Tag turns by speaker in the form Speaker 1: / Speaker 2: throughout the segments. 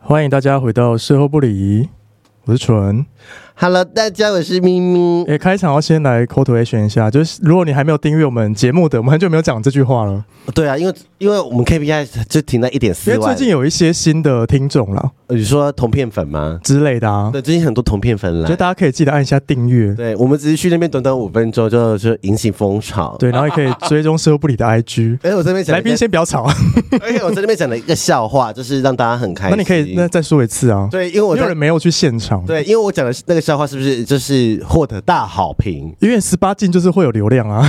Speaker 1: 欢迎大家回到事后不理，我是纯。
Speaker 2: Hello，大家，我是咪咪。
Speaker 1: 诶，开场要先来 call to action 一下，就是如果你还没有订阅我们节目的，我们很久没有讲这句话了，
Speaker 2: 对啊，因为因为我们 KPI 就停在一点
Speaker 1: 因
Speaker 2: 四
Speaker 1: 为最
Speaker 2: 万。
Speaker 1: 近有一些新的听众啦
Speaker 2: 呃你说同片粉吗？
Speaker 1: 之类的啊，
Speaker 2: 对，最近很多同片粉
Speaker 1: 我觉得
Speaker 2: 来。
Speaker 1: 大家可以记得按一下订阅，
Speaker 2: 对，我们只是去那边短短五分钟就就引起风潮。，
Speaker 1: 对，然后也可以追踪事后不理的 IG。
Speaker 2: 而且我这边讲
Speaker 1: 来
Speaker 2: 了一个
Speaker 1: 宾，先不要 吵，
Speaker 2: 而且我在那边讲了一个笑话，就是让大家很
Speaker 1: 那
Speaker 2: 开心。
Speaker 1: 你可以那再说一次啊，
Speaker 2: 对，因为
Speaker 1: 因
Speaker 2: 我
Speaker 1: 为有
Speaker 2: 在
Speaker 1: 人没有去现场，
Speaker 2: 对，因为我讲的是那个笑话是不是就是获得大好评？
Speaker 1: 因为十八禁就是会有流量啊，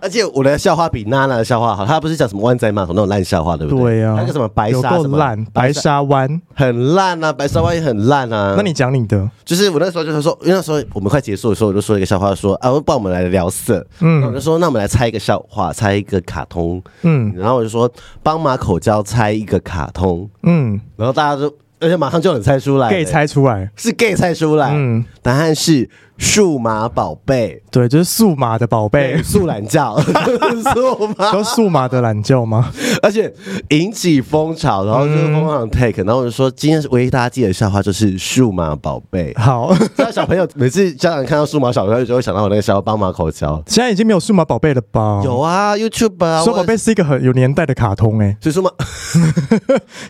Speaker 2: 而且我的笑话比娜娜的笑话好，她不是讲什么湾仔码头那种烂笑话，对不 对？
Speaker 1: 对啊
Speaker 2: 那个什么白
Speaker 1: 有
Speaker 2: 沙
Speaker 1: 够
Speaker 2: 什么
Speaker 1: 烂，白沙湾。
Speaker 2: 很烂啊，白沙湾也很烂啊。
Speaker 1: 那你讲你的，
Speaker 2: 就是我那时候就是说，因为那时候我们快结束的时候，我就说一个笑话说，啊，不然我们来聊色。嗯，我就说那我们来猜一个笑话，猜一个卡通。
Speaker 1: 嗯
Speaker 2: 然后我就说帮马口交猜一个卡通，
Speaker 1: 嗯，
Speaker 2: 然后大家就而且马上就能猜出来，
Speaker 1: 可以猜出来，
Speaker 2: 是 gay 猜出来。
Speaker 1: 嗯
Speaker 2: 嗯，答案是数码宝贝。
Speaker 1: 对，就是数码的宝贝，
Speaker 2: 素懒觉，数码，
Speaker 1: 都数码的懒觉 吗？
Speaker 2: 而且引起风潮，然后就疯狂 take，、然后我就说，今天唯一大家记得的笑话就是数码宝贝。
Speaker 1: 好，
Speaker 2: 知道小朋友每次家长看到数码小朋友，就会想到我那个小帮马口交。
Speaker 1: 现在已经没有数码宝贝了吧？
Speaker 2: 有啊，YouTube 啊，
Speaker 1: 数码宝贝是一个很有年代的卡通哎、欸，
Speaker 2: 所以说嘛，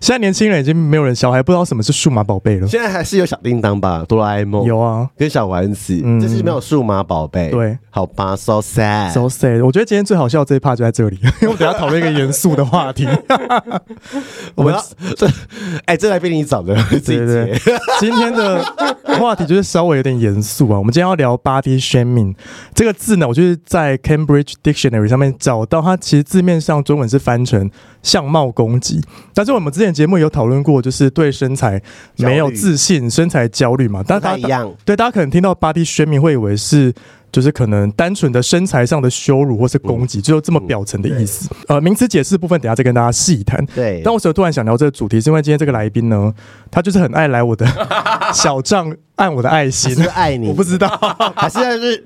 Speaker 1: 现在年轻人已经没有人，小孩不知道什么是数码宝贝了。
Speaker 2: 现在还是有小叮当吧，哆啦 A 梦
Speaker 1: 有啊
Speaker 2: 跟小丸子，
Speaker 1: 嗯
Speaker 2: 就是没有数码宝贝。
Speaker 1: 对，
Speaker 2: 好吧，so sad。
Speaker 1: ，so sad。我觉得今天最好笑的这一 part 就在这里，因为我们等一下讨论一个严肃的话题。
Speaker 2: 我们要这， 哎，这来宾你找的，自己
Speaker 1: 对对
Speaker 2: 接。
Speaker 1: 对，今天的话题就是稍微有点严肃啊。我们今天要聊 body shaming 这个字呢，我就是在 Cambridge Dictionary 上面找到它，其实字面上中文是翻成相貌攻击。但是我们之前节目有讨论过，就是对身材没有
Speaker 2: 焦虑
Speaker 1: 自信、身材焦虑嘛。但
Speaker 2: 不太
Speaker 1: 大家
Speaker 2: 一样
Speaker 1: 对大家可能听到 body shaming 会以为是。就是可能单纯的身材上的羞辱或是攻击，只有这么表层的意思。呃，名词解释部分，等一下再跟大家细谈。
Speaker 2: 嗯对
Speaker 1: 但我所以突然想聊这个主题，是因为今天这个来宾呢，他就是很爱来我的小账按我的爱心，
Speaker 2: 是不是爱你
Speaker 1: 我不知 道。
Speaker 2: 还是 在是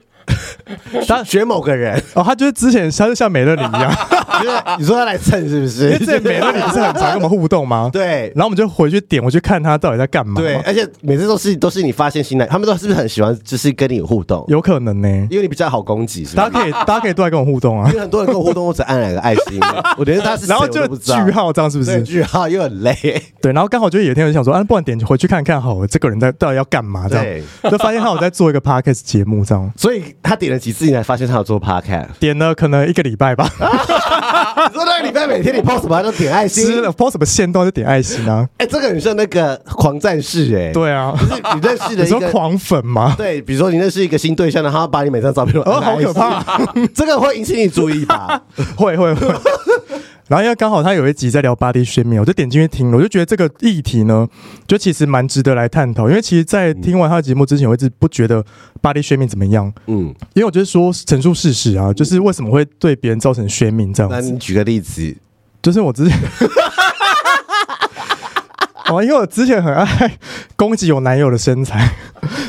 Speaker 2: 学某个人，
Speaker 1: 哦，他就是之前他就像美乐你一 样，
Speaker 2: 就是你说他来蹭是不
Speaker 1: 因为之
Speaker 2: 是？
Speaker 1: 前美乐你不是很常跟我们互动吗？。
Speaker 2: 对
Speaker 1: 然后我们就回去点，我去看他到底在干嘛。
Speaker 2: 对，，而且每次都是都是你发现新的，他们都是不是很喜欢，就是跟你有互动，
Speaker 1: 有可能呢、
Speaker 2: 因为你比较好攻击，是吧
Speaker 1: 大家？可以，大家可以都来跟我互动啊
Speaker 2: 因。为很多人跟我互动，我只按两个爱心，我连他是谁
Speaker 1: 然后
Speaker 2: 我
Speaker 1: 就
Speaker 2: 都不知
Speaker 1: 句
Speaker 2: 道。
Speaker 1: 号这样是不
Speaker 2: 对
Speaker 1: 是？
Speaker 2: 句号又很累，
Speaker 1: 对，然后刚好就有一天我就想说，啊，不然点回去看看好了，这个人在到底要干嘛？这样就发现他有在做一个 podcast 节目，这样
Speaker 2: 所以他点了几次，你才发现他有做 podcast。
Speaker 1: 点了可能一个礼拜吧，
Speaker 2: 你说那个礼拜每天你 post 什么他都点爱
Speaker 1: 吃
Speaker 2: 心
Speaker 1: 了，不知道什么线动就点爱心啊。
Speaker 2: 哎、这个很像那个狂战士哎、
Speaker 1: 对啊，
Speaker 2: 就是你认识
Speaker 1: 你
Speaker 2: 的一
Speaker 1: 说
Speaker 2: 个。
Speaker 1: 狂粉吗？
Speaker 2: 对，比如说你认识一个新对象，然后他把你每张照片都
Speaker 1: 哦好可怕
Speaker 2: 按爱心，这个会引起你注意吧？
Speaker 1: 会会会。然后因为刚好他有一集在聊 body shaming，我就点进去听了，我就觉得这个议题呢，就其实蛮值得来探讨。因为其实，在听完他的节目之前，我一直不觉得 body shaming 怎么样，
Speaker 2: 嗯，
Speaker 1: 因为我就是说陈述事实啊，就是为什么会对别人造成 shaming 这样
Speaker 2: 那
Speaker 1: 子。
Speaker 2: 你举个例子，
Speaker 1: 就是我 之前，哦，因为我之前很爱攻击我男友的身材，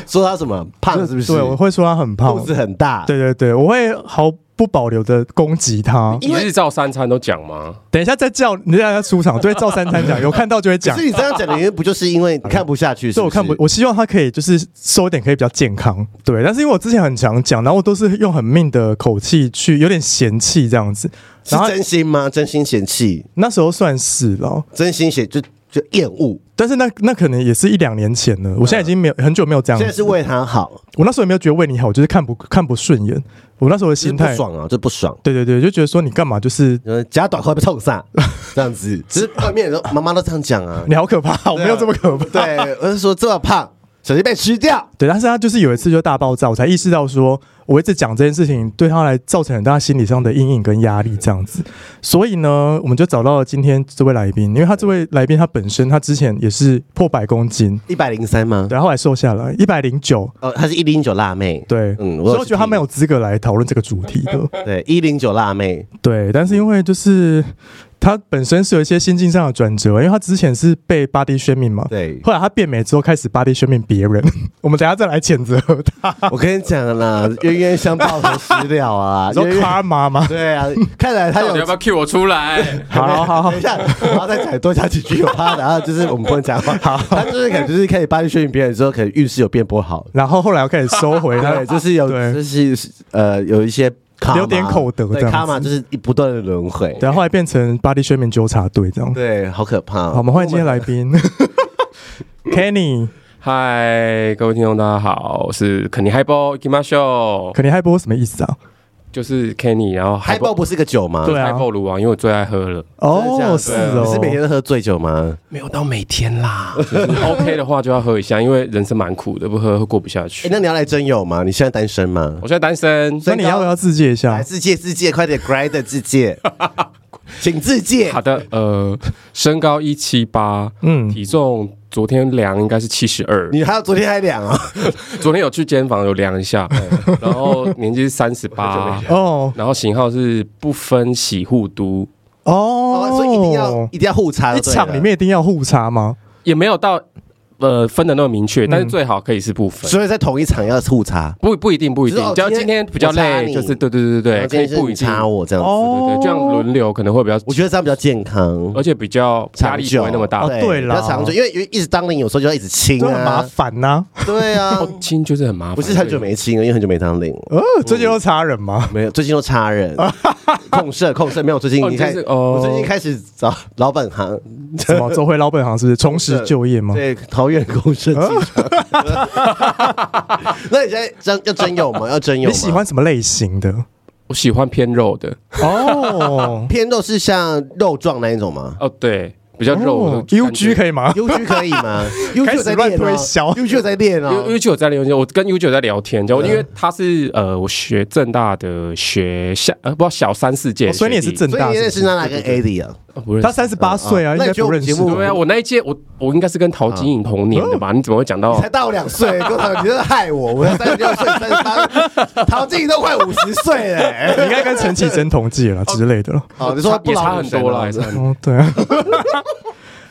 Speaker 2: 说他什么胖是不是？
Speaker 1: 对，我会说他很胖
Speaker 2: 肚，子很大，
Speaker 1: 对对对，我会毫不保留的攻击他。
Speaker 3: 一日照三餐都讲吗？
Speaker 1: 等一下再叫，你等一下出场，对，照三餐讲，有看到就会讲
Speaker 2: 所。以你这样讲的原因，不就是因为你看不下去是是？
Speaker 1: 所以我看不，我希望他可以就是收一点，可以比较健康，对。但是因为我之前很常讲，然后我都是用很命的口气去，有点嫌弃这样子。
Speaker 2: 是
Speaker 1: 然后
Speaker 2: 真心吗？真心嫌弃，
Speaker 1: 那时候算是了，
Speaker 2: 真心嫌就就厌恶。
Speaker 1: 但是那那可能也是一两年前了。我现在已经没有很久没有这样
Speaker 2: 现在
Speaker 1: 子。
Speaker 2: 是为他好，
Speaker 1: 我那时候也没有觉得为你好，我就是看不看不顺眼。我那时候的
Speaker 2: 就 是
Speaker 1: 心
Speaker 2: 不
Speaker 1: 态，
Speaker 2: 爽啊，就不爽。
Speaker 1: 对对对，就觉得说你干嘛就是。
Speaker 2: 呃，假短裤被冲上，这样子，只是外面人都妈妈都这样 讲啊。
Speaker 1: 你好可怕，我没有这么可怕。
Speaker 2: 对，啊我是说这么胖，小心被吃掉。
Speaker 1: 对，但是他就是有一次就大爆炸，我才意识到说，我一直讲这件事情对他来造成很大心理上的阴影跟压力这样子。所以呢，我们就找到了今天这位来宾，因为他这位来宾他本身他之前也是破百公斤，
Speaker 2: 一百零三吗？
Speaker 1: 对，后来瘦下来一百零九，
Speaker 2: 哦，她是一零九辣妹。
Speaker 1: 对，
Speaker 2: 嗯我有
Speaker 1: 所以我觉得他
Speaker 2: 去听
Speaker 1: 蛮有资格来讨论这个主题的。
Speaker 2: 对，一零九辣妹，
Speaker 1: 对，但是因为就是他本身是有一些心境上的转折，因为他之前是被 body shaming 嘛，
Speaker 2: 对
Speaker 1: 后来他变美之后开始 body shaming 别人， 我们等一下再来谴责他，
Speaker 2: 我跟你讲啦，冤冤相报何时了 啊？
Speaker 1: 你说
Speaker 2: 冤冤
Speaker 1: 卡妈吗？
Speaker 2: 对啊，看来他
Speaker 3: 到
Speaker 2: 有
Speaker 3: 底要不要 cue 我出来？
Speaker 1: 好好好
Speaker 2: 等一，下，我要再讲多讲几句有他的，然后就是我们不能讲话。好，他就是可能就是开始巴力训练别人之后，可能运势有变不好，
Speaker 1: 然后后来我开始收回他
Speaker 2: 对，，就是有
Speaker 1: 对
Speaker 2: 就是呃有一些卡
Speaker 1: 有点口德这
Speaker 2: 对
Speaker 1: 样子
Speaker 2: 卡嘛，就是一不断的轮回。
Speaker 1: 然后后来变成 body shaming 纠察队这样。
Speaker 2: 对，好可怕哦。
Speaker 1: 好，我们欢迎今天来 宾 Kenny，
Speaker 3: 嗨，各位听众，大家好，我是肯尼嗨波 g i m a s h o
Speaker 1: 肯尼嗨波什么意思啊？
Speaker 3: 就是 Kenny，然后
Speaker 2: 嗨爆不是个酒吗？
Speaker 1: 对啊
Speaker 3: 嗨波卢王，因为我最爱喝了，
Speaker 2: 真的假的啊
Speaker 1: 哦，是哦，
Speaker 2: 你是每天都喝醉酒吗？
Speaker 3: 没有到每天啦。就是 OK 的话就要喝一下，因为人生蛮苦的，不喝会过不下去
Speaker 2: 哎，。那你要来真友吗？你现在单身吗
Speaker 3: 我？现在单身，
Speaker 1: 那你要不要自介一下
Speaker 2: 来？自介自介，快点 grind 自介，请自介
Speaker 3: 好。的，呃，身高一七八，
Speaker 1: 嗯，
Speaker 3: 体重昨天量应该是七十二，
Speaker 2: 你还有昨天还量啊？
Speaker 3: 昨天有去健身房有量一下，然后年纪是三十八，
Speaker 1: 哦
Speaker 3: 然后型号是不分洗护都，
Speaker 1: 哦
Speaker 2: 哦，，所以一定要一定要互插。
Speaker 1: 一场里，面一定要互查吗？
Speaker 3: 也没有到呃分的那么明确，
Speaker 1: 嗯
Speaker 3: 但是最好可以是不分。
Speaker 2: 所以在同一场要互插。
Speaker 3: 不不一定不一定
Speaker 2: 就是哦，
Speaker 3: 只要
Speaker 2: 今天
Speaker 3: 今天比较
Speaker 2: 我插你
Speaker 3: 累，就是对对对对
Speaker 2: 然后
Speaker 3: 对，可
Speaker 2: 今天
Speaker 3: 以
Speaker 2: 是
Speaker 3: 不一
Speaker 2: 你
Speaker 3: 定，
Speaker 2: 插我这样
Speaker 1: 哦
Speaker 2: 子，
Speaker 3: 对对对，这样轮流可能会比较，
Speaker 2: 我觉得这样比较健康，
Speaker 3: 而且比较压力不会那么大
Speaker 1: 哦。对
Speaker 2: 比
Speaker 1: 啦
Speaker 2: 较长久，因为因为一直当零，有时候就要一直亲
Speaker 1: 这很麻
Speaker 2: 啊，
Speaker 1: 烦呐。
Speaker 2: 对啊，
Speaker 3: 亲哦就是很麻 烦，
Speaker 2: 不是很久
Speaker 3: 对
Speaker 2: 没亲了，因为很久没当零了，
Speaker 1: 呃，最近又插人吗？
Speaker 2: 没有，最近都插人，控射控射没有，最近
Speaker 3: 哦
Speaker 2: 你看
Speaker 3: 你最近哦
Speaker 2: 我最近开始找老本行，
Speaker 1: 什么走回老本行是不是重拾就业吗？
Speaker 2: 对，桃园公社机场。 那你现在真要真有吗？要真有
Speaker 1: 哦你
Speaker 2: 吗？
Speaker 1: 喜欢什么类型的？
Speaker 3: 我喜欢偏肉的
Speaker 1: 哦
Speaker 2: 偏肉是像肉状那一种 吗
Speaker 3: 哦，对，比较 肉的
Speaker 1: 哦，U G 可以吗？
Speaker 2: ？U G 可 以吗？U
Speaker 1: 开
Speaker 2: G
Speaker 1: 始
Speaker 2: 在
Speaker 1: 乱
Speaker 2: 练
Speaker 1: 推销
Speaker 2: 哦，U G 在练
Speaker 3: U
Speaker 2: 哦
Speaker 3: U 九在聊天，我跟 U 九在聊天，然后因
Speaker 1: 嗯
Speaker 3: 为他是呃，我学正大的学下呃，不知道小三四届
Speaker 1: 哦
Speaker 3: 的学弟、
Speaker 1: 所以你也是正
Speaker 2: 所以
Speaker 1: 大
Speaker 2: 你认
Speaker 1: 是
Speaker 2: 识娜娜跟 AD 啊？
Speaker 3: 呃不
Speaker 1: 不是，
Speaker 3: 认
Speaker 1: 他
Speaker 3: 识。
Speaker 1: 三十八岁啊，
Speaker 2: 嗯嗯
Speaker 1: 应该不认识
Speaker 2: 那你觉得我们节目
Speaker 3: 对啊，我那一届我我应该是跟陶晶莹同年的吧？你怎么会讲到
Speaker 2: 哦
Speaker 1: 哦
Speaker 2: 你才大我两岁，跟我讲你真的害我！我才三十六岁，三十 八，陶晶莹都快五十岁了、欸。
Speaker 1: 你应该跟陈绮贞同届 了之类的了。
Speaker 2: 哦，你说不
Speaker 3: 也
Speaker 2: 老
Speaker 3: 差
Speaker 2: 女
Speaker 3: 很
Speaker 2: 神
Speaker 3: 多
Speaker 2: 哦
Speaker 3: 了，还是很
Speaker 1: 哦，对啊，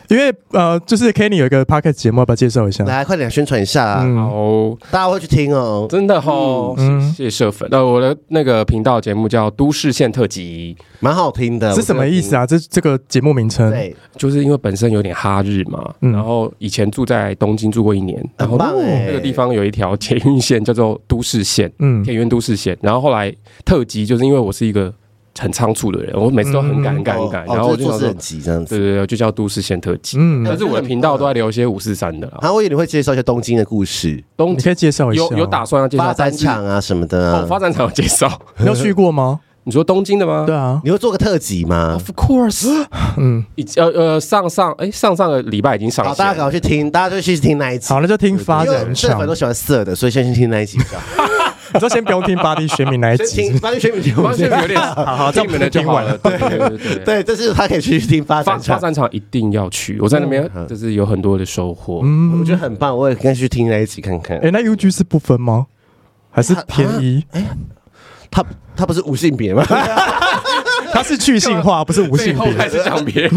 Speaker 1: 因为呃，就是 Kenny 有一个 p o d c a s t 节目，要不要介绍一下？
Speaker 2: 来，快点宣传一下啦，
Speaker 1: 嗯，
Speaker 3: 好。
Speaker 2: 大家会去听哦。
Speaker 3: 真的吼，
Speaker 1: 嗯
Speaker 3: 谢谢社粉。那我的那个频道节目叫《都市线特辑
Speaker 2: 蛮好听的。
Speaker 1: 是什么意思
Speaker 2: 啊？
Speaker 1: 啊？这这个节目名称？
Speaker 2: 对，》，
Speaker 3: 就是因为本身有点哈日嘛，
Speaker 1: 嗯
Speaker 3: 然后以前住在东京住过一年，然后
Speaker 2: 很棒哎、
Speaker 3: 那个地方有一条捷运线叫做都市线，
Speaker 1: 嗯，
Speaker 3: 田园都市线。然后后来特辑，就是因为我是一个很仓促的人，我每次都很赶、很赶、很赶，
Speaker 2: 哦
Speaker 3: 然后
Speaker 2: 哦
Speaker 3: 我
Speaker 2: 就
Speaker 3: 就
Speaker 2: 做
Speaker 3: 想
Speaker 2: 事
Speaker 3: 说，
Speaker 2: 很急这样
Speaker 3: 对
Speaker 2: 子。
Speaker 3: 对对，就叫都市线特辑。
Speaker 1: 嗯，
Speaker 3: 但是我的频道都在聊一些五四三的啦，
Speaker 2: 啊，我以为你会介绍一些东京的故事，
Speaker 3: 东
Speaker 1: 你可以介绍一下。
Speaker 3: 有有打，算要介绍
Speaker 2: 发展
Speaker 3: 但是
Speaker 2: 场啊什么的
Speaker 3: 哦，
Speaker 2: 啊。
Speaker 3: 发展场有介绍。
Speaker 1: 你有去过 吗？
Speaker 3: 你说东京的吗？
Speaker 1: 对啊，
Speaker 2: 你会做个特辑吗？
Speaker 3: ，Of course，
Speaker 1: 嗯，
Speaker 3: 已呃呃上上哎上上个礼拜已经上
Speaker 2: 好，
Speaker 3: 哦线
Speaker 2: 大家
Speaker 3: 了，
Speaker 2: 赶快去听，大家就去听那一集。
Speaker 1: 好，那就听发
Speaker 2: 因为
Speaker 1: 展
Speaker 2: 这
Speaker 1: 场
Speaker 2: 粉。都喜欢色的，所以先去听那一集比较好。
Speaker 1: 你说先不用听 Body Shaming 那一
Speaker 2: 先
Speaker 1: 集
Speaker 2: 听，发现选品节目
Speaker 3: 完全有点好
Speaker 1: 好这样
Speaker 3: 你们的就好了，对对对对。
Speaker 2: 对，这是他可以去听发
Speaker 3: 发
Speaker 2: 展
Speaker 3: 发
Speaker 2: 场，
Speaker 3: 展场一定要去，我在那边
Speaker 2: 嗯
Speaker 3: 就是有很多的收获。
Speaker 1: 嗯
Speaker 2: 我觉得很棒，我也应该去听那一集看看
Speaker 1: 哎、。那 U G 是不分吗？还是
Speaker 2: 啊
Speaker 1: 偏一？
Speaker 2: 他他不是无性别吗？
Speaker 1: 它是去性化，不是无性
Speaker 3: 最后
Speaker 1: 别。
Speaker 3: 开始讲别人，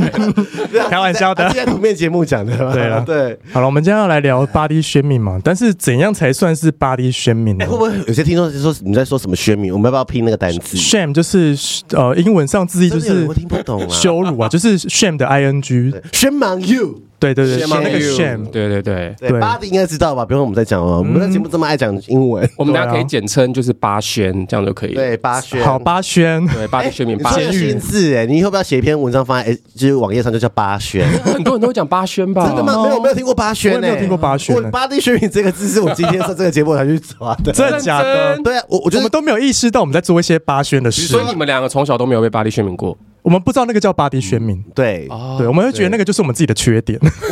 Speaker 1: 开玩笑的
Speaker 2: 啊现在图片节目讲的啦，
Speaker 1: 对啊
Speaker 2: 对。
Speaker 1: 好了，我们今天要来聊 body shaming 嘛，但是怎样才算是 body shaming
Speaker 2: 哎，
Speaker 1: 呢
Speaker 2: 会不会有些听众就说你在说什么宣明？我们要不要拼那个单字？
Speaker 1: ？shame 就是呃，英文上字义就
Speaker 2: 真的有
Speaker 1: 是
Speaker 2: 人会听不懂 啊
Speaker 1: 羞辱啊，就是 shame 的 ing，
Speaker 2: 宣盲 you。
Speaker 1: 对对对，
Speaker 2: Shame on
Speaker 1: 那个
Speaker 2: you
Speaker 1: shame，
Speaker 3: 对对 对，
Speaker 2: 对
Speaker 1: 对嗯
Speaker 2: 巴迪应该知道吧？不用我们再讲哦了，我们的节目这么爱讲 英文。
Speaker 3: 我们大
Speaker 1: 对
Speaker 3: 家
Speaker 1: 啊
Speaker 3: 可以简称就是八轩，这样就可以了。
Speaker 2: 对，八轩，
Speaker 1: 好，八轩，
Speaker 3: 对，八
Speaker 2: 哎
Speaker 3: 轩学名
Speaker 2: 你
Speaker 3: 八
Speaker 2: 这个
Speaker 3: 轩，
Speaker 2: 新字哎，你以后不要写一篇文章放在哎就是网页上就叫 八轩？
Speaker 3: 很多人都讲八轩吧？
Speaker 2: 真的吗？没有，我没有听过八轩
Speaker 1: 哦我
Speaker 2: 哎，
Speaker 1: 也没有听过八轩
Speaker 2: 我
Speaker 1: 哎
Speaker 2: 巴迪学名这个字是我今天上这个节目才去抓 的。
Speaker 1: 真的假的
Speaker 3: 认？真
Speaker 2: 对啊，我我
Speaker 1: 我
Speaker 2: 觉得
Speaker 1: 们都没有意识到我们在做一些八轩的事
Speaker 3: 所，以你们两个从小都没有被巴黎宣明过。
Speaker 1: 我们不知道那个叫 body shaming。
Speaker 2: 对，
Speaker 1: 对，我们会觉得那个就是我们自己的缺点。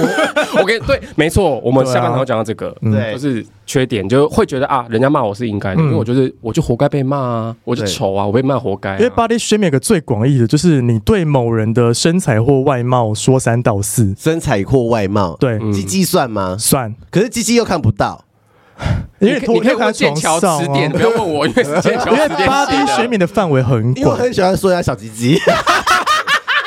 Speaker 3: 我跟对，没错，我们
Speaker 1: 对啊
Speaker 3: 下半场要讲到这个，
Speaker 2: 对
Speaker 3: 就是缺点，就会觉得啊，人家骂我是应该的，因为我就是我就活该被骂啊，我就
Speaker 2: 对
Speaker 3: 丑啊，我被骂活该啊。
Speaker 1: 因为 body shaming 有个最广义的，就是你对某人的身材或外貌说三道四。
Speaker 2: 身材或外貌，
Speaker 1: 对，嗯
Speaker 2: 鸡鸡算吗？
Speaker 1: 算，
Speaker 2: 可是鸡鸡又看不到，
Speaker 1: 因
Speaker 3: 你
Speaker 1: 为
Speaker 3: 可
Speaker 1: 脱
Speaker 3: 你可以
Speaker 1: 因为他
Speaker 3: 问
Speaker 1: 在
Speaker 3: 剑
Speaker 1: 床
Speaker 3: 桥
Speaker 1: 上
Speaker 3: 词典，
Speaker 1: 哦
Speaker 3: 不要问我，因为是剑 桥
Speaker 1: 因为
Speaker 3: 词典
Speaker 1: body
Speaker 3: 写
Speaker 1: shaming
Speaker 3: 的。
Speaker 1: 的范围很
Speaker 2: 因为我
Speaker 1: 广，
Speaker 2: 很喜欢说人家小鸡鸡。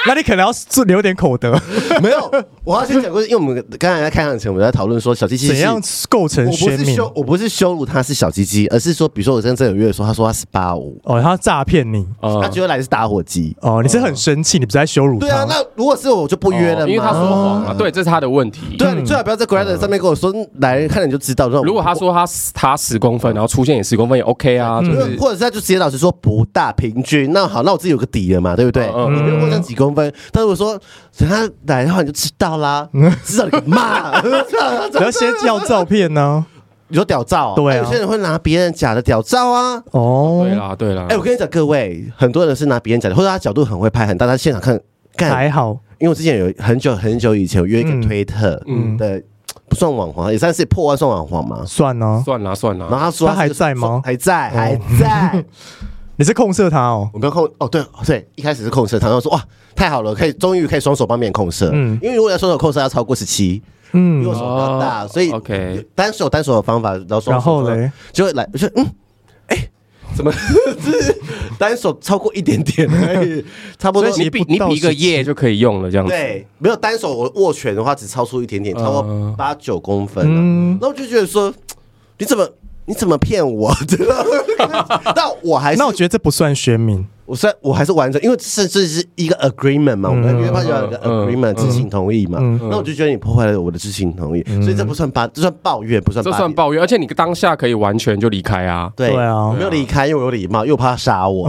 Speaker 1: 那你可能要做留点口德，
Speaker 2: 没有，我要先讲过，因为我们刚才在开场前，我们在讨论说小鸡鸡是
Speaker 1: 怎样构成
Speaker 2: 我不是
Speaker 1: shaming？
Speaker 2: 羞，我不是羞辱他是小鸡鸡，而是说，比如说我跟郑有月说，他说他是八五，
Speaker 1: 哦，他诈骗你
Speaker 3: 嗯
Speaker 2: 他觉得来的是打火机。
Speaker 1: 哦，你是很生气，你不是在羞辱
Speaker 2: 对啊，
Speaker 1: 他？
Speaker 2: 那如果是我就不约了嘛，
Speaker 3: 因为他说谎啊，对，这是他的问题。
Speaker 2: 对啊，你最好不要在 Grad 上面跟我说，来人看了你就知道。这种
Speaker 3: 如果他说他他十公分，然后出现也十公分也 OK 啊，就
Speaker 2: 或
Speaker 3: 是
Speaker 2: 或者是他就直接老实说不大平均，那好，那我自己有个底了嘛，对不对？
Speaker 3: 嗯
Speaker 2: 你不用跟我讲几公分，但是我说等他来的话你就知道 啦，知道你个 嘛？
Speaker 1: 你要先要照片 呢？
Speaker 2: 你说屌照，
Speaker 1: 对啊
Speaker 2: 哎有些人会拿别人假的屌照啊。
Speaker 1: 哦
Speaker 3: 对，啦对啦
Speaker 2: 哎、。我跟你讲，各位，很多人是拿别人假的，或者他角度很会拍很大，他现场看干
Speaker 1: 还好，
Speaker 2: 因为我之前有很久很久以前有约一个推特，嗯的，不算网红，也算是破万算网红嘛。
Speaker 1: 算哦。
Speaker 3: 算啦算
Speaker 2: 然后
Speaker 3: 啦，
Speaker 2: 他说
Speaker 1: 他还
Speaker 2: 是个
Speaker 1: 在吗哦
Speaker 2: 还在，还在。
Speaker 1: 你是控射他哦，
Speaker 2: 我们要控哦，对对，一开始是控射，然后说哇，太好了，可以终于可以双手帮别人控射。
Speaker 1: 嗯
Speaker 2: 嗯，因为如果要双手控射要超过十七，因
Speaker 1: 嗯
Speaker 2: 为我，手比较大，
Speaker 3: 哦
Speaker 2: 所以
Speaker 3: OK
Speaker 2: 单手单手的方法，然后双手
Speaker 1: 然后嘞，
Speaker 2: 就会来，我就嗯，哎、怎么 就是单手超过一点点而已，差 不多
Speaker 1: 所以
Speaker 3: 你比你比一个耶就可以用了这样子。
Speaker 2: 对，没有单手我握拳的话，只超出一点点，
Speaker 3: 嗯
Speaker 2: 超过八九公分、
Speaker 1: 嗯
Speaker 2: 嗯，那我就觉得说，你怎么你怎么骗我？知道吗 但我还是，
Speaker 1: 那我觉得这不算宣明，
Speaker 2: 我虽然我还是完整，因为甚至是一个 agreement 嘛，我们约会有一个
Speaker 3: 嗯
Speaker 2: agreement 知情同意嘛。
Speaker 1: 嗯
Speaker 2: 那我就觉得你破坏了我的知情同意，所以这不算八，这算抱怨，不算
Speaker 3: 嗯这
Speaker 2: 八
Speaker 3: 算
Speaker 2: 点。
Speaker 3: 抱怨，而且你当下可以完全就离开啊。
Speaker 2: 对
Speaker 1: 对啊
Speaker 2: 我没有离开，因为我有礼貌，又怕他 杀我，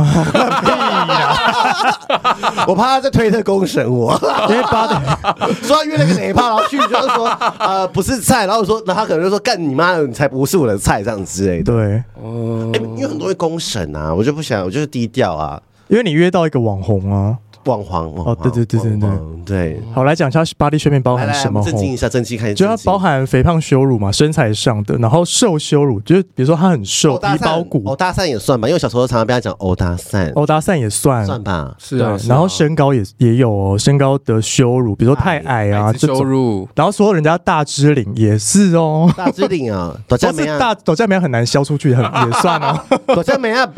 Speaker 2: 我怕他在推特公审我。
Speaker 1: 因为 body
Speaker 2: 说他约了个哪一趴，然后去就是说呃不是菜，然后说，然后他可能就说干你妈的，你才不是我的菜这样之类的。
Speaker 1: 对，哦
Speaker 2: 哎、因为很多会公审啊，我就不想，我就是低调啊，
Speaker 1: 因为你约到一个网红啊。
Speaker 2: 网黄网黄
Speaker 1: 哦对对对对对哦
Speaker 2: 网黄对。
Speaker 1: 嗯好，来讲一下 body shaming 包
Speaker 2: 来
Speaker 1: 含
Speaker 2: 来，
Speaker 1: 什
Speaker 2: 我
Speaker 1: 么
Speaker 2: 们
Speaker 1: 吼
Speaker 2: 正？经一下，正经看一下，
Speaker 1: 就它包含肥胖羞辱嘛，身材上的，然后瘦羞辱，就是比如说他很瘦，
Speaker 3: 哦
Speaker 2: 欧
Speaker 1: 皮
Speaker 2: 搭
Speaker 1: 包
Speaker 2: 讪，欧
Speaker 1: 骨，
Speaker 2: 哦搭讪也算吧，因为我小时候常常被他讲欧搭讪，
Speaker 1: 欧搭讪也算，
Speaker 2: 算吧。
Speaker 3: 是
Speaker 1: 对
Speaker 3: 啊，，
Speaker 1: 然后身高也也有哦，身高的羞辱，比如说太矮啊
Speaker 3: 矮
Speaker 1: 这
Speaker 3: 子羞
Speaker 1: 种，
Speaker 3: 辱，
Speaker 1: 然后说人家大支领也是哦，
Speaker 2: 大之领 啊，短
Speaker 1: 但
Speaker 2: 暂
Speaker 1: 是
Speaker 2: 梅
Speaker 1: 大
Speaker 2: 啊，
Speaker 1: 抖价梅很难消出去， 很也算哦，
Speaker 2: 短暂梅啊，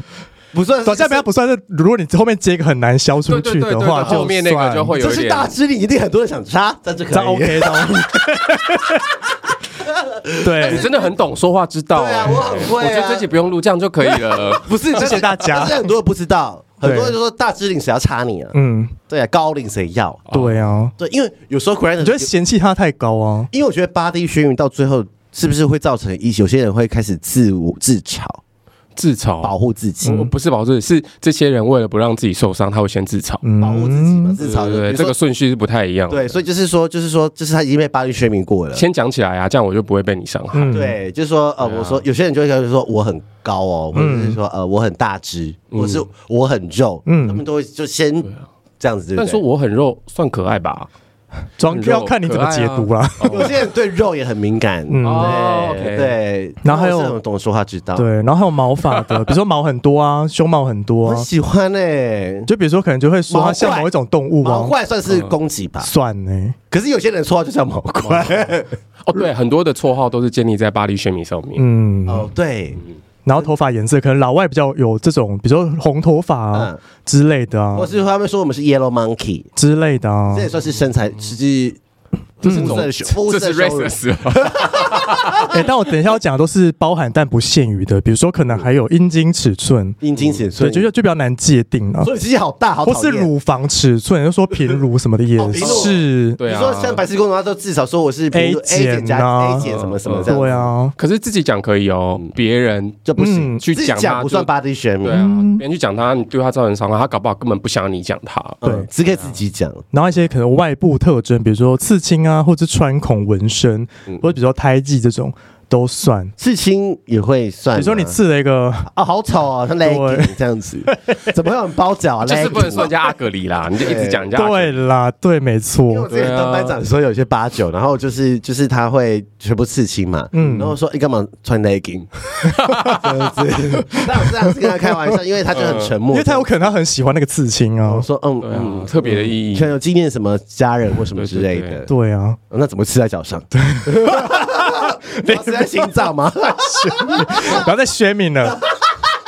Speaker 2: 不算
Speaker 1: 抖价梅啊不算是，如果你后面接一个很难消出
Speaker 3: 对对
Speaker 1: 去
Speaker 3: 对
Speaker 1: 的
Speaker 3: 对，
Speaker 1: 话，
Speaker 3: 后面那个就会有
Speaker 2: 这
Speaker 3: 一
Speaker 2: 是
Speaker 3: 点
Speaker 2: 大之领，一定很多人想杀，但这可以
Speaker 1: 这样 OK 的哦，
Speaker 3: 你
Speaker 1: 对，
Speaker 3: 真的很懂说话之道、
Speaker 2: 对啊
Speaker 3: 哎
Speaker 2: 我很会啊。
Speaker 3: 我觉得这集不用录，这样就可以了
Speaker 2: 不是，
Speaker 1: 谢谢大家
Speaker 2: 但是很多人不知道，
Speaker 1: 对
Speaker 2: 很多人就说大支领谁要插你啊？
Speaker 1: 嗯，
Speaker 2: 对啊，高领谁要？
Speaker 3: 哦
Speaker 1: 对啊，
Speaker 2: 对，因为有时候 g r a n
Speaker 1: 你就会嫌弃他太高啊，
Speaker 2: 因为我觉得 body shaming 到最后是不是会造成一有些人会开始自我自嘲，
Speaker 3: 自嘲，
Speaker 2: 保护自己，
Speaker 3: 我不是保护自己，是这些人为了不让自己受伤，他会先自嘲。
Speaker 2: 保护自己嘛，嗯自嘲
Speaker 3: 对对
Speaker 2: 的
Speaker 3: 对，这个顺序是不太一样。
Speaker 2: 对，，所以就是说，就是说，就是他已经被 body shaming 过了。
Speaker 3: 先讲起来啊，这样我就不会被你伤害。
Speaker 1: 嗯，
Speaker 2: 对，就是说，呃，我说有些人就会开始说我很高哦，或者是说，呃，我很大只，或是我很肉，
Speaker 1: 嗯
Speaker 2: 他们都会就先这样子，对不
Speaker 3: 但说
Speaker 2: 对？
Speaker 3: 我很肉，算可爱吧？
Speaker 1: 装要看你怎么解读啦。
Speaker 2: 有些人对肉也很敏感，
Speaker 3: 哦
Speaker 2: 嗯对
Speaker 3: ，OK
Speaker 2: 对，
Speaker 1: 然后还有
Speaker 2: 我是很懂说话之道，
Speaker 1: 对，然后还有毛发 的，比如说毛很多啊，胸毛很多
Speaker 2: 我
Speaker 1: 啊
Speaker 2: 很，喜欢哎，
Speaker 1: 就比如说可能就会说它像
Speaker 2: 毛怪
Speaker 1: 某一种动物
Speaker 2: 毛啊哦
Speaker 1: 啊，
Speaker 2: 怪算是攻击吧，
Speaker 1: 算欸呢、
Speaker 2: 可是有些人说话就像毛怪。
Speaker 3: 哦，对，很多的绰号都是建立在巴黎宣米上面。
Speaker 1: 嗯，
Speaker 2: 哦，对，
Speaker 1: 然后头发颜色可能老外比较有这种，比如说红头发啊、
Speaker 2: 嗯
Speaker 1: 之类的啊
Speaker 2: 或是他们说我们是 Yellow Monkey，
Speaker 1: 之类的啊
Speaker 2: 这。也算是身材，实际肤色的肤
Speaker 3: 这
Speaker 2: 色
Speaker 3: 是
Speaker 2: 羞辱
Speaker 3: racist 吗
Speaker 1: 哎、但我等一下要讲的都是包含但不限于的，比如说可能
Speaker 2: 嗯
Speaker 1: 还有阴茎尺寸，
Speaker 2: 阴茎尺
Speaker 1: 对，
Speaker 2: 寸，
Speaker 1: 就就就比较难界定啊。
Speaker 2: 所以自己好大，好
Speaker 1: 或
Speaker 2: 讨
Speaker 1: 是
Speaker 2: 厌。
Speaker 1: 乳房尺寸，就说平乳什么的也
Speaker 2: 哦平乳
Speaker 1: 是，
Speaker 3: 对
Speaker 2: 你
Speaker 3: 啊，
Speaker 2: 说像白痴公主，她都至少说我是比如
Speaker 1: A 减
Speaker 2: A 减加
Speaker 1: 啊
Speaker 2: A 减什么什么这样，
Speaker 1: 对，啊，
Speaker 3: 可是自己讲可以哦，别人
Speaker 2: 就嗯不行。
Speaker 1: 嗯
Speaker 3: 去
Speaker 2: 自己
Speaker 3: 讲
Speaker 2: 讲
Speaker 3: 他
Speaker 2: 不算嗯 body
Speaker 3: 对
Speaker 2: shaming，
Speaker 3: 啊，别人去讲他，你对他造成伤害，他搞不好根本不想你讲他。
Speaker 2: 嗯
Speaker 1: 对
Speaker 2: 只可以自己
Speaker 3: 啊
Speaker 2: 讲。
Speaker 1: 然后一些可能外部特征，比如说刺青啊，或者穿孔纹身，
Speaker 2: 嗯
Speaker 1: 或者比如说胎记这种都算。
Speaker 2: 刺青也会算
Speaker 1: 比
Speaker 2: 吗，
Speaker 1: 如说你刺了一个，
Speaker 2: 啊，好丑哦，像 legging 这 样子，怎么会有人包脚啊？
Speaker 3: 就是不能
Speaker 2: legging
Speaker 3: 说人家阿格里啦，你就一直讲人家阿格里。
Speaker 1: 对啦，对，没
Speaker 2: 啊因为我
Speaker 1: 错，
Speaker 2: 之前
Speaker 3: 啊
Speaker 2: 当班长的时候，有些八九，然后就是就是他会全部刺青嘛，嗯，然后说你干嘛穿 legging，这样子，但我这样是跟他开玩笑，因为他就很沉默，
Speaker 1: 因为他有可能他很喜欢那个刺青啊
Speaker 2: 我，说嗯
Speaker 3: 对啊
Speaker 2: 嗯，，
Speaker 3: 特别的意义
Speaker 2: 可。能有纪念什么家人或什么之类
Speaker 3: 对对
Speaker 2: 的，
Speaker 1: 对啊，
Speaker 2: 哦那怎么刺在脚上？ 对，是在心 脏吗？
Speaker 1: 然后再宣明了，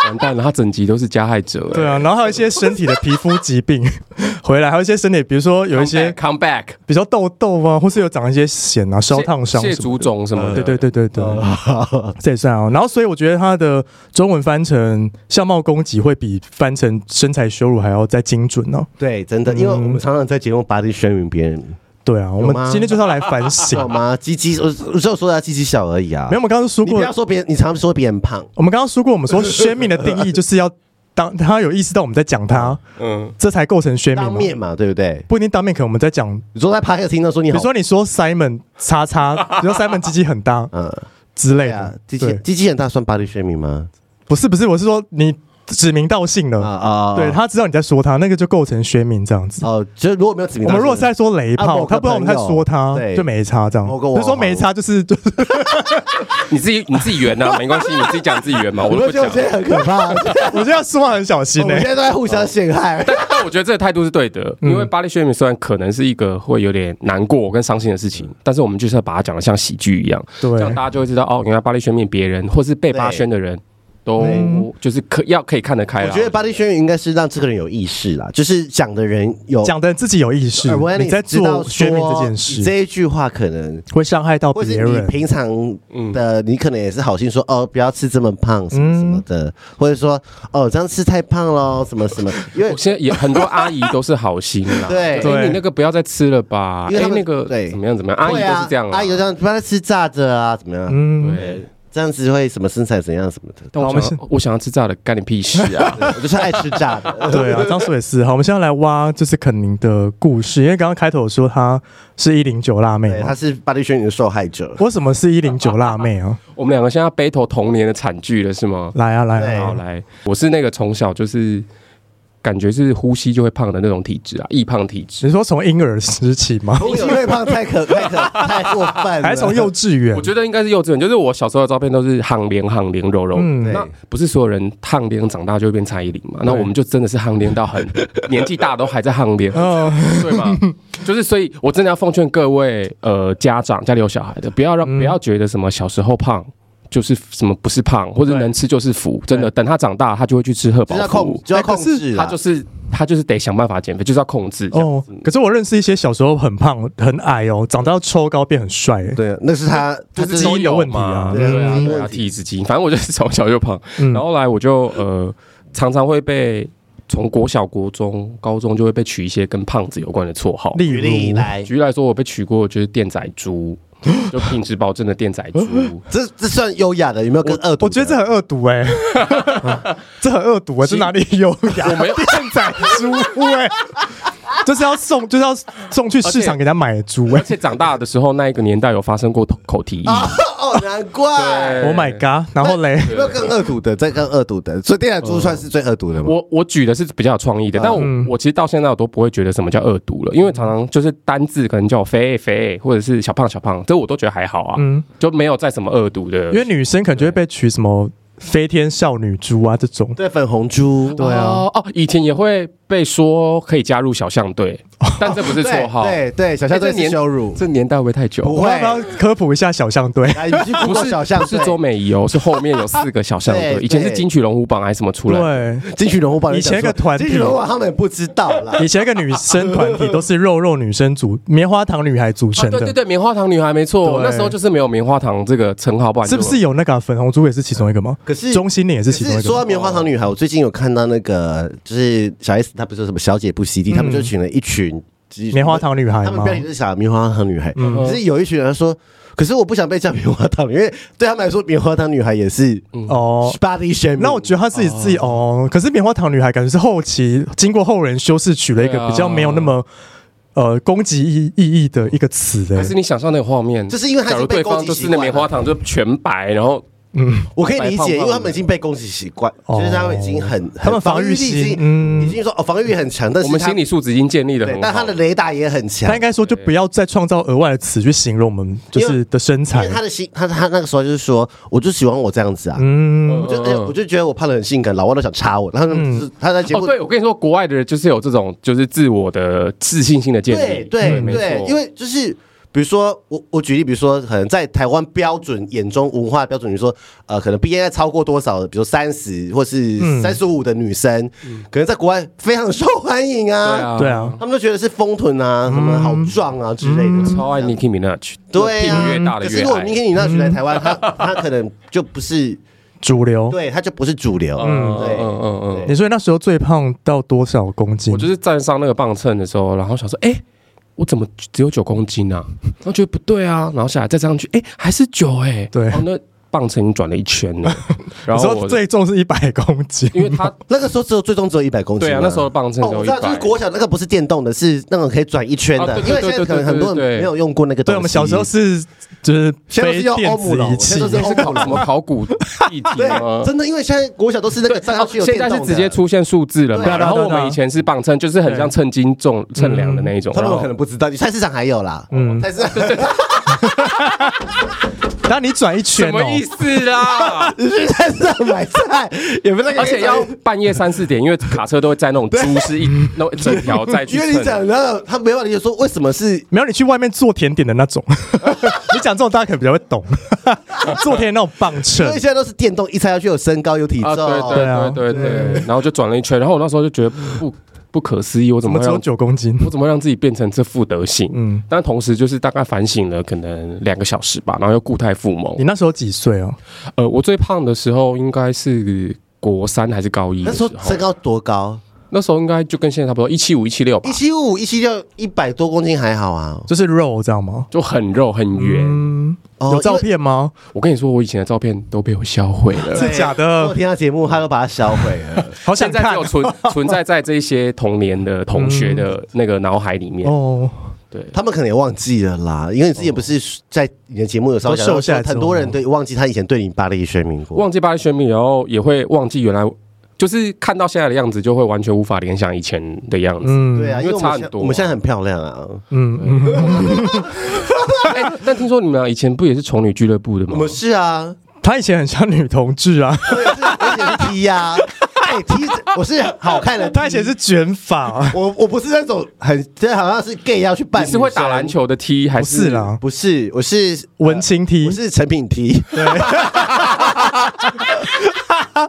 Speaker 3: 完蛋了，他整集都是加害者。哎
Speaker 1: 对啊，然后还有一些身体的皮肤疾病 回来，还有一些身体，比如说有一些
Speaker 3: come back
Speaker 1: 比较痘痘啊，或是有长一些癣啊、烧烫伤什
Speaker 3: 谢
Speaker 1: 么
Speaker 3: 祖
Speaker 1: 的，
Speaker 3: 种什么
Speaker 2: 哦
Speaker 3: 的。
Speaker 1: 对对对对对， 这也算啊。然后所以我觉得他的中文翻成相貌攻击会比翻成身材羞辱还要再精准哦呢。
Speaker 2: 对，真的，因为我们常常在节目把你宣明别人，
Speaker 1: 对啊，我
Speaker 2: 有吗
Speaker 1: 们今天就是要来反 省
Speaker 2: 好。吗？鸡鸡，我我只有说他鸡鸡小而已啊，
Speaker 1: 没有，我们刚刚说
Speaker 2: 你
Speaker 1: 过
Speaker 2: 不，要说别人，你常常说别人胖。
Speaker 1: 我们刚刚说过，我们说宣明的定义就是要当他有意识到我们在讲他，
Speaker 3: 嗯，
Speaker 1: 这才构成宣明
Speaker 2: 当
Speaker 1: 嘛。
Speaker 2: 面嘛，对不对？
Speaker 1: 不一定当面，可能我们在讲，
Speaker 2: 你说在趴客听到说你
Speaker 1: 比
Speaker 2: 好，
Speaker 1: 如说你说 Simon 叉叉，比如说 Simon 鸡鸡很大
Speaker 2: 嗯，
Speaker 1: 之类
Speaker 2: 对啊
Speaker 1: 的，，
Speaker 2: 机器
Speaker 1: 对，
Speaker 2: 机器很大算 body shaming 吗？
Speaker 1: 不是不是，我是说你指名道姓
Speaker 2: 啊
Speaker 1: 了，
Speaker 2: 啊，
Speaker 1: 对他知道你在说他，那个就构成宣明这样子。
Speaker 2: 哦，就是如果没有指名
Speaker 1: 我
Speaker 2: 道
Speaker 1: 们
Speaker 2: 姓，
Speaker 1: 如果是在说雷
Speaker 2: 啊
Speaker 1: 炮，
Speaker 2: 某个
Speaker 1: 他不知道我们在说他
Speaker 2: 朋友对，
Speaker 1: 就没差这样。
Speaker 2: 某个网
Speaker 1: 不
Speaker 2: 红
Speaker 1: 是说没差，就是就是
Speaker 3: 你自己你自己圆呐，没关系，你自己讲自己圆嘛，
Speaker 2: 我
Speaker 3: 我都不
Speaker 2: 们觉得
Speaker 3: 讲
Speaker 2: 我。现在很可怕，
Speaker 1: 我觉得要说话很小心欸
Speaker 2: 我
Speaker 1: 呢
Speaker 2: 们。现在都在互相陷害。
Speaker 1: 啊
Speaker 3: 但但我觉得这个态度是对的，
Speaker 1: 嗯
Speaker 3: 因为巴黎宣明虽然可能是一个会有点难过跟伤心的事情，但是我们就是要把它讲的像喜剧一样，这样
Speaker 1: 嗯对
Speaker 3: 大家就会知道哦，原来巴黎宣明别人或是被巴宣的人都就是可要可以看得开
Speaker 2: 我
Speaker 3: 了。
Speaker 2: 觉得 body shaming 应该是让这个人有意识啦，就是讲的人有
Speaker 1: 讲的自己有意识
Speaker 2: 耳闻，
Speaker 1: 你在
Speaker 2: 呃知道
Speaker 1: 做
Speaker 2: 说
Speaker 1: 宣明这件
Speaker 2: 你
Speaker 1: 事，
Speaker 2: 这一句话可能。
Speaker 1: 会伤害到
Speaker 2: 或
Speaker 1: 别
Speaker 2: 是你
Speaker 1: 人。
Speaker 2: 平常
Speaker 3: 嗯
Speaker 2: 的，你可能也是好心说哦，不要吃这么胖什么什么的，
Speaker 3: 嗯
Speaker 2: 或者说哦这样吃太胖喽什么什么， 因为
Speaker 3: 我现在也很多阿姨都是好心 啦，
Speaker 2: 对
Speaker 3: 就哎
Speaker 1: 对
Speaker 3: 你那个不要再吃了吧，
Speaker 2: 因为他
Speaker 3: 哎，
Speaker 2: 们
Speaker 3: 那个
Speaker 2: 对
Speaker 3: 怎么样怎么样，阿姨
Speaker 2: 对
Speaker 3: 都
Speaker 2: 啊
Speaker 3: 是这样啦，
Speaker 2: 阿姨都这样，不要再吃炸的啊，怎么样？
Speaker 1: 嗯，
Speaker 3: 对。
Speaker 2: 这样子会什么身材怎样什么的，
Speaker 3: 但
Speaker 1: 好
Speaker 3: 我
Speaker 1: 我们
Speaker 3: 想要我想要吃炸的，干你屁事啊！
Speaker 2: 我就是爱吃炸的。
Speaker 1: 对 啊，张叔也是。好，我们现在来挖就是肯宁的故事，因为刚刚开头有说她是一零九辣妹
Speaker 2: 对，
Speaker 1: 嘛
Speaker 2: 他是巴黎宣言的受害者。
Speaker 1: 为什么是一零九辣妹 啊？
Speaker 3: 我们两个现在 battle 童年的惨剧了，是吗？
Speaker 1: 来啊来
Speaker 2: 对
Speaker 1: 啊
Speaker 3: 好
Speaker 1: 好来，
Speaker 3: 来，我是那个从小就是感觉是呼吸就会胖的那种体质啊，易胖体质。
Speaker 1: 你说从婴儿时期 吗？
Speaker 2: 不是因为胖太可太可太过分了，
Speaker 1: 还是从幼稚园
Speaker 3: 我？觉得应该是幼稚园，就是我小时候的照片都是항랭항랭柔柔。
Speaker 1: 嗯
Speaker 3: 那不是所有人항랭长大就会变蔡依林嘛？那我们就真的是항랭到很年纪大都还在항랭，
Speaker 1: 嗯，
Speaker 3: 对 吗？就是所以，我真的要奉劝各位呃家长家里有小孩的，不要让、
Speaker 1: 嗯
Speaker 3: 不要觉得什么小时候胖。就是什么不是胖，或者
Speaker 1: 对
Speaker 3: 能吃就是福，真的。等他长大，他就会去吃荷
Speaker 2: 就
Speaker 3: 包
Speaker 2: 是要控
Speaker 3: 福，
Speaker 2: 就要控制啊啦，
Speaker 3: 他就是他就是得想办法减肥，就是要控制这样。
Speaker 1: 哦，可是我认识一些小时候很胖、很矮哦，长大抽高变很帅欸。
Speaker 2: 对，那是他他
Speaker 1: 就是基因的问题啊
Speaker 3: 对啊，
Speaker 2: 嗯
Speaker 3: 对啊，体质基因。反正我就是从小就胖，
Speaker 1: 嗯
Speaker 3: 然后后来我就呃常常会被从国小、国中、高中就会被取一些跟胖子有关的绰号。
Speaker 1: 例
Speaker 2: 举例
Speaker 1: 如，
Speaker 2: 来，
Speaker 3: 举例来说，我被取过就是电仔猪，就品质保证的电仔 猪。
Speaker 2: 这这算优雅的，有没有跟恶毒的？
Speaker 1: 我觉得这很恶毒哎，这很恶毒哎，这
Speaker 3: 其
Speaker 1: 哪里有呀？
Speaker 3: 我没有
Speaker 1: 电仔猪哎，就是要送，就是要送去市场给他买的猪
Speaker 3: 而
Speaker 1: 哎。
Speaker 3: 且长大的时候，那一个年代有发生过口蹄疫。
Speaker 2: 啊， 哦，难怪
Speaker 3: 对
Speaker 1: Oh my god！然后嘞，
Speaker 2: 有没有更恶毒的？再更恶毒的，所以电奶
Speaker 1: 嗯
Speaker 2: 猪算是最恶毒的吗？
Speaker 3: 我我举的是比较有创意的，但我、我其实到现在我都不会觉得什么叫恶毒了，因为常常就是单字可能叫我肥肥或者是小胖小胖，这我都觉得还好啊，
Speaker 1: 嗯
Speaker 3: 就没有在什么恶毒的
Speaker 1: 因。为女生可能就会被取什么飞天少女猪啊这种。
Speaker 2: 对，粉红猪，
Speaker 1: 对啊
Speaker 3: 哦哦哦，以前也会被说可以加入小象队，但这不是绰号。
Speaker 2: 哦对对，小象队
Speaker 3: 哎这年
Speaker 2: 是羞辱，
Speaker 3: 这年代会不会太久？
Speaker 2: 不
Speaker 1: 我要不要
Speaker 2: 会，
Speaker 1: 科普一下小象队？
Speaker 2: 来你去
Speaker 3: 不
Speaker 2: 不
Speaker 3: 是
Speaker 2: 是小象
Speaker 3: 不
Speaker 2: 队，
Speaker 3: 是周美仪哦，是后面有四个小象队，
Speaker 2: 对
Speaker 3: 以前是
Speaker 2: 对
Speaker 3: 金曲龙虎榜还是什么出来的？
Speaker 1: 对，
Speaker 2: 金曲龙虎榜
Speaker 1: 以前一个团体
Speaker 2: 金曲龙虎榜他们也不知道啦。
Speaker 1: 以前一个女生团体都是肉肉女生组、棉花糖女孩组
Speaker 3: 啊，
Speaker 1: 成
Speaker 3: 对对
Speaker 1: 的，
Speaker 3: 对，棉花糖女孩没错，
Speaker 1: 对
Speaker 3: 那时候就是没有棉花糖这个称号，不然
Speaker 1: 是
Speaker 3: 就
Speaker 1: 不是有那个啊粉红猪也是其中一个吗？
Speaker 2: 可是
Speaker 1: 中心点也是
Speaker 2: 可
Speaker 1: 其中一
Speaker 2: 是
Speaker 1: 个。
Speaker 2: 说到棉花糖女孩，我最近有看到那个，就是小 S 她不是有什么小姐不 CD，他们就请了一群
Speaker 1: 嗯棉花。糖女孩
Speaker 2: 他们
Speaker 1: 吗
Speaker 2: 标？题是想棉花糖女孩，
Speaker 3: 嗯
Speaker 2: 可是有一群人说，可是我不想被叫棉花糖，因为对他们来说，棉花糖女孩也是
Speaker 3: 嗯
Speaker 1: 哦，
Speaker 2: body shaming。
Speaker 1: 那我觉得她自己自己哦，可是棉花糖女孩感觉是后期经过后人修饰，取了一
Speaker 3: 对
Speaker 1: 个
Speaker 3: 啊
Speaker 1: 比较没有那么呃攻击意意义的一个词
Speaker 3: 可
Speaker 1: 的。
Speaker 3: 是你想象那个画面，
Speaker 2: 就是因为他
Speaker 3: 假
Speaker 2: 已
Speaker 3: 如
Speaker 2: 经被
Speaker 3: 对
Speaker 2: 攻
Speaker 3: 方
Speaker 2: 击
Speaker 3: 就
Speaker 2: 习
Speaker 3: 是
Speaker 2: 惯
Speaker 3: 那
Speaker 2: 了
Speaker 3: 棉花糖就全白，然后
Speaker 1: 嗯，
Speaker 2: 我可以理
Speaker 3: 白胖
Speaker 2: 解，
Speaker 3: 胖
Speaker 2: 因为他们已经被攻击习惯，
Speaker 1: 哦
Speaker 2: 就是他们已经很，
Speaker 1: 他们
Speaker 2: 很
Speaker 1: 防御
Speaker 2: 御
Speaker 1: 心
Speaker 2: 力已经
Speaker 1: 嗯
Speaker 2: 已经说哦防御力很强，但是
Speaker 3: 我们
Speaker 2: 他
Speaker 3: 心理素质已经建立的
Speaker 2: 对
Speaker 3: 很，
Speaker 2: 但他
Speaker 3: 好
Speaker 2: 的。雷达也很强
Speaker 1: 她应，该说就不要再创造额外的词去形容我们就是的身
Speaker 2: 因
Speaker 1: 材
Speaker 2: 为。他的心他他那个时候就是说，我就喜欢我这样子啊，
Speaker 1: 嗯
Speaker 2: 我就哎
Speaker 3: 嗯
Speaker 2: 我就觉得我胖的很性感，老外都想插我，然后就是他在节
Speaker 3: 哦，
Speaker 2: 目
Speaker 3: 对，我跟你说，国外的人就是有这种，就是自我的自信心的建
Speaker 2: 对
Speaker 3: 立。
Speaker 2: 对
Speaker 3: 没
Speaker 2: 对
Speaker 3: 错，
Speaker 2: 因为就是。比如说，我我举例，比如说，可能在台湾标准眼中文化标准，比如说，呃，可能 BMI 超过多少，比如三十或是
Speaker 1: 嗯
Speaker 2: 三十五的女生，可能在国外非常受欢迎
Speaker 3: 嗯对
Speaker 2: 啊，
Speaker 3: 啊，嗯
Speaker 1: 对啊，
Speaker 2: 他们都觉得是丰臀啊，什么好壮啊之类的。
Speaker 3: 超爱 Nicki Minaj，
Speaker 2: 对啊，
Speaker 3: 越大的
Speaker 2: 可是
Speaker 3: 越
Speaker 2: 如果
Speaker 3: 爱。嗯
Speaker 2: 明天你那去来台湾，他他可能就不是，
Speaker 1: 主流。
Speaker 2: 对他就不是主流。
Speaker 3: 嗯
Speaker 2: 对
Speaker 3: 嗯嗯嗯
Speaker 1: 你说那时候最胖到多少公斤？
Speaker 3: 我就是站上那个磅秤的时候，然后想说，哎、我怎么只有九公斤啊？然后觉得不对啊，然后下来再上去，哎、还是九哎、
Speaker 1: 对
Speaker 3: 然后那磅秤已经转了一圈 了。然
Speaker 1: 你
Speaker 3: 后
Speaker 1: 说
Speaker 3: 我，
Speaker 1: 最重是一百公斤，
Speaker 3: 因 为他
Speaker 2: 那个时候只有最终只有一百公斤啊。
Speaker 3: 对啊，那时候的磅秤
Speaker 2: 哦，
Speaker 3: 只有
Speaker 2: 我
Speaker 3: 一
Speaker 2: 知道，
Speaker 3: 百、
Speaker 2: 就是国小那个不是电动的，是那种可以转一圈
Speaker 3: 啊
Speaker 2: 的。
Speaker 3: 对
Speaker 2: 因为
Speaker 3: 对对
Speaker 2: 现在可
Speaker 3: 对
Speaker 2: 能
Speaker 3: 对
Speaker 2: 很多
Speaker 3: 对对
Speaker 2: 人没有用过那个东
Speaker 1: 对
Speaker 2: 西。
Speaker 1: 我们小时候是就是
Speaker 2: 现在都
Speaker 1: 非
Speaker 2: 是用
Speaker 1: 电
Speaker 2: 欧姆
Speaker 1: 子
Speaker 2: 了
Speaker 1: 仪
Speaker 2: 现
Speaker 1: 器
Speaker 2: 在都是
Speaker 3: 那是考什么考古议题
Speaker 2: 对
Speaker 3: 吗，？
Speaker 2: 真的，因为现在国小都是那个站上去有
Speaker 3: 哦现
Speaker 2: 电
Speaker 3: 在
Speaker 2: 动的
Speaker 3: 是直接，出现数字了嘛？
Speaker 1: 对啊
Speaker 3: 然后
Speaker 1: 对啊
Speaker 3: 我
Speaker 1: 对啊
Speaker 3: 们以前是磅秤，就是很像称斤重、称量的那一种。
Speaker 2: 嗯他
Speaker 3: 然
Speaker 2: 们
Speaker 3: 后
Speaker 2: 可能不知道，你菜市场还有啦。嗯，
Speaker 3: 哦
Speaker 2: 菜市场
Speaker 1: 然后你转一圈
Speaker 3: 什
Speaker 1: 哦
Speaker 3: 么，意思 啦？
Speaker 2: 你去菜市场买菜，也不那个，
Speaker 3: 而且要半夜三四点，因为卡车都会载那种猪，是一那种一整条载去
Speaker 2: 因为你
Speaker 3: 称。
Speaker 2: 讲的，他没办法理解说为什么是
Speaker 1: 没有你去外面做甜点的那种， 你讲这种大家可能比较会懂， 做甜点那种磅秤
Speaker 2: 因为，现在都是电动，一猜下去有身高有体重，
Speaker 3: 啊，
Speaker 1: 对啊
Speaker 3: 对对对对对，然后就转了一圈，然后我那时候就觉得不不可思议，我怎
Speaker 1: 怎
Speaker 3: 么
Speaker 1: 么
Speaker 3: 会
Speaker 1: 只有
Speaker 3: 让
Speaker 1: 九公斤？
Speaker 3: 我怎么会让自己变成这副德行？
Speaker 1: 嗯
Speaker 3: 嗯，但同时就是大概反省了可能两个小时吧，然后又固态复萌
Speaker 1: 你。那时候几岁哦？
Speaker 3: 呃，我最胖的时候应该是国三还是高一
Speaker 2: 那
Speaker 3: 的
Speaker 2: 时
Speaker 3: 时
Speaker 2: 候
Speaker 3: 候，
Speaker 2: 身高多高？
Speaker 3: 那时候应该就跟现在差不多一七五一七六吧
Speaker 2: 一，七五、一七六，一百多公斤还好啊。
Speaker 1: 就是肉，知道吗？
Speaker 3: 就很肉很圆。
Speaker 1: 嗯，
Speaker 2: 哦
Speaker 1: 有照片吗？
Speaker 3: 我跟你说，我以前的照片都被我销毁了。
Speaker 1: 是假
Speaker 2: 因为我
Speaker 1: 的，
Speaker 2: 听到节目，他都把它销毁 了。
Speaker 1: 好想
Speaker 3: 现在只
Speaker 1: 看
Speaker 3: 有存存在在这些童年的同学的那个脑海里面。
Speaker 1: 哦。
Speaker 3: 对，
Speaker 2: 他们可能也忘记了啦，因为你之前不是在你的节目有时候讲到
Speaker 1: 都瘦下来之后
Speaker 2: 很多人对忘记他以前对你巴黎宣明过。
Speaker 3: 忘记巴黎宣米，然后也会忘记原来就是看到现在的样子，就会完全无法联想以前的样子。
Speaker 1: 嗯，
Speaker 2: 对啊，因为我
Speaker 3: 因为差
Speaker 2: 们
Speaker 3: 很
Speaker 2: 现在
Speaker 3: 多啊
Speaker 2: 我们现在很漂亮啊，
Speaker 1: 嗯嗯，
Speaker 3: 哎、但听说你们以前不也是丑女俱乐部的
Speaker 2: 我
Speaker 3: 吗？
Speaker 2: 们是啊，
Speaker 1: 她以前很像女同志 啊，
Speaker 2: 我也是，而且是 T 呀，哎 T，我是好看的 T，
Speaker 1: 她以前是卷发，
Speaker 2: 我我不是那种很，这好像是 gay 要去扮，
Speaker 3: 你是会打篮？球的 T 还
Speaker 1: 不
Speaker 3: 是
Speaker 1: 是？啦，
Speaker 2: 不是，我是
Speaker 3: 嗯
Speaker 1: 文青 T
Speaker 2: 我是成品 T。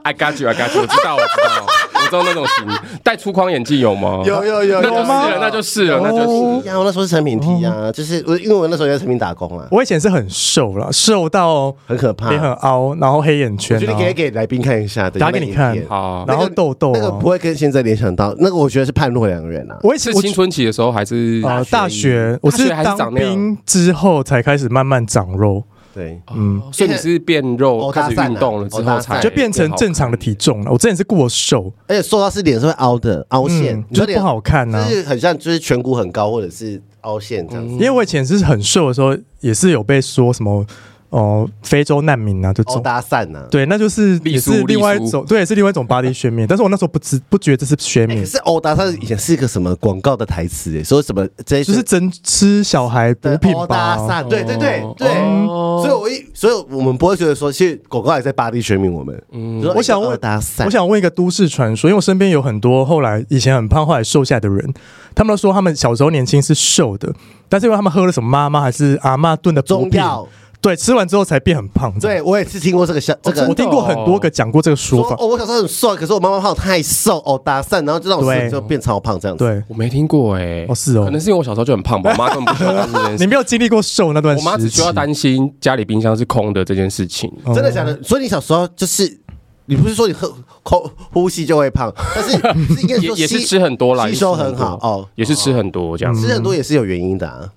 Speaker 3: I got you, I got you，我知道，我知道，我知道那种型。戴粗框眼镜有吗？
Speaker 2: 有有有
Speaker 3: 那就
Speaker 2: 有
Speaker 3: 是了，那就是了，那就是
Speaker 2: 一样，我那时候是成品 T 啊，就是我因为我那时候也在成品打工啊，
Speaker 1: 我以前是很瘦啦，瘦到
Speaker 2: 很可怕。啊
Speaker 1: 脸很凹，然后黑眼
Speaker 2: 我
Speaker 1: 圈
Speaker 2: 觉得
Speaker 1: 啊
Speaker 2: 可，以给来宾看一下，
Speaker 1: 打给你看
Speaker 2: 有没有影片
Speaker 3: 好。
Speaker 1: 然后痘痘
Speaker 2: 那个不
Speaker 1: 啊。
Speaker 2: 会跟现在联想到，那个我觉得是判若两人啊。
Speaker 1: 我以前
Speaker 3: 是
Speaker 1: 我
Speaker 3: 青春期的时候还是
Speaker 1: 呃大学，我
Speaker 3: 大学
Speaker 1: 是
Speaker 3: 还是
Speaker 1: 当
Speaker 3: 长那样
Speaker 1: 兵之后才开始慢慢长肉，
Speaker 2: 对，
Speaker 3: 嗯，所以你是变肉
Speaker 2: 哦搭讪
Speaker 3: 开始
Speaker 2: 啊
Speaker 3: 运动了之
Speaker 2: 哦搭
Speaker 3: 后
Speaker 2: 讪
Speaker 3: 才
Speaker 1: 就变成正常的体重了。我之前是过瘦，
Speaker 2: 而且瘦嗯到是脸是会凹的，凹陷
Speaker 1: 嗯，，就是不好看
Speaker 2: 就
Speaker 1: 啊。嗯
Speaker 2: 是很像就是颧骨很高或者是凹陷这样子。
Speaker 1: 因为我以前是很瘦的时候，也是有被说什么。哦、非洲难民啊这
Speaker 2: 欧
Speaker 1: 种。
Speaker 2: 搭讪呢？
Speaker 1: 对，那就是
Speaker 3: 丽
Speaker 1: 也
Speaker 3: 苏
Speaker 1: 是另外
Speaker 3: 丽
Speaker 1: 一
Speaker 3: 苏
Speaker 1: 种，对，也是另外一种 body shaming。但是我那时候不知不觉得这是 shaming，、
Speaker 2: 欸可是欧达他以前是一个什么广告的台词，哎，说什么这
Speaker 1: 就是真吃小孩补
Speaker 2: 对哦
Speaker 1: 品
Speaker 2: 欧搭
Speaker 1: 吧。
Speaker 2: 讪，对对对对，
Speaker 3: 哦
Speaker 2: 所以我一，所以我们不会觉得说，其实广告也在巴黎选民我们，嗯，
Speaker 1: 我想问
Speaker 2: 欧搭讪，
Speaker 1: 我想问一个都市传说，因为我身边有很多后来以前很胖后来瘦下来的人，他们都说他们小时候年轻是瘦的，但是因为他们喝了什么妈妈还是阿妈炖的补
Speaker 2: 中
Speaker 1: 品，
Speaker 2: 药，
Speaker 1: 对，吃完之后才变很胖。这样，
Speaker 2: 对我也是听过这个笑，这
Speaker 1: 我
Speaker 2: 个。
Speaker 1: 听过很多个讲过这个说
Speaker 2: 说
Speaker 1: 法。
Speaker 2: 哦，我小时候很瘦，可是我妈妈怕我太瘦，哦，搭讪，然后就让我
Speaker 1: 对
Speaker 2: 吃就变超胖这样子。
Speaker 1: 对，
Speaker 3: 我没听过哎，
Speaker 1: 哦是哦
Speaker 3: 可能是因为我小时候就很胖吧，我妈根本不需要担心这件
Speaker 1: 你
Speaker 3: 事。
Speaker 1: 没有经历过瘦那段时
Speaker 3: 我
Speaker 1: 期，
Speaker 3: 妈只需要担心家里冰箱是空的这件事情。
Speaker 1: 哦
Speaker 2: 真的假的？所以你小时候就是，你不是说你喝口呼吸就会胖，但是你是应该
Speaker 3: 也
Speaker 2: 说
Speaker 3: 也是
Speaker 2: 吸
Speaker 3: 吃很多啦，
Speaker 2: 吸
Speaker 3: 也是
Speaker 2: 收
Speaker 3: 吃
Speaker 2: 很好
Speaker 3: 多
Speaker 2: 哦，
Speaker 3: 也是吃很多这样。
Speaker 2: 吃很多也是有原因的啊。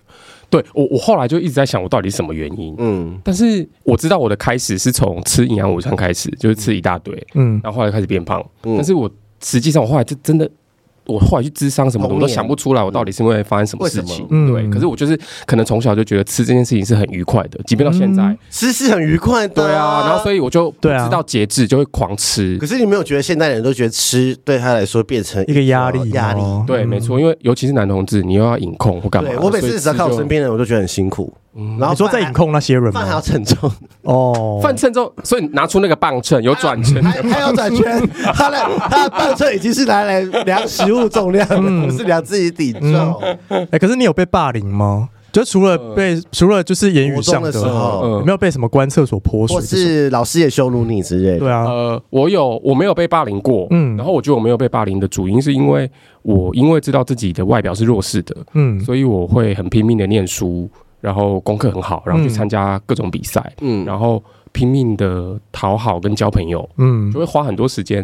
Speaker 3: 对我，我后来就一直在想，我到底是什么原因？
Speaker 2: 嗯，
Speaker 3: 但是我知道我的开始是从吃营养午餐开始，就是吃一大堆，
Speaker 1: 嗯，
Speaker 3: 然后后来开始变胖。
Speaker 2: 嗯
Speaker 3: 但是我实际上我后来就真的，我后来去智商什么的，
Speaker 2: 童
Speaker 3: 我
Speaker 2: 年
Speaker 3: 都想不出来我到底是因为发生什么事情
Speaker 2: 为。
Speaker 1: 什么
Speaker 3: 对，
Speaker 1: 嗯
Speaker 3: 可是我就是可能从小就觉得吃这件事情是很愉快的，即便到现在。
Speaker 1: 嗯
Speaker 2: 吃是很愉快的、
Speaker 3: 对啊，然后所
Speaker 2: 以，
Speaker 3: 以我就不
Speaker 1: 对啊
Speaker 3: 知道节制，就会狂吃
Speaker 2: 可。是你没有觉得现代人都觉得吃对他来说变成
Speaker 1: 一个压力
Speaker 2: 种压力？
Speaker 1: 哦
Speaker 3: 对，没。错，因为尤其是男同志，你又要饮控或干嘛
Speaker 2: 对，我每
Speaker 3: 所以
Speaker 2: 次只要
Speaker 3: 吃
Speaker 2: 看我
Speaker 3: 就嗯
Speaker 2: 身边的人，我都觉得很辛苦。然后
Speaker 1: 你说在
Speaker 2: 饭还
Speaker 1: 影控那些人
Speaker 2: 饭还
Speaker 1: 吗
Speaker 2: 要？称重，
Speaker 1: 哦，
Speaker 3: 饭称之后，所以拿出那个磅秤，有转称
Speaker 2: 啊还还要转圈， 他的他的磅秤已经是拿来量食物重量的，
Speaker 3: 嗯
Speaker 2: 不是量自己体重。
Speaker 1: 哎、可是你有被霸凌吗？就除了
Speaker 3: 呃
Speaker 1: 被、除了就是言语上
Speaker 2: 国中的时候
Speaker 3: 嗯
Speaker 1: 有没有被什么关厕所泼水
Speaker 2: 或
Speaker 1: 这种？
Speaker 2: 是老师也羞辱你之类的。
Speaker 1: 对啊，
Speaker 3: 呃，我有我没有被霸凌过，
Speaker 1: 嗯
Speaker 3: 嗯，然后我觉得我没有被霸凌的主因是因为我因为知道自己的外表是弱势的，
Speaker 1: 嗯，
Speaker 3: 所以我会很拼命的念书，然后功课很好，然后去参加各种比赛，
Speaker 2: 嗯，
Speaker 3: 然后拼命的讨好跟交朋友，
Speaker 1: 嗯
Speaker 3: 就，会花很多时间。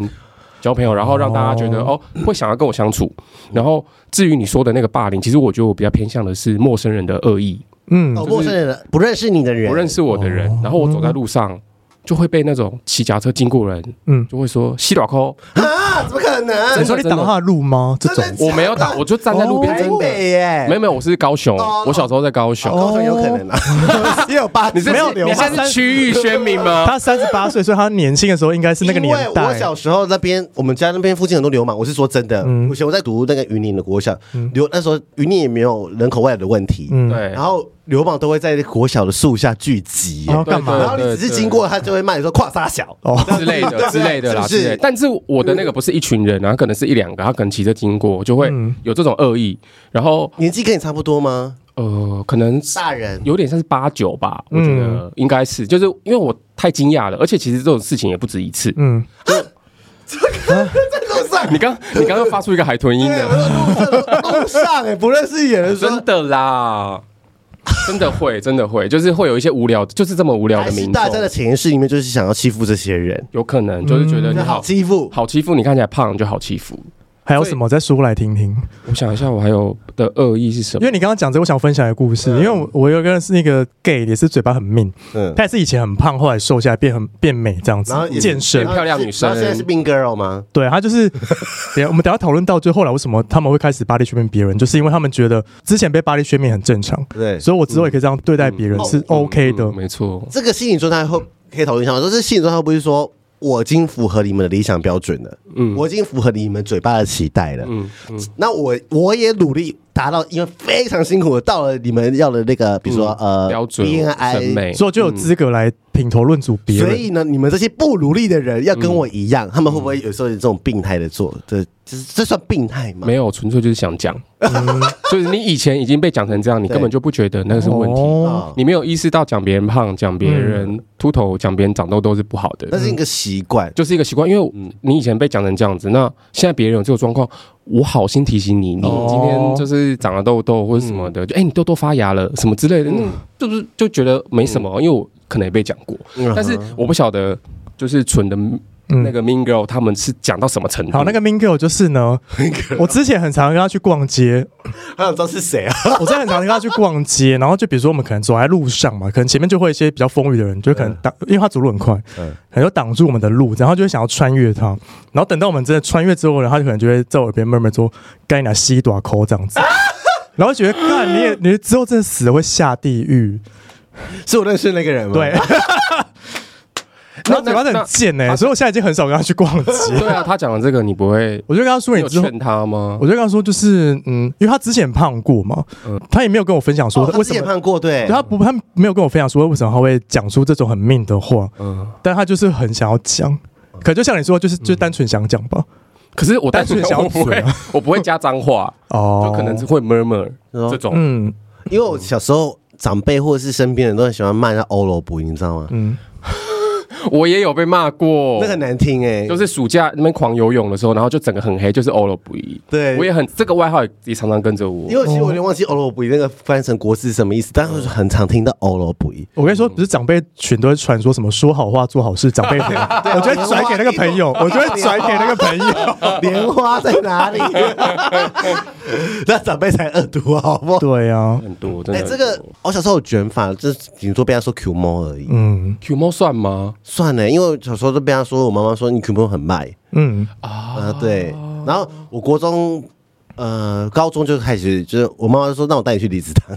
Speaker 3: 交朋友，然后让大家觉得哦会想要跟我相处。然后至于你说的那个霸凌，其实我觉得我比较偏向的是陌生人的恶意，
Speaker 1: 嗯，
Speaker 2: 哦陌生人不认识你的人，
Speaker 3: 不认识我的人，
Speaker 2: 哦
Speaker 3: 然后我走在路上就会被那种骑脚车经过的人，
Speaker 1: 嗯
Speaker 3: 嗯，就会说西爪扣，
Speaker 2: 啊？怎么可能
Speaker 1: 你？说你挡他的路吗？这种
Speaker 2: 真的
Speaker 3: 我没有打，我就站在路边
Speaker 2: 台
Speaker 3: 真的。
Speaker 2: 北哦耶，
Speaker 3: 没有没有，我是高雄
Speaker 2: 哦，
Speaker 3: 我小时候在高雄。
Speaker 2: 高雄有可能 啊，也有八，
Speaker 3: 哦你是
Speaker 2: 没有
Speaker 3: 你现在
Speaker 1: 三
Speaker 3: 是区域宣明吗？
Speaker 1: 他三十八岁，所以他年轻的时候应该是那个
Speaker 2: 因为
Speaker 1: 年
Speaker 2: 我
Speaker 1: 代。
Speaker 2: 小时候那边，我们家那边附近很多流氓，我是说真的。
Speaker 1: 嗯
Speaker 2: 以前我在读那个云林的国小，
Speaker 3: 嗯
Speaker 2: 流那时候云林也没有人口外流的问题，
Speaker 1: 嗯
Speaker 3: 对
Speaker 2: 然，后流氓都会在国小的树下聚集
Speaker 1: 然，后
Speaker 3: 对
Speaker 1: 干嘛？
Speaker 3: 对
Speaker 2: 然后你只是经过，他就会骂你说“跨沙小
Speaker 1: 哦，
Speaker 3: 之类的之类的啦，
Speaker 2: 是不是
Speaker 3: 之类的。但是我的那个不是一群人啊，可能是一两个，他可能骑车经过，就会
Speaker 1: 嗯
Speaker 3: 有这种恶意。然后”，
Speaker 2: 年纪跟你差不多吗？
Speaker 3: 呃，可能是
Speaker 2: 大人
Speaker 3: 有点像是八九吧，我
Speaker 1: 嗯
Speaker 3: 觉得应该是，就是因为我太惊讶了，而且其实这种事情也不止一次。
Speaker 1: 嗯，
Speaker 2: 在路上，
Speaker 3: 你刚你刚刚发出一个海豚音
Speaker 2: 对，我
Speaker 3: 的，
Speaker 2: 在路上路上哎，不认识也人说
Speaker 3: 真。的啦，真的会真的会，就是会有一些无聊，就是这么无聊
Speaker 2: 还
Speaker 3: 的
Speaker 2: 是
Speaker 3: 民
Speaker 2: 大家
Speaker 3: 众
Speaker 2: 的。潜意识里面就是想要欺负这些人，
Speaker 3: 有可能就是觉得你
Speaker 2: 嗯就
Speaker 3: 好
Speaker 2: 好欺负。
Speaker 3: 好欺负，你看起来胖就好欺负。
Speaker 1: 还有什么？再说来听听。
Speaker 3: 我想一下，我还有的恶意是什
Speaker 1: 因
Speaker 3: 么？
Speaker 1: 为你刚刚讲这个，我想分享一个故事。因为我我有一个人是那个 gay，也是嘴巴很命，
Speaker 2: 嗯，
Speaker 1: 他也是以前很胖，后来瘦下来变很变美这样子
Speaker 2: 然后，也
Speaker 1: 健身
Speaker 3: 变。漂亮女生
Speaker 2: 然后现在是 mean girl 吗？
Speaker 1: 对他就是，等一下我们等一下讨论到最后来，为什么他们会开始巴黎宣面别人，就是因为他们觉得之前被巴黎宣面很正常，
Speaker 2: 对，
Speaker 1: 所以我之后也可以这样对待别人
Speaker 2: 嗯
Speaker 1: 是 OK 的
Speaker 3: 嗯。没错。
Speaker 2: 这个心理状态会可以讨论一下吗？说这心理状态会不会是说我已经符合你们的理想标准了，
Speaker 3: 嗯
Speaker 2: 我已经符合你们嘴巴的期待了，
Speaker 3: 嗯嗯，
Speaker 2: 那我我也努力达到，因为非常辛苦的到了你们要的那个，比如说、呃
Speaker 3: 标准审
Speaker 2: BNI。
Speaker 3: 美，
Speaker 1: 所以我就有资格来品头论足别
Speaker 2: 所
Speaker 1: 人。
Speaker 2: 以呢，你们这些不努力的人要跟我一样，他们会不会有时候有这种病态的做？这这这算病态吗？
Speaker 3: 没有，纯粹就是想讲， 就是你以前已经被讲成这样，你
Speaker 2: 对
Speaker 3: 根本就不觉得那是问题，
Speaker 1: 哦，
Speaker 2: 啊，
Speaker 3: 你没有意识到讲别人胖、讲别
Speaker 1: 嗯
Speaker 3: 人秃头、讲别人长痘痘是不好
Speaker 2: 那
Speaker 3: 的，
Speaker 2: 是一嗯个习惯。
Speaker 3: 就是一个习惯。因为你以前被讲成这样子，那现在别人有这个状况，我好心提醒你，你
Speaker 1: 哦
Speaker 3: 今天就是长了痘痘或者什么
Speaker 2: 嗯
Speaker 3: 的，就哎、你痘痘发芽了什么之类的，那就是就觉得没什么，因为我可能也被讲过，
Speaker 2: 嗯
Speaker 3: 但是我不晓得就是蠢的
Speaker 1: 嗯
Speaker 3: 那个 Mean Girl 他们是讲到什么程度。
Speaker 1: 好，那个 Min Girl 就是呢，我之前很常跟他去逛 街，
Speaker 2: 还想知道是谁啊？
Speaker 1: 我之前很常跟他去逛街，然后就比如说我们可能走在路上嘛，可能前面就会有一些比较风雨的人，就
Speaker 3: 嗯
Speaker 1: 可能挡，因为他走路很快，
Speaker 2: 嗯
Speaker 1: 可能就挡住我们的路，然后就会想要穿越他，然后等到我们真的穿越之后，然后他就可能就会在我耳边默默说：“该拿吸 短口这样子。然后觉得，看你也你之后真的死了会下地狱。
Speaker 2: 是我认识那个人吗？
Speaker 1: 对，，然后嘴巴
Speaker 3: 那
Speaker 1: 很贱哎，所以我现在已经很少跟他去逛 街。
Speaker 3: 对 啊，他讲的这个你不会，
Speaker 1: 我就跟他说，
Speaker 3: 你
Speaker 1: 你
Speaker 3: 有
Speaker 1: 之后
Speaker 3: 劝他吗？
Speaker 1: 我就跟他说，就是嗯，因为他之前胖过嘛，
Speaker 3: 嗯
Speaker 1: 他也没有跟我分享说
Speaker 2: 哦他
Speaker 1: 为
Speaker 2: 之
Speaker 1: 什
Speaker 2: 前
Speaker 1: 么。
Speaker 2: 胖过，对，
Speaker 1: 他不，他没有跟我分享说为什么他会讲出这种很命的话，
Speaker 3: 嗯，
Speaker 1: 但他就是很想要讲。可就像你说，就是就单纯想讲
Speaker 3: 嗯
Speaker 1: 吧。
Speaker 3: 可是我单纯
Speaker 1: 单纯
Speaker 3: 想，
Speaker 1: 想
Speaker 3: 我不
Speaker 1: 嘴
Speaker 3: 会
Speaker 1: 啊，
Speaker 3: 我不会加脏话，
Speaker 1: 哦，
Speaker 3: 就可能是会 murmur
Speaker 2: 哦
Speaker 3: 这种。
Speaker 1: 嗯
Speaker 2: 因为我小时候长辈或者是身边人都很喜欢骂人家欧罗卜，你知道
Speaker 3: 哦
Speaker 2: 吗？
Speaker 1: 嗯，
Speaker 3: 我也有被骂过，
Speaker 2: 那个很难听哎、
Speaker 3: 就是暑假那边狂游泳的时候，然后就整个很黑，就是欧了不一。
Speaker 2: 对
Speaker 3: 我也很这个外号也常常跟着我
Speaker 2: 因。为其实我有点忘记欧罗卜那个翻成国字是什么意思，但是我很常听到欧罗卜。
Speaker 1: 我跟你说，
Speaker 3: 嗯
Speaker 1: 不是长辈群都会传说什么说好话做好事，长 辈回，
Speaker 3: 啊
Speaker 1: 我就会转给那个朋友，我就会转给那个朋友。
Speaker 3: 哦
Speaker 2: 莲花在哪里？ 那长辈才恶毒好不好？
Speaker 1: 对啊，
Speaker 3: 很多，真
Speaker 2: 哎、
Speaker 3: 的。
Speaker 2: 这个我小时候有卷发，就是顶多被他说 Q 猫而已。
Speaker 1: 嗯
Speaker 3: Q 猫算吗？
Speaker 2: 算了，因为我小时候都被他说，我妈妈说你 Q 猫很卖
Speaker 1: 嗯，
Speaker 2: 啊、对。然后我国中。呃，高中就开始，就是我妈妈就说让我带你去离子堂，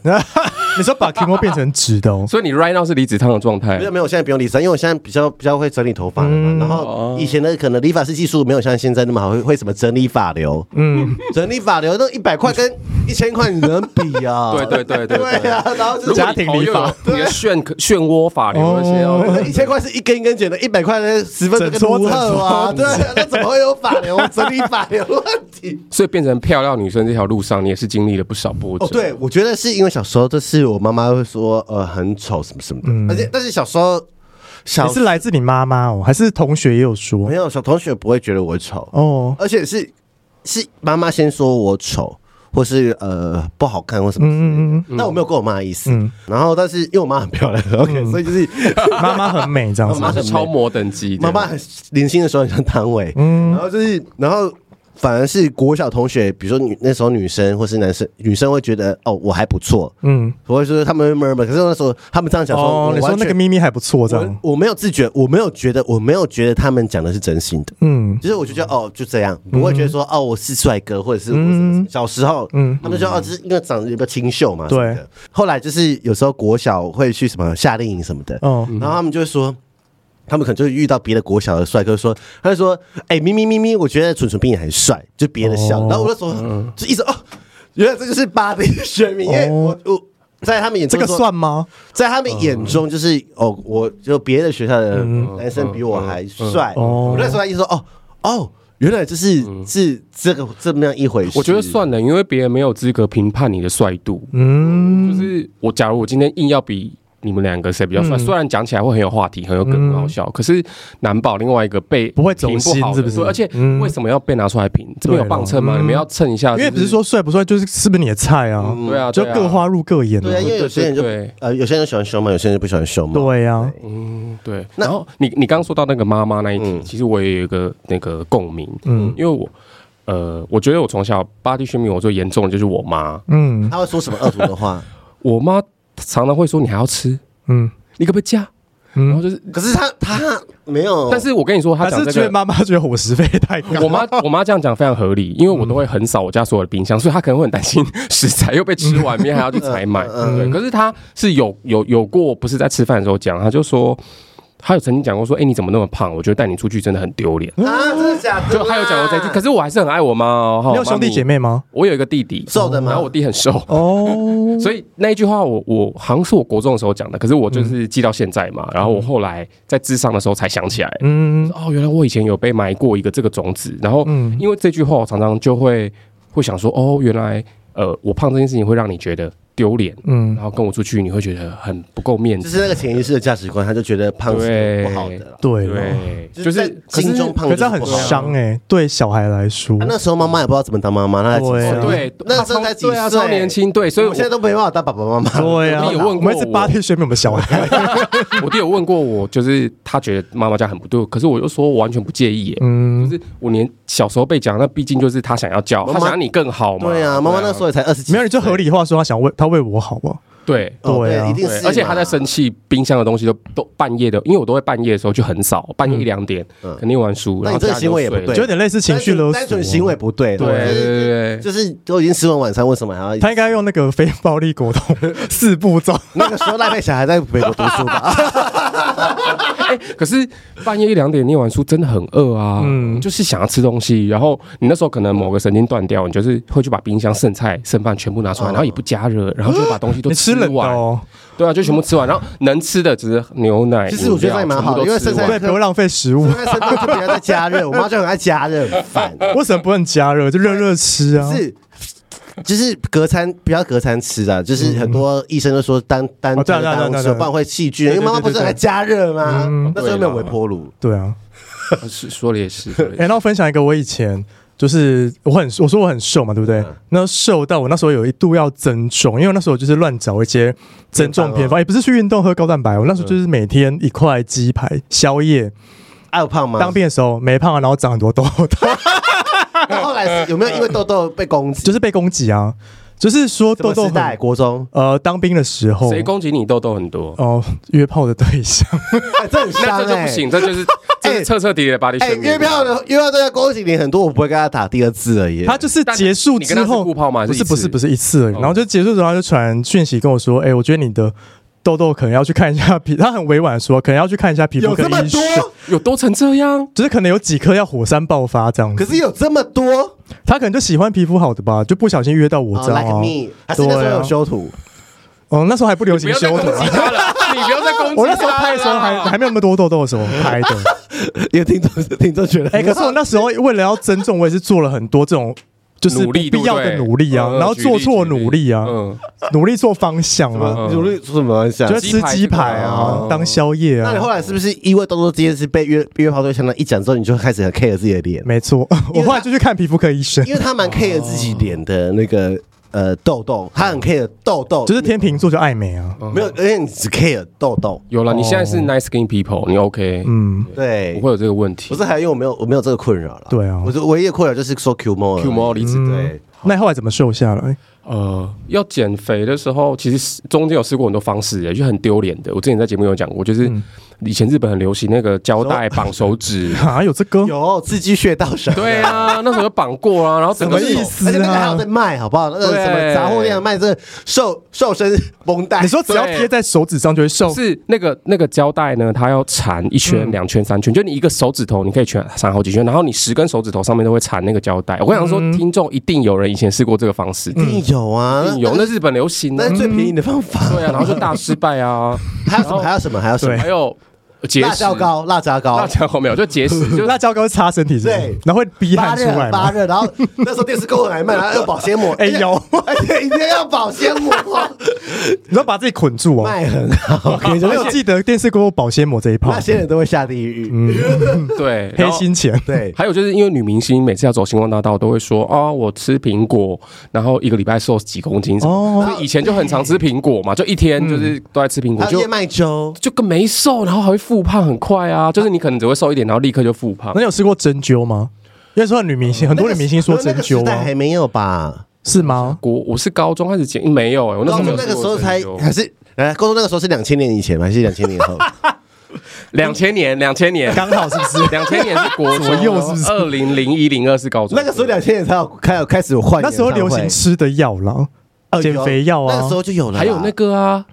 Speaker 1: 你说把 Kimo 变成直的哦，
Speaker 3: 所以你 right now 是离子烫的状态
Speaker 2: 没有没有，我现在不用理发，因为我现在比较比较会整理头发了嘛。然后以前的可能理发师技术没有像现在那么好，会会什么整理发流，
Speaker 1: 嗯，
Speaker 2: 整理发流那一百块跟一千块你能比啊？
Speaker 3: 对对对对 对
Speaker 2: 对啊，然后就是
Speaker 1: 家庭理发，
Speaker 3: 你的漩漩涡法流那些
Speaker 1: 哦
Speaker 3: 哦，
Speaker 2: 一千块是一根一根剪的，一百块呢十分
Speaker 1: 整
Speaker 2: 之
Speaker 1: 撮
Speaker 2: 五二啊，
Speaker 1: 整
Speaker 2: 对
Speaker 1: 撮
Speaker 2: 啊，那怎么会有发流整理发流问题？
Speaker 3: 所以变成漂亮女生这条路上，你也是经历了不少波折。
Speaker 2: 哦，
Speaker 1: 啊
Speaker 2: 对，我觉得是因为小时候，就是我妈妈会说呃很丑什么什么的，而且但是小时候小
Speaker 1: 你嗯是来自你妈妈哦，还是同学也有说
Speaker 2: 没有小同学不会觉得我丑，
Speaker 1: 哦？
Speaker 2: 而且是是妈妈先说我丑，或是呃不好看或什么之类的。
Speaker 1: 嗯嗯
Speaker 2: 但我没有跟我妈的意思，
Speaker 1: 嗯
Speaker 2: 然后但是因为我妈很漂亮，OK，、所以就是
Speaker 1: 嗯，妈妈很美这样子
Speaker 3: 妈，是超模等级的，
Speaker 2: 妈妈很年轻的时候很像汤唯，
Speaker 1: 嗯
Speaker 2: 然后就是然后反而是国小同学，比如说女那时候女生或是男生，女生会觉得哦我还不错，
Speaker 1: 嗯，
Speaker 2: 我会说他们会 murmur，可是那时候他们这样讲说，
Speaker 1: 哦
Speaker 2: 我，
Speaker 1: 你说
Speaker 2: 完
Speaker 1: 那
Speaker 2: 全呃
Speaker 1: 个咪咪还不错这样，
Speaker 2: 我我没有自觉，我没有觉得，我没有觉得他们讲的是真心的。
Speaker 1: 嗯
Speaker 2: 其实我就觉得哦，就这样，不会觉得说哦，我是帅哥，或者是我什么什么小时候，
Speaker 1: 嗯
Speaker 2: 他们就说哦，就是因为长得有个清秀嘛，
Speaker 1: 对
Speaker 2: 什么的。后来就是有时候国小会去什么夏令营什么的，
Speaker 1: 哦，
Speaker 2: 然后他们就会说。他们可能就遇到别的国小的帅哥说，他就说：“哎、咪咪咪咪，我觉得蠢蠢比你还帅。”就别的笑，
Speaker 1: 哦
Speaker 2: 然后我就说，就一直哦，原来这就是芭比的选民，因为我我在他们眼
Speaker 1: 这
Speaker 2: 中
Speaker 1: 个
Speaker 2: 说
Speaker 1: 算吗？
Speaker 2: 在他们眼中就是、哦，我就别的学校的男生比我还帅。
Speaker 1: 嗯嗯嗯
Speaker 2: 我那时候他就说哦哦，原来这是、是这个这么样一回事。
Speaker 3: 我觉得算了，因为别人没有资格评判你的帅度。
Speaker 1: 嗯，
Speaker 3: 就是我，假如我今天硬要比你们两个谁比较帅，
Speaker 1: 嗯
Speaker 3: 虽然讲起来会很有话题，很有梗，很好笑，可是难保另外一个被
Speaker 1: 不会走
Speaker 3: 评
Speaker 1: 心
Speaker 3: 好的
Speaker 1: 是不是
Speaker 3: 对而且
Speaker 1: 嗯
Speaker 3: 为什么要被拿出来评？这边有
Speaker 1: 对咯
Speaker 3: 磅秤吗？
Speaker 1: 嗯
Speaker 3: 你们要称一下，
Speaker 1: 因为不是说帅不帅，就是是不是你的菜啊？
Speaker 3: 对啊，
Speaker 1: 就
Speaker 3: 对啊
Speaker 1: 各花入各眼
Speaker 2: 对啊，
Speaker 1: 啊。
Speaker 2: 因为有些人就
Speaker 3: 对对对
Speaker 2: 呃，有些人就喜欢凶嘛，有些人就不喜欢凶嘛。
Speaker 1: 对啊呀，
Speaker 3: 嗯对。
Speaker 2: 那
Speaker 3: 然后你你刚刚说到那个妈妈那一题，
Speaker 2: 嗯
Speaker 3: 其实我也有一个那个共鸣，
Speaker 1: 嗯
Speaker 3: 因为我呃，我觉得我从小 body shaming 我最严重的就是我妈，
Speaker 1: 嗯
Speaker 2: 他会说什么恶毒的话？
Speaker 3: 我妈常常会说你还要吃，
Speaker 1: 嗯
Speaker 3: 你可不可以加？然后
Speaker 1: 嗯，
Speaker 3: 就是，
Speaker 2: 可是他他没有，
Speaker 3: 但是我跟你说，她
Speaker 1: 还
Speaker 3: 讲
Speaker 1: 是
Speaker 3: 这
Speaker 1: 觉
Speaker 3: 个
Speaker 1: 得。妈妈觉得伙食费太高。
Speaker 3: 我妈我妈这样讲非常合理，因为我都会很扫我家所有的冰箱，所以她可能会很担心 食材又被吃完，明天还要去采买。
Speaker 2: 嗯
Speaker 3: 对，可是她是有有有过，不是在吃饭的时候讲，她就说，她有曾经讲过说，哎、你怎么那么胖？我觉得带你出去真的很丢脸。
Speaker 2: 啊，真的假的啦？
Speaker 3: 嗯就她有讲过这句，可是我还是很爱我妈哦。哈
Speaker 1: 你有兄弟姐？妹吗？
Speaker 3: 我妈咪我有一个弟弟，
Speaker 2: 瘦的吗
Speaker 3: 然后我弟很瘦。
Speaker 1: 哦，
Speaker 3: 所以那一句话我，我好像是我国中的时候讲的，可是我就是记到现在嘛。然后我后来在智商的时候才想起来，
Speaker 1: 嗯
Speaker 3: 哦，原来我以前有被埋过一个这个种子，然后
Speaker 1: 嗯
Speaker 3: 因为这句话，我常常就会会想说，哦，原来呃，我胖这件事情会让你觉得丢脸，
Speaker 1: 嗯
Speaker 3: 然，后跟我出去你会觉得很不够面
Speaker 2: 就
Speaker 3: 子，
Speaker 2: 是那个潜意识的价值观，他就觉得胖是
Speaker 3: 对
Speaker 2: 不好的啦，
Speaker 1: 对了，
Speaker 3: 对，
Speaker 2: 就
Speaker 3: 就是
Speaker 2: 在
Speaker 3: 是可是
Speaker 2: 心中胖
Speaker 1: 可是这样
Speaker 2: 就
Speaker 1: 很
Speaker 2: 是不好的。啊
Speaker 1: 伤哎，对小孩来说
Speaker 2: 他，那时候妈妈也不知道怎么当妈妈，那才几
Speaker 1: 对
Speaker 2: 岁
Speaker 1: 啊
Speaker 3: 哦对，
Speaker 2: 那
Speaker 3: 他
Speaker 2: 时候才几
Speaker 3: 对啊，
Speaker 2: 岁
Speaker 3: 超年轻，对，所以
Speaker 2: 我
Speaker 3: 我啊
Speaker 2: 现在都没办法当爸爸妈妈。
Speaker 1: 对呀，
Speaker 3: 我弟有问过
Speaker 1: 我们一直八天学妹我们小孩，
Speaker 3: 我弟有问过我，就是他觉得妈妈家很不对，可是我就说我完全不介意耶。
Speaker 1: 嗯
Speaker 3: 就是我连小时候被讲，那毕竟就是他想要教，
Speaker 2: 妈妈啊
Speaker 3: 他想要你更好嘛。
Speaker 2: 对啊，妈妈那时候也才二十几，
Speaker 1: 没有，你就合理化说他想为他为我好吧？啊
Speaker 3: 对。
Speaker 2: 哦
Speaker 1: 对啊
Speaker 2: 一定
Speaker 3: 对，
Speaker 2: 是，
Speaker 3: 而且他在生，气，冰箱的东西都都半夜的，因为我都会半夜的时候就很少，半夜一两点
Speaker 2: 嗯
Speaker 3: 肯定玩输，
Speaker 2: 那
Speaker 3: 然
Speaker 2: 你
Speaker 3: 后
Speaker 2: 这个
Speaker 3: 家里
Speaker 2: 行为也
Speaker 3: 就睡
Speaker 2: 不
Speaker 3: 了
Speaker 1: 就有点类似情绪勒索啊，
Speaker 2: 单纯行为不对，
Speaker 3: 对对对 对
Speaker 2: 就是都已经吃完晚餐，为什么还要？
Speaker 1: 他应该用那个非暴力沟通四步骤，
Speaker 2: 那个时候赖佩霞还在美国读书吧？
Speaker 3: 哎，可是半夜一两点你玩输真的很饿啊，
Speaker 1: 嗯
Speaker 3: 就是想要吃东西，然后你那时候可能某个神经断掉，你就是会去把冰箱剩菜剩饭全部拿出
Speaker 2: 哦
Speaker 3: 来，然后也不加热，然后就把东西 都
Speaker 1: 你吃冷的
Speaker 3: 完，
Speaker 1: 哦，
Speaker 3: 对啊，就全部吃完，然后能吃的只是牛奶。
Speaker 2: 其实我觉得这样
Speaker 3: 饮料
Speaker 2: 也蛮好的
Speaker 3: 全部都吃
Speaker 2: 因为剩
Speaker 3: 完
Speaker 2: 菜
Speaker 1: 对，不要浪费食 物
Speaker 2: 我。在生病就不要再加热，我妈就很爱加热，很烦。
Speaker 1: 为什么不能加热？就热热吃啊。
Speaker 2: 是，就是隔餐不要隔餐吃啊，就是很多医生都说单单
Speaker 1: 哦对啊
Speaker 2: 单
Speaker 1: 对啊
Speaker 2: 单
Speaker 1: 对啊
Speaker 2: 吃，
Speaker 1: 对啊
Speaker 2: 不然会细菌。
Speaker 1: 对对
Speaker 2: 因为妈妈不是还加热
Speaker 1: 嗯
Speaker 2: 吗？那时候没有微波炉，
Speaker 1: 对啊。
Speaker 3: 是说的也是，说的也
Speaker 1: 哎、
Speaker 3: 是
Speaker 1: 那我分享一个我以前。就是我很我说我很瘦嘛，对不对？那瘦到我那时候有一度要增重，因为我那时候就是乱找一些增重偏
Speaker 2: 偏
Speaker 1: 方，欸
Speaker 2: 方
Speaker 1: 也、不是去运动喝高蛋白，我那时候就是每天一块鸡排宵夜。
Speaker 2: 爱有胖吗？
Speaker 1: 当兵的时候没胖啊，然后长很多痘痘，
Speaker 2: 那后来是有没有因为痘痘被攻击？
Speaker 1: 就是被攻击啊，就是说痘
Speaker 2: 什么
Speaker 1: 痘
Speaker 2: 时代
Speaker 1: 很
Speaker 2: 国中，
Speaker 1: 呃，当兵的时候
Speaker 3: 谁攻击你痘痘很多，
Speaker 1: 哦、约炮的对象，
Speaker 2: 哎这很
Speaker 3: 那
Speaker 2: 伤
Speaker 3: 这就 不
Speaker 2: 哎。
Speaker 3: 行，这就是这是彻彻底底的把你
Speaker 2: 哎，
Speaker 3: 选
Speaker 2: 约票的约票都要恭喜你很多，我不会跟他打第二次而已。
Speaker 1: 他就是
Speaker 3: 但
Speaker 1: 结束
Speaker 3: 你
Speaker 1: 之
Speaker 3: 跟他是
Speaker 1: 后
Speaker 3: 互泡吗还
Speaker 1: 不
Speaker 3: 是
Speaker 1: 是
Speaker 3: 一
Speaker 1: 不
Speaker 3: 次
Speaker 1: 是不是一次而已，
Speaker 3: 哦
Speaker 1: 然后就结束之后他就传讯息跟我说，哎、我觉得你的痘痘可能要去看一下皮，他很委婉地说可能要去看一下皮肤
Speaker 2: 有
Speaker 1: 科
Speaker 2: 这么
Speaker 1: 医生，
Speaker 2: 多，
Speaker 3: 有多成这样，
Speaker 1: 就是可能有几颗要火山爆发这样子，
Speaker 2: 可是有这么多
Speaker 1: 他可能就喜欢皮肤好的吧，就不小心约到我
Speaker 2: 哦
Speaker 1: 这样、
Speaker 2: ，like
Speaker 1: 啊
Speaker 2: me，还是那时候有修图？
Speaker 1: 哦，那时候还不流
Speaker 3: 不
Speaker 1: 行
Speaker 3: 要再
Speaker 1: 修
Speaker 3: 攻
Speaker 1: 图啊。
Speaker 3: 击他了，你不要再攻
Speaker 1: 哦
Speaker 3: 击他了。
Speaker 1: 我那时候拍的时候还 还没有那么多痘痘的时候拍的，
Speaker 2: 有听众听众觉得
Speaker 1: 哎、可是我那时候为了要增重，我也是做了很多这种就是
Speaker 3: 努
Speaker 1: 不
Speaker 3: 力
Speaker 1: 必要的
Speaker 3: 对不对
Speaker 1: 努力啊，
Speaker 3: 嗯
Speaker 1: 然后
Speaker 3: 举
Speaker 1: 做
Speaker 3: 例
Speaker 1: 错
Speaker 3: 举例
Speaker 1: 努力啊，
Speaker 3: 嗯，
Speaker 1: 努力做方向
Speaker 2: 什
Speaker 1: 啊，
Speaker 2: 么努力什么想
Speaker 1: 就？是吃鸡排啊
Speaker 3: 嗯，
Speaker 1: 当宵夜
Speaker 2: 哦那你后
Speaker 1: 啊。
Speaker 2: 来是不是因为动作这件事被约约炮对象呢？一讲之后，你就开始很 care 自己的脸，
Speaker 1: 没错， 我
Speaker 2: 因为他
Speaker 1: 后来就去看皮肤科医生，
Speaker 2: 因为他蛮 care 自己脸的那个呃痘痘，他很 care 痘痘，
Speaker 1: 就是天秤座就爱美啊。
Speaker 2: 没有，而且你只 care 痘痘，
Speaker 3: 有了，你现在是 nice skin people，你 OK，
Speaker 1: 嗯，
Speaker 2: 对
Speaker 3: 不，会有这个问题
Speaker 2: 不。是还有因为我没有我没有这个困扰了，
Speaker 1: 对啊
Speaker 2: 我就唯一的困扰就是说 Q 猫
Speaker 3: Q 猫离子
Speaker 2: 对，
Speaker 1: 嗯那你后来怎么瘦下来？，
Speaker 3: 呃，要减肥的时候，其实中间有试过很多方式，就很丢脸的。我之前在节目有讲过，就是以前日本很流行那个胶带绑手指
Speaker 1: 啊，有这个？
Speaker 2: 有刺激穴道神，
Speaker 3: 对啊， 那时候有绑过啊，然后整个
Speaker 1: 什么
Speaker 3: 手
Speaker 1: 意思
Speaker 2: 而且那个还有在卖，好不好？那个
Speaker 3: 对
Speaker 2: 什么杂货店卖这个瘦瘦身绷带，
Speaker 1: 你说只要
Speaker 3: 对
Speaker 1: 贴在手指上就会瘦？
Speaker 3: 是那个那个胶带呢，它要缠一圈、两圈、三圈，就你一个手指头，你可以全缠好几圈，然后你十根手指头上面都会缠那个胶带。我跟你讲说，听众一定有人以前试过这个方式，
Speaker 2: 一定有啊
Speaker 3: 嗯一，定有那日本流行
Speaker 2: 那
Speaker 3: 的
Speaker 2: 是，最便宜的方法，
Speaker 3: 对啊，然后就大失败 啊，
Speaker 2: 还有什么还有什么还有什么
Speaker 1: 对？
Speaker 3: 还有节
Speaker 2: 辣
Speaker 3: 食
Speaker 2: 椒，膏，辣椒膏
Speaker 3: 辣，椒膏没有，就 节食，就是
Speaker 1: 辣椒膏擦身体是不是
Speaker 2: 对
Speaker 1: 然后会逼
Speaker 2: 发
Speaker 1: 汗出
Speaker 2: 热
Speaker 1: 来
Speaker 2: 发
Speaker 1: 吗？
Speaker 2: 热，然后 那时候电视购物还卖，然后要保鲜膜，
Speaker 1: 哎有
Speaker 2: 而且一定要保鲜膜，
Speaker 1: 你要把自己捆住哦。
Speaker 2: 卖很好，
Speaker 1: 我有记得电视购物保鲜膜这一
Speaker 2: 那
Speaker 1: 炮，
Speaker 2: 些人都会下地狱。
Speaker 3: 对然
Speaker 1: 黑
Speaker 3: 后
Speaker 1: 心钱。
Speaker 2: 对，
Speaker 3: 还有就是因为女明星每次要走星光大道都会说哦，我吃苹果，然后一个礼拜瘦几公斤什么
Speaker 2: 哦
Speaker 3: 的，所以以前就很常吃苹果嘛，就一天
Speaker 2: 嗯
Speaker 3: 就是都在吃苹果，
Speaker 2: 还有
Speaker 3: 就
Speaker 2: 燕麦粥，
Speaker 3: 就跟没瘦，然后还会复胖很快啊，就是你可能只会瘦一点，然后立刻就复胖
Speaker 1: 那。你有试过针灸吗？因为说女明星，很多女明星说针
Speaker 2: 嗯那
Speaker 1: 灸
Speaker 2: 个时代
Speaker 1: 啊
Speaker 2: 还，没有吧？
Speaker 1: 是 吗？
Speaker 3: 我我是高中开始减，没有哎、我那
Speaker 2: 高
Speaker 3: 时候没
Speaker 2: 中
Speaker 3: 有
Speaker 2: 那
Speaker 3: 吃
Speaker 2: 个
Speaker 3: 过
Speaker 2: 时候才
Speaker 3: 针灸
Speaker 2: 还是。来，高中那个时候是两千年以前吗？还是两千年后？
Speaker 3: 两千年，两千年
Speaker 1: 刚好是不 是？
Speaker 3: 两千年是国哦
Speaker 1: 左右是不是
Speaker 3: 二零零一零二是高中，
Speaker 2: 那个时候两千年才有开有开始有换
Speaker 1: 那
Speaker 2: 演
Speaker 1: 时
Speaker 2: 唱
Speaker 1: 候
Speaker 2: 会，
Speaker 1: 流行吃的药啦，
Speaker 2: 呃
Speaker 1: 减肥药啊
Speaker 2: 有那个时候就有了啦，
Speaker 3: 还有那个啊，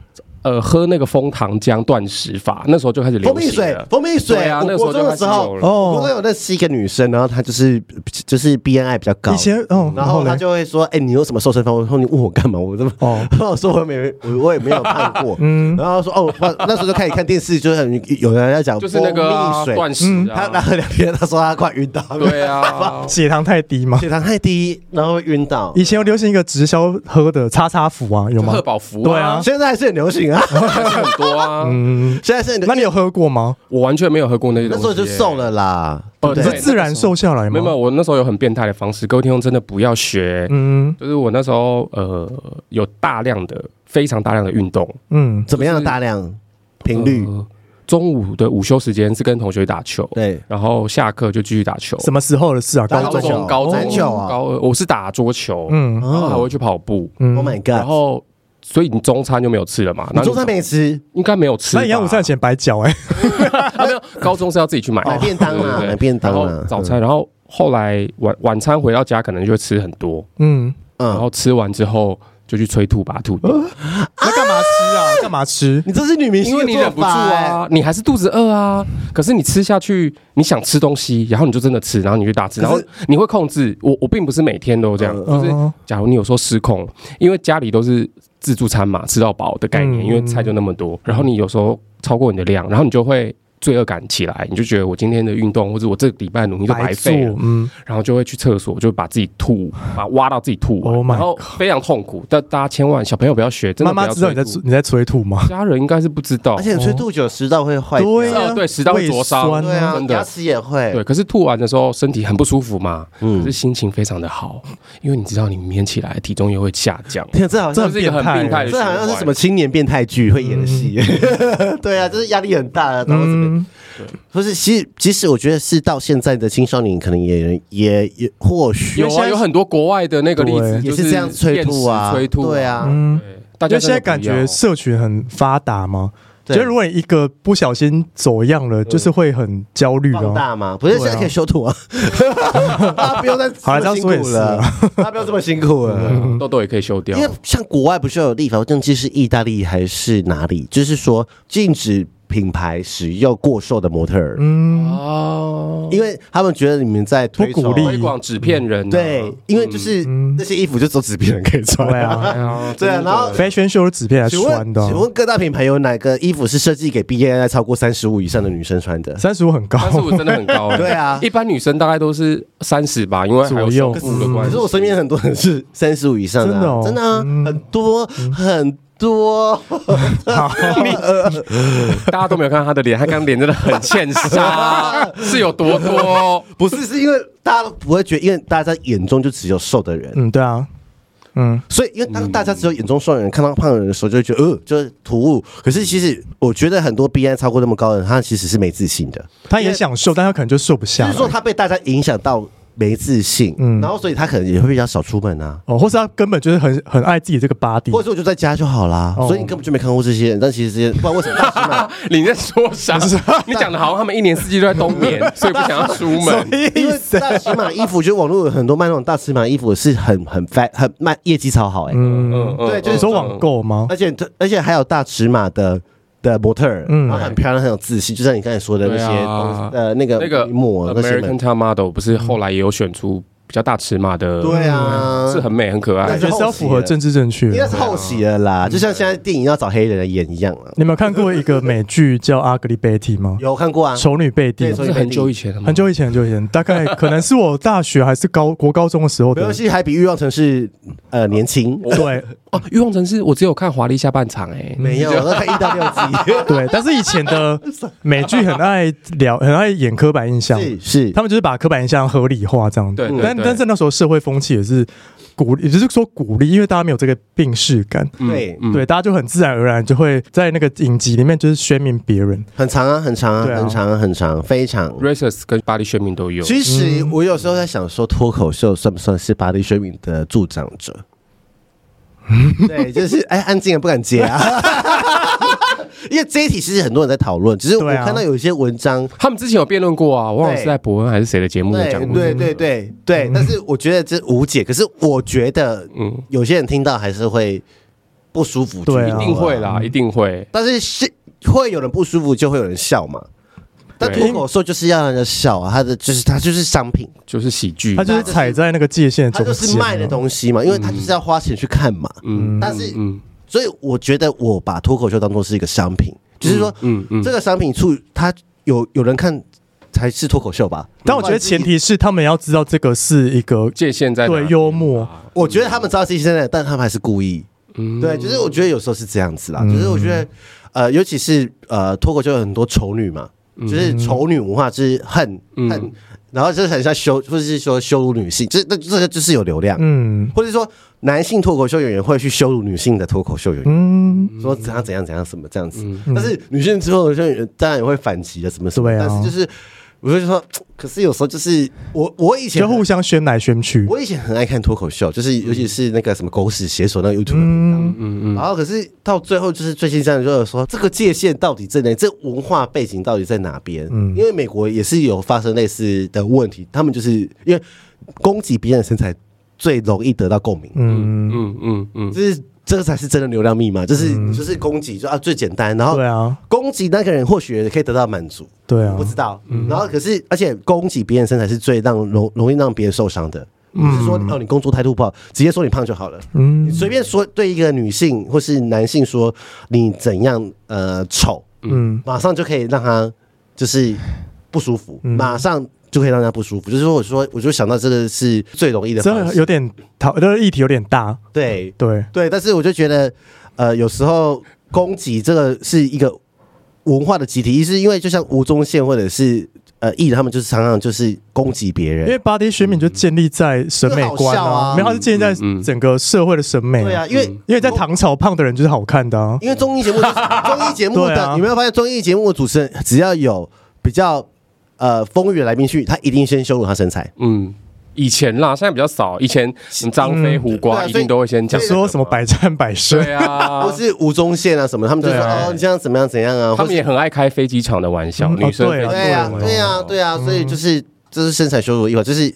Speaker 3: 呃，喝那个枫糖浆断食法，那时候就开始流
Speaker 2: 蜂蜜
Speaker 3: 行
Speaker 2: 水
Speaker 3: 了，。
Speaker 2: 蜂蜜水
Speaker 3: 对啊，
Speaker 2: 我
Speaker 3: 那
Speaker 2: 国
Speaker 3: 时
Speaker 2: 中
Speaker 3: 候
Speaker 2: 的
Speaker 3: 就
Speaker 2: 时
Speaker 3: 开始
Speaker 2: 候
Speaker 3: 有，了
Speaker 2: 我国中
Speaker 1: 哦，
Speaker 2: 有认识一个女生，然后她就是就是 BNI 比较高，
Speaker 1: 以前哦，
Speaker 2: 然
Speaker 1: 然
Speaker 2: 后
Speaker 1: 后
Speaker 2: 他
Speaker 1: 呢？
Speaker 2: 就会说：“哎、你有什么瘦身方法？”我说：“你问我干嘛？我这么……
Speaker 1: 哦
Speaker 2: 哦， 我说我没，我我也没 有看过。嗯，然后说哦，我那时候就开始看电视，就是很有人在讲
Speaker 3: 就是那个啊
Speaker 2: 蜂蜜水，嗯
Speaker 3: 断食
Speaker 2: 他
Speaker 3: 啊
Speaker 2: 然，后两天，他说他快晕倒，
Speaker 3: 对，啊，
Speaker 1: 血糖太低嘛。
Speaker 2: 血糖太低，然后会 晕倒。
Speaker 1: 以前有流行一个直销喝的叉叉福啊，有吗
Speaker 3: 贺？宝福
Speaker 1: 对啊
Speaker 2: 现在还是很流 行啊，
Speaker 3: 还是 很多啊。
Speaker 2: 现在是很流
Speaker 1: 那你有喝过吗？
Speaker 3: 我完全没有喝过那些
Speaker 2: 嗯那
Speaker 3: 东
Speaker 2: 时
Speaker 3: 西
Speaker 2: 候
Speaker 3: 耶，
Speaker 2: 就瘦了啦。
Speaker 3: 哦，
Speaker 1: 你
Speaker 3: 对
Speaker 1: 是自然瘦下来
Speaker 3: 没
Speaker 1: 吗
Speaker 3: 有没？有，我那时候有很变态的方式，各位听众真的不要学。
Speaker 1: 嗯
Speaker 3: 就是我那时候呃有大量的非常大量的运动
Speaker 1: 嗯，
Speaker 2: 怎么样的大量频率？
Speaker 3: 呃中午的午休时间是跟同学打球，
Speaker 2: 对，
Speaker 3: 然后下课就继续打球。
Speaker 1: 什么时候的事啊？
Speaker 2: 打
Speaker 1: 高
Speaker 3: 高
Speaker 2: 篮球
Speaker 3: 中、高中、
Speaker 2: 篮球啊
Speaker 3: 高二我是打桌球，
Speaker 1: 嗯
Speaker 3: 然后还会去跑步，
Speaker 1: 嗯
Speaker 2: ，Oh my
Speaker 3: 然
Speaker 2: god！
Speaker 3: 后所以你中餐就没有吃了嘛？
Speaker 2: 你
Speaker 3: 那
Speaker 2: 中餐没吃，
Speaker 3: 应该没有吃吧，
Speaker 1: 那你要午餐的钱白缴哎、
Speaker 3: 啊，没有，高中是要自己去买
Speaker 2: 买便当啊
Speaker 3: 对对对
Speaker 2: 买便当啊
Speaker 3: 然后早餐，然后后来晚晚餐回到家可能就会吃很多，
Speaker 1: 嗯，
Speaker 2: 嗯
Speaker 3: 然后吃完之后就去催吐把吐掉，
Speaker 1: 那干嘛吃啊？干嘛吃？
Speaker 2: 你这是女明星
Speaker 3: 因
Speaker 2: 的
Speaker 3: 为你忍不住
Speaker 2: 做法欸。
Speaker 3: 啊，你还是肚子饿啊，可是你吃下去，你想吃东西，然后你就真的吃，然后你就大吃，
Speaker 2: 可
Speaker 3: 然
Speaker 2: 是
Speaker 3: 后你会控制。我我并不是每天都这样，
Speaker 1: 嗯
Speaker 3: 就是假如你有时候失控，因为家里都是自助餐嘛，吃到饱的概念，
Speaker 1: 嗯
Speaker 3: 因为菜就那么多，然后你有时候超过你的量，然后你就会。罪恶感起来，你就觉得我今天的运动或者我这个礼拜努力都白
Speaker 1: 做
Speaker 3: 费了，，啊
Speaker 1: 嗯，
Speaker 3: 然后就会去厕所，就把自己吐，把挖到自己吐完
Speaker 1: Oh my
Speaker 3: 然后非常痛苦。但大家千万小朋友不要学，真
Speaker 1: 妈
Speaker 3: 的不
Speaker 1: 妈
Speaker 3: 要
Speaker 1: 知道你在哎
Speaker 3: 催
Speaker 1: 催
Speaker 3: 吐
Speaker 1: 你在催吐吗？
Speaker 3: 家人应该是不知道，
Speaker 2: 而且你吹杜酒食道会坏掉，
Speaker 1: 哦对啊，
Speaker 3: 哦对食道会灼伤
Speaker 1: 胃
Speaker 2: 对
Speaker 1: 酸
Speaker 2: 啊
Speaker 1: 啊，
Speaker 3: 真，的
Speaker 2: 牙齿也会。
Speaker 3: 对，可是吐完的时候身体很不舒服嘛，可
Speaker 2: 嗯
Speaker 3: 是，心情非常的好，因为你知道你明天起来体重又会下降，
Speaker 2: 天啊， 这好
Speaker 1: 这
Speaker 2: 像
Speaker 3: 是一个很
Speaker 1: 很
Speaker 3: 病
Speaker 1: 变态欸
Speaker 3: 态的，
Speaker 2: 这好像是什么？青年变态剧会演的戏。 对啊，就是压力很大啊，然后怎么
Speaker 1: 嗯，
Speaker 2: 不是，其实即使我觉得是到现在的青少年，可能也也也或许哦
Speaker 3: 有啊，有很多国外的那个例子，
Speaker 1: 对
Speaker 2: 也
Speaker 3: 就是
Speaker 2: 这样子催吐啊，
Speaker 3: 厌食催吐，
Speaker 2: 对，啊，
Speaker 1: 嗯
Speaker 3: 对，大
Speaker 1: 因
Speaker 3: 家
Speaker 1: 为现在
Speaker 3: 真的
Speaker 1: 感
Speaker 3: 不哦要
Speaker 1: 觉社群很发达嘛，
Speaker 2: 对
Speaker 1: 觉得如果你一个不小心走样了，就是会很焦虑
Speaker 2: 放
Speaker 1: 哦。
Speaker 2: 大嘛，不是
Speaker 1: 对啊
Speaker 2: 现在可以修图啊， 大家不用再
Speaker 1: 好了
Speaker 2: 这么辛
Speaker 1: 这样
Speaker 2: 苦
Speaker 1: 说也是
Speaker 2: 了
Speaker 1: 啊，
Speaker 2: 大家不要这么辛苦了。
Speaker 3: 痘痘也可以修掉
Speaker 2: 因，为像国外不是有立法，忘记是意大利还是哪里，就是说禁止品牌使用过瘦的模特儿，
Speaker 1: 嗯，
Speaker 3: 哦，
Speaker 2: 因为他们觉得你们在推
Speaker 1: 不
Speaker 2: 崇
Speaker 1: 鼓励
Speaker 3: 推广纸片人啊，
Speaker 2: 对，因为就是
Speaker 1: 嗯
Speaker 2: 那些衣服就只有纸片人可以穿。
Speaker 1: 对啊
Speaker 3: 哎
Speaker 2: 对
Speaker 3: 呀，
Speaker 2: 啊
Speaker 3: 真的
Speaker 2: 然后
Speaker 1: ，fashion show 的纸片来
Speaker 2: 请
Speaker 1: 穿
Speaker 2: 问，
Speaker 1: 的
Speaker 2: 请
Speaker 1: 哦，
Speaker 2: 问各大品牌有哪个衣服是设计给 BMI 超过三十五以上的女生穿的？
Speaker 1: 三十五很高，
Speaker 3: 三十五真的很高欸，
Speaker 2: 对啊
Speaker 3: 一般女生大概都是三十吧，因为还有
Speaker 1: 左右
Speaker 3: 胸部的
Speaker 1: 嗯
Speaker 3: 关
Speaker 2: 可
Speaker 3: 系
Speaker 2: 是。我身边很多人是三十五以上的
Speaker 1: 真的哦
Speaker 2: 啊，真的啊
Speaker 1: 嗯
Speaker 2: 很多很多。
Speaker 3: 大家都没有看到他的脸，他刚刚脸真的很欠杀， 是有多哦多？
Speaker 2: 不是，是因为大家都不会觉得，因为大家眼中就只有瘦的人，
Speaker 1: 嗯，对啊，嗯，
Speaker 2: 所以因为当大家只有眼中瘦的人看到胖的人的时候，就会觉得呃，就是突兀。可是其实我觉得很多 BMI 超过那么高的人，他其实是没自信的，
Speaker 1: 他也想瘦，但他可能就瘦不
Speaker 2: 就
Speaker 1: 下
Speaker 2: 是说
Speaker 1: 来，
Speaker 2: 他被大家影响到没自信，
Speaker 1: 嗯
Speaker 2: 然后所以他可能也会比较少出门啊。
Speaker 1: 哦，或是他根本就是很很爱自己这个 body，
Speaker 2: 或者说我就在家就好啦，
Speaker 1: 哦
Speaker 2: 所以你根本就没看过这些人，但其实这些不然为什么大 师嘛？
Speaker 3: 你在说 啥？你讲的好像他们一年四季都在冬 眠，所以不想要出门。
Speaker 2: 因为大尺码衣服，就网络有很多卖那种大尺码衣服是很很 fat 很卖业绩超好哎、
Speaker 1: 嗯，
Speaker 3: 嗯
Speaker 2: 对就是
Speaker 1: 你说网，购吗？
Speaker 2: 而且而且还有大尺码的的模特儿，
Speaker 1: 嗯
Speaker 2: 然后很漂亮，很有自信，就像你刚才说的那些
Speaker 3: 对啊
Speaker 2: 东西呃那个
Speaker 3: 那个
Speaker 2: 模那些
Speaker 3: American
Speaker 2: 门
Speaker 3: Top Model 不是后来也有选出比较大尺码的，
Speaker 2: 对啊
Speaker 1: 嗯
Speaker 3: 是很美很可
Speaker 2: 那
Speaker 3: 爱
Speaker 1: 感
Speaker 2: 就。
Speaker 1: 觉是要符合政治正确
Speaker 2: 应。该是后期了
Speaker 3: 嗯
Speaker 2: 啦，就像现在电影要找黑人来演一样啊。
Speaker 1: 你们有看过一个美剧叫《Ugly Betty》吗？
Speaker 2: 有看过啊？
Speaker 1: 丑女贝蒂
Speaker 2: 对，丑
Speaker 3: 是很久以前的吗？
Speaker 1: 很久以前，很久以前，大概可能是我大学还是高国高中的时候
Speaker 2: 没
Speaker 1: 的
Speaker 2: 关。系，还比欲望城市呃年轻，
Speaker 1: 对
Speaker 3: 哦，欲望城市我只有看华丽下半场哎，
Speaker 2: 没有，那才一到 六
Speaker 1: 对，但是以前的美剧很爱聊，很爱演刻板印象，
Speaker 2: 集是是
Speaker 1: 他，们就是把刻板印象合理化这样。
Speaker 3: 对对
Speaker 1: 但
Speaker 3: 对
Speaker 1: 但是那时候社会风气也是鼓励，也就是说鼓励，因为大家没有这个病视感，
Speaker 2: 对，
Speaker 3: 嗯
Speaker 1: 对，大家就很自然而然就会在那个影集里面就是宣明别人。
Speaker 3: 嗯
Speaker 2: 很长啊，很长啊，
Speaker 1: 对啊
Speaker 2: 很长啊，很长，非常。
Speaker 3: ，Racist 跟巴黎宣明都有。
Speaker 2: 其实
Speaker 1: 嗯
Speaker 2: 我有时候在想，说脱口秀算不算是巴黎宣明的助长者？ 对，就是哎，安静的不 敢接啊。因为这一题其实很多人在讨论，只是我
Speaker 1: 对啊
Speaker 2: 看到有一些文章，
Speaker 3: 他们之前有辩论过啊，我忘了是在伯恩还是谁的节目有
Speaker 2: 对
Speaker 3: 讲过。
Speaker 2: 对对对对，
Speaker 1: 嗯
Speaker 2: 但是我觉得这无解。可是我觉得
Speaker 3: 嗯，
Speaker 2: 有些人听到还是会不舒服，
Speaker 1: 对
Speaker 3: 一
Speaker 1: 啊
Speaker 3: 定会啦，一定会。
Speaker 2: 但是是会有人不舒服，就会有人笑嘛。但
Speaker 3: 对
Speaker 2: 脱口秀就是要让人家笑啊，他的就是他就是商品，
Speaker 3: 就是喜剧
Speaker 1: 他，就是踩在那个界限啊
Speaker 2: 他
Speaker 1: 中
Speaker 2: 就
Speaker 1: 间，
Speaker 2: 是卖的东西嘛，因为
Speaker 1: 嗯
Speaker 2: 他就是要花钱去看嘛。
Speaker 3: 嗯
Speaker 2: 但是
Speaker 3: 嗯
Speaker 2: 所以我觉得我把脱口秀当做是一个商品，就是说
Speaker 3: 嗯嗯，
Speaker 2: 这个商品处它有有人看才是脱口秀吧。
Speaker 1: 但我觉得前，提是他们要知道这个是一个
Speaker 3: 界限在哪啊
Speaker 1: 对
Speaker 3: 里
Speaker 1: 幽默，
Speaker 2: 我觉得他们知道自己现在，但他们还是故意。
Speaker 3: 嗯
Speaker 2: 对，就是我觉得有时候是这样子
Speaker 1: 嗯
Speaker 2: 啦，就是我觉得呃，尤其是呃脱口秀有很多丑女嘛，
Speaker 1: 嗯
Speaker 2: 就是丑女文化就是恨恨，然后就是很像羞，或者是说羞辱女性，这那这个就是有流量。
Speaker 1: 嗯
Speaker 2: 或者说，男性脱口秀演员会去羞辱女性的脱口秀演员，
Speaker 1: 嗯，
Speaker 2: 说怎样怎样怎样什么这样子，但是女性之后就当然也会反击啊什么什么，
Speaker 1: 对啊
Speaker 2: 但是就是我就说，可是有时候就是我我以前
Speaker 1: 就互相宣来宣去。
Speaker 2: 我以前很爱看脱口秀，就是尤其是那个什么狗屎写手那个 YouTube 频道，嗯嗯，然后可是到最后就是最近这样就有说，这个界限到底在哪？这文化背景到底在哪边？嗯，因为美国也是有发生类似的问题，他们就是因为攻击别人的身材最容易得到共鸣，
Speaker 1: 嗯，
Speaker 3: 嗯嗯嗯，
Speaker 2: 就是这个才是真的流量密码，就是、就是攻击就啊最简单，然后
Speaker 1: 对啊，
Speaker 2: 攻击那个人或许也可以得到满足，
Speaker 1: 对啊
Speaker 2: 我不，知道。然后可是，而且攻击别人身材是最让容容易让别人受伤的。不是说哦，你工作态度不好，直接说你胖就好了。
Speaker 1: 嗯
Speaker 2: 你随便说对一个女性或是男性说你怎样呃丑，
Speaker 1: 嗯
Speaker 2: 马上就可以让他就是不舒服，
Speaker 1: 嗯
Speaker 2: 马上就可以让他不舒服。就是说，我说我就想到这个是最容易的
Speaker 1: 真
Speaker 2: 方
Speaker 1: 的
Speaker 2: 式，
Speaker 1: 有点讨，这个议题有点大，
Speaker 2: 对
Speaker 1: 对，
Speaker 2: 对。但是我就觉得呃，有时候攻击这个是一个文化的集体意识，因为就像吴宗宪或者是呃艺人，他们就是常常就是攻击别人
Speaker 1: 因，为 body shaming 就建立在审美观
Speaker 2: 这个好笑啊
Speaker 1: 啊，没有，它是建立在
Speaker 3: 嗯
Speaker 1: 整个社会的审美。
Speaker 2: 对啊，，因为
Speaker 1: 因为在唐朝胖的人就是好看的啊，
Speaker 2: 因为综艺节目就是，综艺节目
Speaker 1: 对
Speaker 2: 的，
Speaker 1: 啊
Speaker 2: 你有没有发现综艺节目的主持人只要有比较呃风雨的来宾去，他一定先羞辱他身材。
Speaker 3: 嗯，以前啦，现在比较少。以前什么张飞、胡
Speaker 2: 对啊
Speaker 3: 瓜一
Speaker 2: 所以
Speaker 3: 定都会先讲
Speaker 1: 说什么百战百胜
Speaker 3: 对，啊
Speaker 2: 或，是吴宗宪啊什么，他们就说
Speaker 1: 对啊
Speaker 2: 哦，你这样怎么样怎样啊，或
Speaker 3: 他们
Speaker 2: 是
Speaker 3: 也很爱开飞机场的玩笑，
Speaker 1: 嗯
Speaker 3: 女生
Speaker 1: 哦对啊
Speaker 3: 飞
Speaker 2: 对啊
Speaker 3: 机场的玩笑
Speaker 2: 对啊对
Speaker 1: 嗯
Speaker 2: 啊，所以就是这是身材羞辱的一环，就是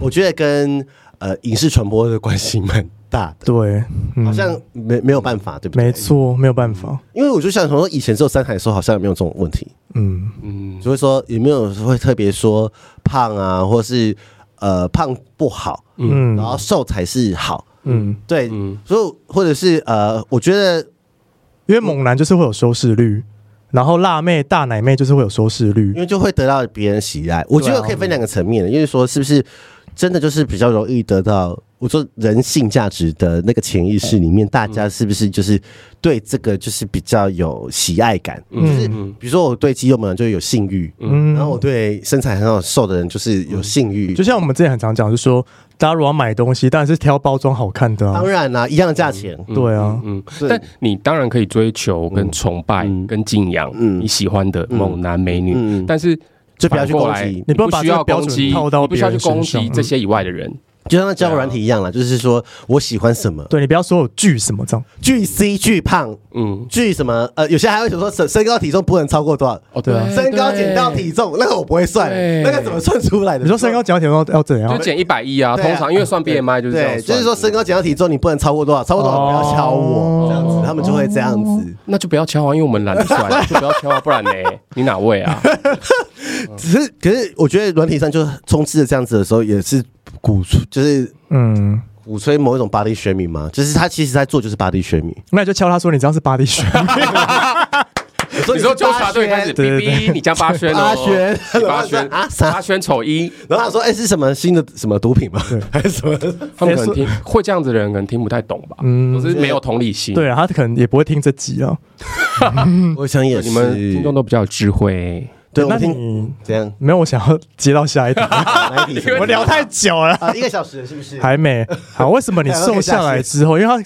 Speaker 2: 我觉得跟呃影视传播的关系蛮大的，
Speaker 1: 对，嗯
Speaker 2: 好像没没有办法，对不对？
Speaker 1: 没，错，没有办法，
Speaker 2: 因为我就想说，以前只有三海的时候好像没有这种问题，
Speaker 1: 嗯，
Speaker 3: 嗯
Speaker 2: 就会说有没有会特别说胖啊，或是呃胖不好，
Speaker 1: 嗯
Speaker 2: 然后瘦才是好。
Speaker 1: 嗯，
Speaker 2: 对，
Speaker 3: 嗯
Speaker 2: 所以或者是呃，我觉得
Speaker 1: 因为猛男就是会有收视率，然后辣妹、大奶妹就是会有收视
Speaker 2: 因
Speaker 1: 率，
Speaker 2: 为就会得到别人喜爱，我觉得可以分两个层面的，因为说是不是真的就是比较容易得到，我说人性价值的那个潜意识里面，大家是不是就是对这个就是比较有喜爱感？就是比如说我对肌肉猛男就有性欲，
Speaker 1: 嗯
Speaker 2: 然后我对身材很好瘦的人就是有性欲，
Speaker 1: 就像我们之前很常讲，就是说大家如果要买东西，当然是挑包装好看的啊
Speaker 2: 当，然啦、一样的价钱，
Speaker 1: 对啊，
Speaker 3: 嗯，
Speaker 2: 对
Speaker 3: 但你当然可以追求、跟崇拜、跟敬仰
Speaker 2: 嗯
Speaker 3: 你喜欢的猛男美
Speaker 2: 嗯
Speaker 3: 女，但是
Speaker 2: 就不要去
Speaker 3: 反过
Speaker 2: 攻
Speaker 3: 来
Speaker 2: 击
Speaker 1: 你不要把
Speaker 3: 需
Speaker 1: 这个
Speaker 3: 要
Speaker 1: 标
Speaker 3: 攻
Speaker 1: 准
Speaker 3: 击，
Speaker 1: 套到
Speaker 3: 你不需要去
Speaker 1: 别人
Speaker 3: 攻
Speaker 1: 身
Speaker 3: 击
Speaker 1: 上
Speaker 3: 这些以外的人。
Speaker 2: 就像那交友软体一样啦，就是说我喜欢什么，
Speaker 1: 对你不要说有剧什么这样，
Speaker 2: 巨 C 巨胖。
Speaker 3: 嗯，
Speaker 2: 据什么呃，有些还会说身身高体重不能超过多少，
Speaker 3: 哦
Speaker 1: 对啊
Speaker 2: 身高减到，体重那个我不会算，
Speaker 3: 对
Speaker 2: 那个怎么算出来的？
Speaker 1: 你说身高减到体重要怎
Speaker 3: 就
Speaker 1: 样？
Speaker 3: 减一百一啊。
Speaker 2: 对啊
Speaker 3: 通常因为算 BMI 就是这样
Speaker 2: 对，就
Speaker 3: 算，
Speaker 2: 是说身高减到体重你不能超过多少，超过多少不要敲我
Speaker 1: 哦
Speaker 2: 这样子，他们就会这样子。
Speaker 3: 那就不要敲啊，因为我们懒得算，就不要敲啊，不然呢，你哪位啊？
Speaker 2: 哦只是可是我觉得软体上就是充斥着这样子的时候，也是鼓吹就是
Speaker 1: 嗯，
Speaker 2: 鼓吹某一种 body shaming 嘛，就是他其实在做就是 body shaming。
Speaker 1: 那你就敲他说你这样是 body shaming
Speaker 2: 你
Speaker 3: 你说纠察队开始，
Speaker 1: 对
Speaker 3: 哔
Speaker 1: 对
Speaker 3: 哔，你叫八轩哦，
Speaker 2: 八轩
Speaker 3: 你八轩
Speaker 2: 啊啥
Speaker 3: 八轩丑一，
Speaker 2: 然后他说：“哎、是什么新的什么毒 品吗？还是什么？”
Speaker 3: 他们可能听会这样子的人可能听不太懂吧，
Speaker 1: 嗯
Speaker 3: 嗯，就是没有同理心。
Speaker 1: 对啊，他可能也不会听这集啊。
Speaker 2: 我想也是，
Speaker 3: 你们听众都比较有智慧，
Speaker 2: 对，
Speaker 1: 那
Speaker 2: 我听
Speaker 1: 你
Speaker 2: 怎 样？
Speaker 1: 没有，我想要接到下一题，
Speaker 2: 哪一题？
Speaker 1: 我们聊太久了。
Speaker 2: 啊，一个小时是不是？
Speaker 1: 还没好，为什么你瘦下来之后？因为他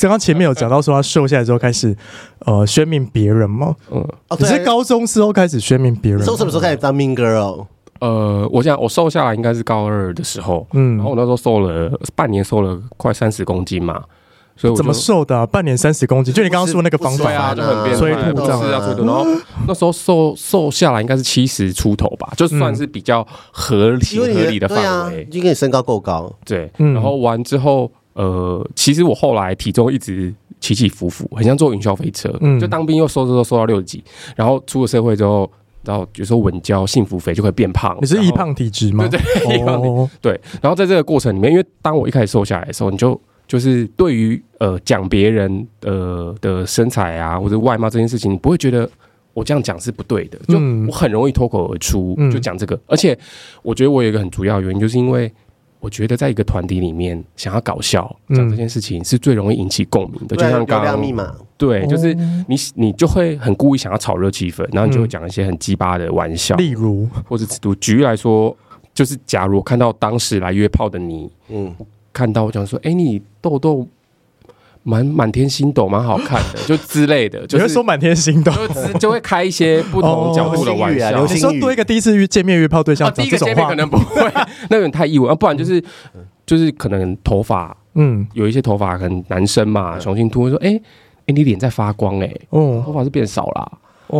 Speaker 1: 刚刚前面有讲到说他瘦下来之后开始，呃，宣明别人嘛。
Speaker 3: 嗯，
Speaker 2: 哦，
Speaker 1: 你
Speaker 2: 对啊，
Speaker 1: 是高中之后开始宣明别人吗？
Speaker 2: 从什么时候开始当 mean girl？
Speaker 3: 呃，我想我瘦下来应该是高二的时候，
Speaker 1: 嗯
Speaker 3: 嗯，然后我那时候瘦了半年，瘦了快三十公斤嘛，所以我就
Speaker 1: 怎么？瘦的啊、半年三十公斤，就你刚刚说那个方
Speaker 2: 不
Speaker 1: 法
Speaker 3: 对
Speaker 2: 是
Speaker 3: 啊，就很变
Speaker 1: 所以
Speaker 3: 态，
Speaker 1: 吐
Speaker 3: 不
Speaker 1: 这样
Speaker 3: 是啊，所以吐然后那时候瘦瘦下来应该是七十出头吧，就
Speaker 1: 嗯
Speaker 3: 算是比较合理
Speaker 2: 因为你
Speaker 3: 合理的
Speaker 2: 对啊
Speaker 3: 范围，，
Speaker 2: 因为你身高够高，
Speaker 3: 对，
Speaker 1: 嗯
Speaker 3: 然后完之后，呃，其实我后来体重一直起起伏伏，很像坐云霄飞车。
Speaker 1: 嗯
Speaker 3: 就当兵又瘦瘦瘦瘦到六十几，然后出了社会之后，然后有时候稳交幸福肥就会变胖。
Speaker 1: 你是易
Speaker 3: 然后
Speaker 1: 胖体质吗？
Speaker 3: 对
Speaker 1: 对
Speaker 3: 易胖体对，然后在这个过程里面，因为当我一开始瘦下来的时候，你就就是对于呃讲别人呃的身材啊或者外貌这件事情，你不会觉得我这样讲是不对的，就
Speaker 1: 嗯
Speaker 3: 我很容易脱口而出
Speaker 1: 嗯
Speaker 3: 就讲这个。而且我觉得我有一个很主要的原因，就是因为我觉得在一个团体里面，想要搞笑
Speaker 1: 嗯
Speaker 3: 讲这件事情是最容易引起共鸣的，就
Speaker 2: 对啊
Speaker 3: 像
Speaker 2: 流
Speaker 3: 刚
Speaker 2: 量
Speaker 3: 刚
Speaker 2: 密码，
Speaker 3: 对，就是
Speaker 1: 哦嗯
Speaker 3: 你你就会很故意想要炒热气氛，然后你就会讲一些很鸡巴的玩笑，
Speaker 1: 例如，
Speaker 3: 或者尺度。举例来说，就是假如我看到当时来约炮的你，
Speaker 2: 嗯，
Speaker 3: 看到我讲说，哎、你痘痘蛮满天星斗，蛮好看 的，就之类的，
Speaker 1: 你
Speaker 3: 就
Speaker 1: 会
Speaker 3: 是
Speaker 1: 说满天星斗。
Speaker 3: 就之就会 开一些不同角度的玩笑。
Speaker 2: 流
Speaker 1: 你
Speaker 2: 星
Speaker 1: 说多一个第一次遇见面约炮对
Speaker 3: 啊，
Speaker 1: 象，
Speaker 3: 第一
Speaker 1: 讲
Speaker 3: 个
Speaker 1: 这种
Speaker 3: 见面
Speaker 1: 话
Speaker 3: 可，能不会， 那有点太意外啊，不然就是就是可能头发
Speaker 1: 嗯，
Speaker 3: 有一些头发可能男生嘛，雄性秃会说，哎、哎、你脸在发光哎、头
Speaker 1: 哦，
Speaker 3: 发是变少啦。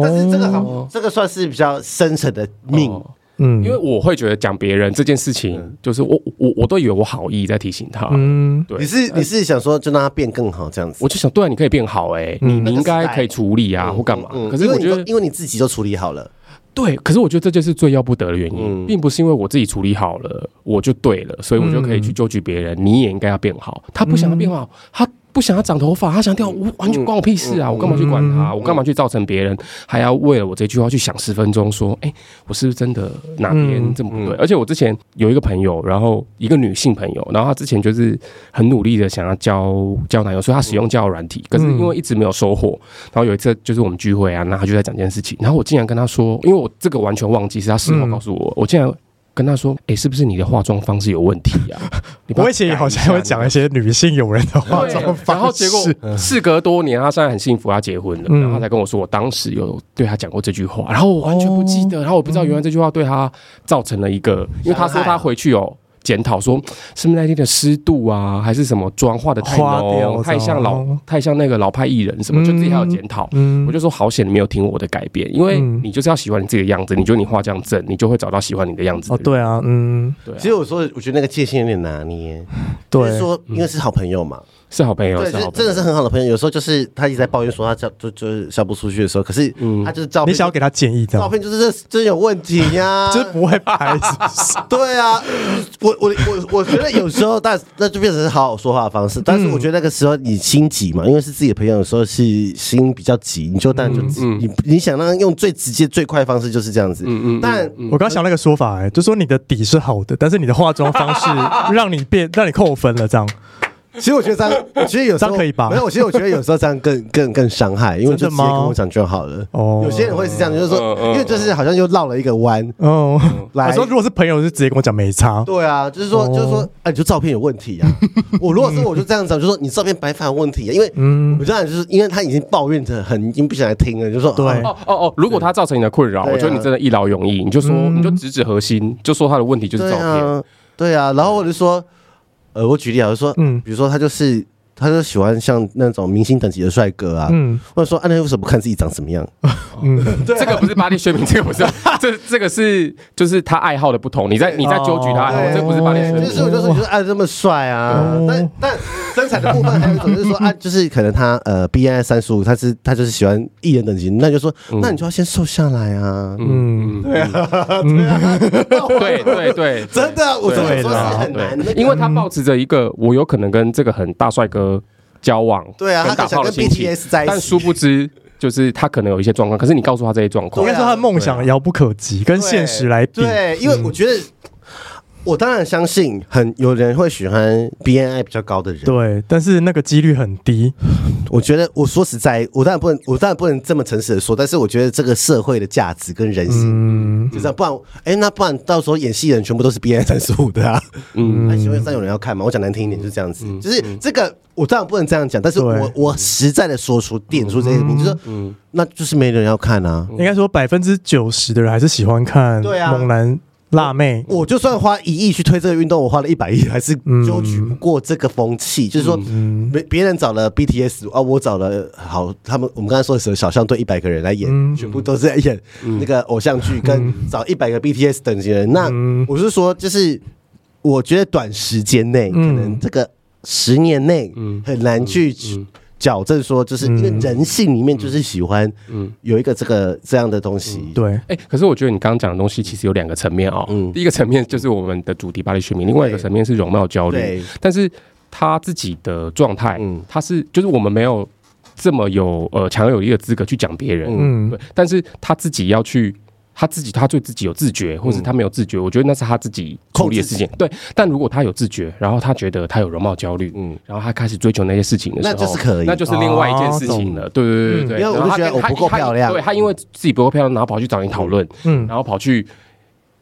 Speaker 2: 但是这个
Speaker 1: 哦
Speaker 2: 好，这个算是比较深层的命，
Speaker 3: 哦
Speaker 1: 嗯，
Speaker 3: 因为我会觉得讲别人这件事情，就是我我我都以为我好意在提醒他，
Speaker 1: 嗯，
Speaker 3: 对，呃
Speaker 2: 你是你是想说就让它变更好这样子
Speaker 3: 我？就想，对啊，你可以变好哎、你
Speaker 1: 嗯
Speaker 3: 你应该可以处理啊，或干嘛？
Speaker 2: 嗯
Speaker 3: 可是我觉
Speaker 2: 因为
Speaker 3: 得
Speaker 2: 你都因为你自己都处理好了，
Speaker 3: 对，可是我觉得这就是最要不得的原因，
Speaker 2: 嗯
Speaker 3: 并不是因为我自己处理好了我就对了，所以我就可以
Speaker 1: 嗯
Speaker 3: 去纠举别人。你也应该要变好，他不想要变好，他不想要长头发，他想掉，我完全关我屁事
Speaker 1: 嗯
Speaker 3: 啊！我干嘛去管他？我干嘛去造成别人还要为了我这句话去想十分钟？说，哎，我是不是真的哪边
Speaker 1: 嗯
Speaker 3: 这么不对？而且我之前有一个朋友，然后一个女性朋友，然后她之前就是很努力的想要交交男友，所以她使用交友软体，可
Speaker 1: 嗯
Speaker 3: 是因为一直没有收获，然后有一次就是我们聚会啊，那他就在讲这件事情，然后我竟然跟他说，因为我这个完全忘记是他事后告诉
Speaker 1: 嗯
Speaker 3: 我，我竟然跟他说，哎、是不是你的化妆方式有问题啊？ 你帮
Speaker 1: 我以前也好像会讲一些女性友人的话，
Speaker 3: 对
Speaker 1: 这种
Speaker 3: 然后
Speaker 1: 方
Speaker 3: 结
Speaker 1: 式，
Speaker 3: 果事隔多年，他现在很幸福，他结婚了，
Speaker 1: 嗯
Speaker 3: 然后他才跟我说，我当时有对他讲过这句话，然后我完全不记
Speaker 1: 哦
Speaker 3: 得，然后我不知道原来这句话对他造成了一个，因为他说
Speaker 2: 伤害
Speaker 3: 他
Speaker 2: 啊
Speaker 3: 回去有检讨说，是不是那天的湿度啊，还是什么妆化的太
Speaker 1: 花
Speaker 3: 浓，
Speaker 1: 掉
Speaker 3: 太像老
Speaker 1: 糟
Speaker 3: 太像那个老派艺人什么，就自己还有检讨。
Speaker 1: 嗯
Speaker 3: 我就说好险你没有听我的改变，因为
Speaker 1: 嗯
Speaker 3: 你就是要喜欢你自己的样子，你觉得你画这样正，你就会找到喜欢你的样子的
Speaker 1: 哦，
Speaker 3: 人。
Speaker 1: 对啊，嗯，
Speaker 3: 对啊
Speaker 2: 其实我说，我觉得那个界限有点拿捏。就是
Speaker 1: 对，
Speaker 2: 说，因为是好朋友嘛，
Speaker 3: 是好朋友，
Speaker 2: 对，
Speaker 3: 嗯是
Speaker 2: 就
Speaker 3: 好
Speaker 2: 是
Speaker 3: 朋
Speaker 2: 真
Speaker 3: 友
Speaker 2: 的是很好的朋友。有时候就是他一直在抱怨说他交就就是交不出去的时候，可是
Speaker 3: 嗯
Speaker 2: 他就是照
Speaker 1: 你
Speaker 2: 片，
Speaker 1: 想要给他建议这
Speaker 2: 照
Speaker 1: 样，
Speaker 2: 片就是这真有问题 呀，
Speaker 1: 就是不会拍，是不 是
Speaker 2: 对啊，我我我我觉得有时候，但那就变成是好好说话的方式。但是
Speaker 1: 嗯
Speaker 2: 我觉得那个时候你心急嘛，因为是自己的朋友，有时候是心比较急，你就当
Speaker 1: 嗯
Speaker 2: 然就急、你你想让用最直接、最快的方式就是这样子。嗯嗯。但
Speaker 1: 我刚想那个说法、哎，就说你的底是好的，但是你的化妆方 式让你变，让你扣分了，这样
Speaker 2: 其实我觉得这样，我觉得有时
Speaker 1: 这
Speaker 2: 候
Speaker 1: 样可以吧
Speaker 2: 没有，其实我觉得有时候这样更更更伤害，因为
Speaker 1: 真
Speaker 2: 就
Speaker 1: 的
Speaker 2: 直接
Speaker 1: 吗
Speaker 2: 跟我讲就好了。
Speaker 1: 哦
Speaker 2: 有些人会是这样，就是说
Speaker 3: 嗯，嗯
Speaker 2: 因为就是好像又绕了一个弯
Speaker 1: 哦。
Speaker 2: 来
Speaker 1: 我。说如果是朋友，就直接跟我讲没差，
Speaker 2: 对啊，就是说，
Speaker 1: 哦
Speaker 2: 就是说，哎，你就照片有问题啊！我如果说我就这样讲，就说你照片白发有问题啊，因为
Speaker 1: 嗯
Speaker 2: 我，知道，就是因为他已经抱怨的很，已经不想来听了，就说
Speaker 1: 对
Speaker 2: 啊
Speaker 3: 哦哦哦！如果他造成你的困扰，
Speaker 2: 对啊
Speaker 3: 我觉得你真的一劳永逸，你就说，
Speaker 1: 嗯
Speaker 3: 你就直指核心，就说他的问题就是
Speaker 2: 对
Speaker 3: 照片。
Speaker 2: 啊，对啊。然后我就说，呃，我举例啊，我就说，
Speaker 1: 嗯
Speaker 2: 嗯，比如说他就是，他就喜欢像那种明星等级的帅哥啊，
Speaker 1: 嗯
Speaker 2: 或者说，啊，那为什么不看自己长什么样？
Speaker 1: 嗯，
Speaker 3: 这个不是巴黎宣明，这个 不是，这这个是就是他爱好的不同。你在你在
Speaker 1: 哦
Speaker 3: 纠举他爱好，
Speaker 2: 对
Speaker 3: 这不是巴黎宣
Speaker 2: 就是
Speaker 3: 明。
Speaker 2: 我就说，你就是啊，这么帅啊
Speaker 1: 嗯哦。
Speaker 2: 但但身材的部分还有一种就是说，啊，就是可能他呃 B I 三十五，他是他就是喜欢艺人等级，那就说，那你就要先瘦下来啊。
Speaker 1: 嗯
Speaker 3: 嗯，对对对，
Speaker 2: 真的，我怎么
Speaker 1: 对
Speaker 2: 说
Speaker 1: 啦
Speaker 2: 是很难的
Speaker 3: 对，，因为他保持着一个我有可能跟这个很大帅哥交往，
Speaker 2: 对啊，
Speaker 3: 跟
Speaker 2: 他
Speaker 3: 打
Speaker 2: 可
Speaker 3: 炮
Speaker 2: 想
Speaker 3: 的
Speaker 2: 跟
Speaker 3: 心情，
Speaker 2: BTS 在一
Speaker 3: 但
Speaker 2: 起
Speaker 3: 殊。不知就是他可能有一些状况，可是你告诉他这些状
Speaker 1: 应
Speaker 3: 况
Speaker 2: 啊
Speaker 1: 该，说他梦想遥不可及，跟
Speaker 2: 对
Speaker 1: 现实来比，嗯
Speaker 2: 对，因为我觉得，我当然相信很有人会喜欢 BNI 比较高的人。
Speaker 1: 对，但是那个几率很低，
Speaker 2: 我觉得，我说实在，我当然不能，我当然不能这么诚实的说，但是我觉得这个社会的价值跟人性。
Speaker 1: 嗯，
Speaker 2: 就这样，不然，哎、那不然到时候演戏的人全部都是 B N 三十五的啊，
Speaker 3: 嗯
Speaker 2: 嗯，那请问三有人要看吗？我讲难听一点，就是这样子，就是这个，我当然不能这样讲，但是
Speaker 1: 嗯对
Speaker 2: 我我实在的说出点出这些名，就是说，嗯，那就是没人要看啊，
Speaker 1: 应该说百分之九十的人还是喜欢看
Speaker 2: 对啊
Speaker 1: 猛男辣妹，
Speaker 2: 我就算花一亿去推这个运动，我花了一百亿，还是
Speaker 1: 嗯
Speaker 2: 纠举不过这个风气。就是说，别别人找了 BTS 啊，我找了好，他们我们刚才说的时候，小象队一百个人来演，
Speaker 1: 嗯
Speaker 2: 全部都是在演那个偶像剧，跟找一百个 BTS 等级的人。那
Speaker 1: 嗯
Speaker 2: 我是说，就是我觉得短时间内，可
Speaker 1: 嗯
Speaker 2: 能这个十年内很难去。矫正说，就是
Speaker 1: 嗯
Speaker 2: 因为人性里面就是喜欢，有一个这个这样的东西，
Speaker 1: 对，
Speaker 3: 哎、可是我觉得你刚刚讲的东西其实有两个层面哦。
Speaker 2: 嗯
Speaker 3: 第一个层面就是我们的主题巴黎学名，另外一个层面是容貌焦虑
Speaker 2: 对。
Speaker 3: 但是他自己的状态，
Speaker 2: 嗯
Speaker 3: 他是就是我们没有这么有呃强有力的资格去讲别人，
Speaker 1: 嗯
Speaker 3: 对。但是他自己要去。他自己，他对自己有自觉，或者他没有自觉，我觉得那是他自己处理的事情。对，但如果他有自觉，然后他觉得他有容貌焦虑，嗯
Speaker 2: 嗯，
Speaker 3: 然后他开始追求那些事情的时候，
Speaker 2: 那就是可以哦嗯
Speaker 3: 那就是另外一件事情了。对对对对对，
Speaker 2: 因为我就
Speaker 3: 然后他
Speaker 2: 觉得
Speaker 3: 跟
Speaker 2: 我不够
Speaker 3: 他他
Speaker 2: 漂亮
Speaker 3: 对他因为自己不够漂亮，然后跑去找你讨论，
Speaker 1: 嗯
Speaker 3: 然后跑去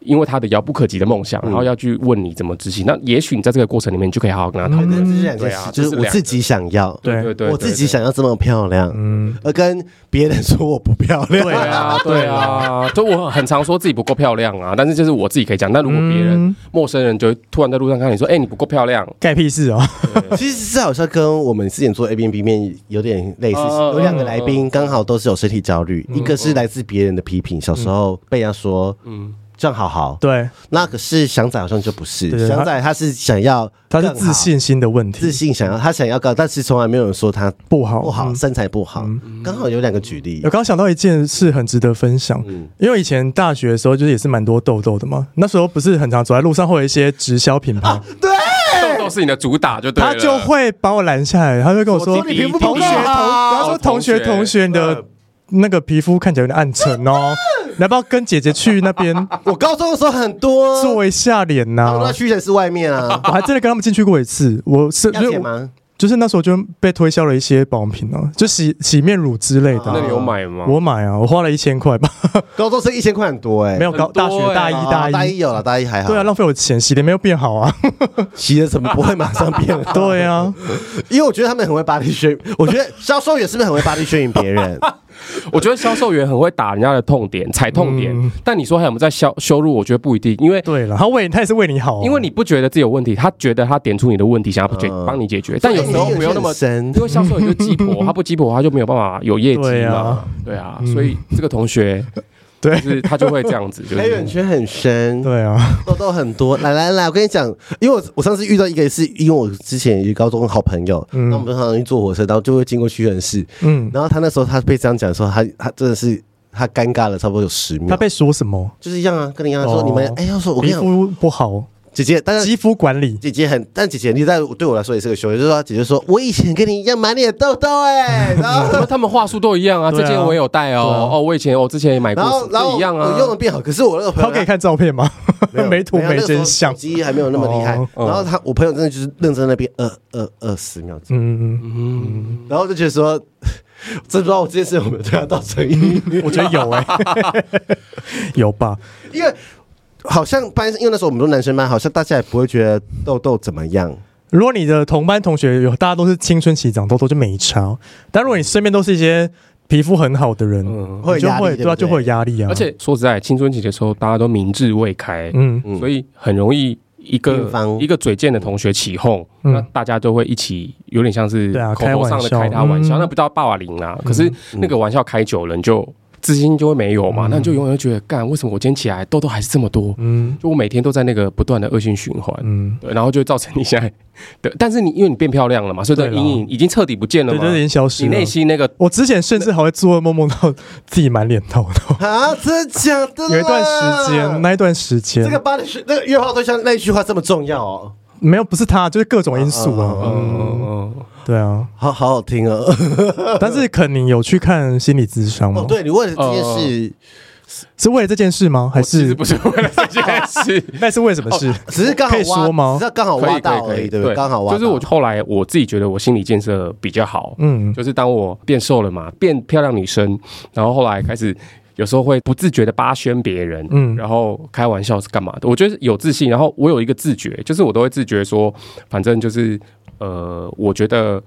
Speaker 3: 因为他的遥不可及的梦想，
Speaker 2: 嗯
Speaker 3: 然后要去问你怎么执行。那也许你在这个过程里面，你就可以好好跟他讨
Speaker 2: 可
Speaker 3: 论。
Speaker 2: 能这是两件
Speaker 3: 对啊
Speaker 2: 事，就是
Speaker 3: 这是
Speaker 2: 我
Speaker 3: 两个
Speaker 2: 自己想要，
Speaker 1: 对
Speaker 3: 对对，
Speaker 2: 嗯我自己
Speaker 3: 对
Speaker 2: 想要这么漂亮，嗯，而跟别人说我不漂亮，
Speaker 3: 对啊，对啊，就我很常说自己不够漂亮啊，但是就是我自己可以讲。但如果别人
Speaker 1: 嗯
Speaker 3: 陌生人就会突然在路上看到你说，哎，你不够漂亮，
Speaker 1: 盖屁事哦，
Speaker 2: 其实这好像跟我们之前做 A B B 面有点类似，
Speaker 3: 哦嗯
Speaker 2: 有两个来宾刚好都是有身体焦虑，一个是来自别人的批评，小时候被人家说，嗯，这样好好，
Speaker 1: 对，
Speaker 2: 那可是翔仔好像就不是，
Speaker 1: 对
Speaker 2: 翔仔他是想要
Speaker 1: 他是
Speaker 2: 更好
Speaker 1: 自信心的问题，
Speaker 2: 自信想要他想要高，但是从来没有人说他
Speaker 1: 不好
Speaker 2: 不好，
Speaker 1: 嗯
Speaker 2: 身材不好，刚好有两个举例
Speaker 1: 我，刚想到一件事很值得分享，因为以前大学的时候就是也是蛮多痘痘的嘛，那时候不是很常走在路上会有一些直销品牌，
Speaker 3: 痘痘是你的主打就对了。
Speaker 1: 他就会把我拦下来，他就跟我说
Speaker 3: 说你皮肤
Speaker 1: 同
Speaker 3: 不
Speaker 1: 学
Speaker 3: 好
Speaker 1: 同，他说
Speaker 3: 哦
Speaker 1: 同学
Speaker 3: 同学
Speaker 1: 同学你的
Speaker 2: 嗯
Speaker 1: 那个皮肤看起来有点暗沉哦，你要不要跟姐姐去那边
Speaker 2: 啊我高中的时候很多，
Speaker 1: 做一下脸
Speaker 2: 他们都
Speaker 1: 呐，
Speaker 2: 在？屈臣氏外面啊
Speaker 1: 我还真的跟他们进去过一次，我是
Speaker 2: 要钱
Speaker 1: 我
Speaker 2: 吗？
Speaker 1: 就是那时候就被推销了一些保养品哦，就洗洗面乳之类的
Speaker 3: 那你
Speaker 1: 啊。
Speaker 3: 有买吗？
Speaker 1: 我买啊，我花了一千块吧，
Speaker 2: 高中生一千块很多哎，
Speaker 1: 没有高
Speaker 3: 很多
Speaker 1: 大学
Speaker 3: 欸
Speaker 1: 大
Speaker 2: 哦
Speaker 1: 一
Speaker 2: 大
Speaker 1: 大
Speaker 2: 一
Speaker 1: 一，
Speaker 2: 有了，大一还好，
Speaker 1: 对啊，浪费我钱，洗脸没有变好啊。
Speaker 2: 洗了怎么不会马上变？
Speaker 1: 对啊，
Speaker 2: 因为我觉得他们很会巴力宣，我觉得销售员是不是很会巴力宣引别 人？
Speaker 3: 我觉得销售员很会打人家的痛点，踩痛点。但你说还有没有在销羞辱？我觉得不一定，因为
Speaker 1: 嗯对了，他为他也是为你好、啊
Speaker 3: 因为你不觉得自己有问题，他觉得他点出你的问题，想要解
Speaker 2: 嗯
Speaker 3: 帮你解决。但有时候不用那么
Speaker 2: 深
Speaker 3: 因，为销售员就 鸡婆，他不鸡婆他就没有办法有业绩
Speaker 1: 对
Speaker 3: 嘛
Speaker 1: 啊。
Speaker 3: 对啊，所以这个同学
Speaker 1: 对
Speaker 3: 就是他就会这样子，就
Speaker 2: 黑眼
Speaker 3: 是
Speaker 2: 圈很深，
Speaker 1: 对啊，
Speaker 2: 痘痘很多。来来来，我跟你讲，因为我我上次遇到一个是，因为我之前有一个高中好朋友，那、我们常常去坐火车，然后就会经过屈臣氏，
Speaker 1: 嗯，
Speaker 2: 然后他那时候他被这样讲的时候，他他真的是他尴尬了差不多有十秒，
Speaker 1: 他被说什么？
Speaker 2: 就是一样啊，跟你一样说、
Speaker 1: 哦
Speaker 2: 你们哎，要说我跟你
Speaker 1: 皮
Speaker 2: 讲，
Speaker 1: 肤不好，
Speaker 2: 姐姐，但是
Speaker 1: 肌肤管理，
Speaker 2: 姐姐很，但姐姐你在对我来说也是个羞辱，就是说姐姐说我以前跟你一样满脸痘痘哎，然后
Speaker 3: 他们话术都一样啊。
Speaker 1: 对啊
Speaker 3: 这件我也有带
Speaker 1: 对啊
Speaker 3: 哦，哦，我以前我之前也买过
Speaker 2: 然后，，然后
Speaker 3: 一样
Speaker 2: 我用的
Speaker 3: 啊。
Speaker 2: 变好，可是我那个朋
Speaker 1: 他
Speaker 2: 友
Speaker 1: 可以看照片吗？
Speaker 2: 有
Speaker 1: 没图
Speaker 2: 有那个时候
Speaker 1: 真相
Speaker 2: 手。机还没有那么厉害
Speaker 1: 哦。
Speaker 3: 嗯
Speaker 2: 然后他，我朋友真的就是认真那边呃二二二十秒钟，
Speaker 1: 嗯，
Speaker 2: 然后就觉得说， 真不知道我这件事有没有对他造成阴影，
Speaker 1: 我觉得有 哎、有吧？
Speaker 2: 因为好像班，因为那时候我们都男生班，好像大家也不会觉得痘痘怎么样。
Speaker 1: 如果你的同班同学有大家都是青春期长痘痘，就没差；但如果你身边都是一些皮肤很好的人，你
Speaker 2: 嗯会有
Speaker 1: 就
Speaker 2: 压力
Speaker 1: 会
Speaker 2: 对不
Speaker 1: 对啊，
Speaker 2: 对
Speaker 1: 就会有压力啊。
Speaker 3: 嗯而，且说实在，青春期的时候大家都明智未开，
Speaker 1: 嗯，
Speaker 2: 嗯
Speaker 3: 所以很容易一
Speaker 2: 病
Speaker 3: 个
Speaker 2: 房
Speaker 3: 一个嘴贱的同学起哄，
Speaker 1: 嗯
Speaker 3: 那大家都会一起有点像是
Speaker 1: 对啊
Speaker 3: 口头上的
Speaker 1: 开玩笑
Speaker 3: 开他玩笑，
Speaker 1: 嗯
Speaker 3: 那不叫霸凌啦。可是
Speaker 2: 嗯
Speaker 3: 那个玩笑开久了，你就自信心就会没有嘛，那你就永远会觉得，干为什么我今天起来痘痘还是这么多？
Speaker 1: 嗯
Speaker 3: 就我每天都在那个不断的恶性循环。
Speaker 1: 嗯，
Speaker 3: 对，然后就会造成你现在的，但是你因为你变漂亮了嘛，所以这个
Speaker 1: 对啦
Speaker 3: 阴影已经彻底不见了
Speaker 1: 对，
Speaker 3: 嘛。
Speaker 1: 就是已经消失
Speaker 3: 你
Speaker 1: 了
Speaker 3: 内。心那个
Speaker 1: 我之前甚至还会做噩梦，梦到自己满脸痘痘。
Speaker 2: 啊，真的假的啦？
Speaker 1: 有一段时间，那一段时间，
Speaker 2: 这个巴黎学那个约炮对象那一句话这么重要哦，
Speaker 1: 没有，不是他，就是各种因素啊。
Speaker 2: 嗯
Speaker 3: 嗯，
Speaker 1: 对啊，
Speaker 2: 好好好听哦。
Speaker 1: 但是肯宁有去看心理咨商吗？
Speaker 2: 哦，，对你问了这件事，
Speaker 1: 是为了这件事吗？还
Speaker 3: 哦其实
Speaker 1: 是
Speaker 3: 不是哦为了这件事，
Speaker 1: 那是为什么事？
Speaker 3: 呃
Speaker 2: 只是刚好
Speaker 1: 可以
Speaker 2: 挖
Speaker 1: 说吗
Speaker 2: 只是刚好
Speaker 3: 可
Speaker 2: 挖
Speaker 3: 以可以
Speaker 2: 到
Speaker 3: 可
Speaker 2: 而
Speaker 3: 以，
Speaker 2: 已，对不对？刚好挖
Speaker 3: 就
Speaker 2: 到，
Speaker 3: 是我后来我自己觉得我心理建设比较好，
Speaker 1: 嗯，
Speaker 3: 就是当我变瘦了嘛，变漂亮女生，然后后来开始有时候会不自觉的扒宣别人，嗯，
Speaker 1: 嗯
Speaker 3: 然后开玩笑是干嘛的？我觉得有自信，然后我有一个自觉，就是我都会自觉说，反正就是呃，我觉得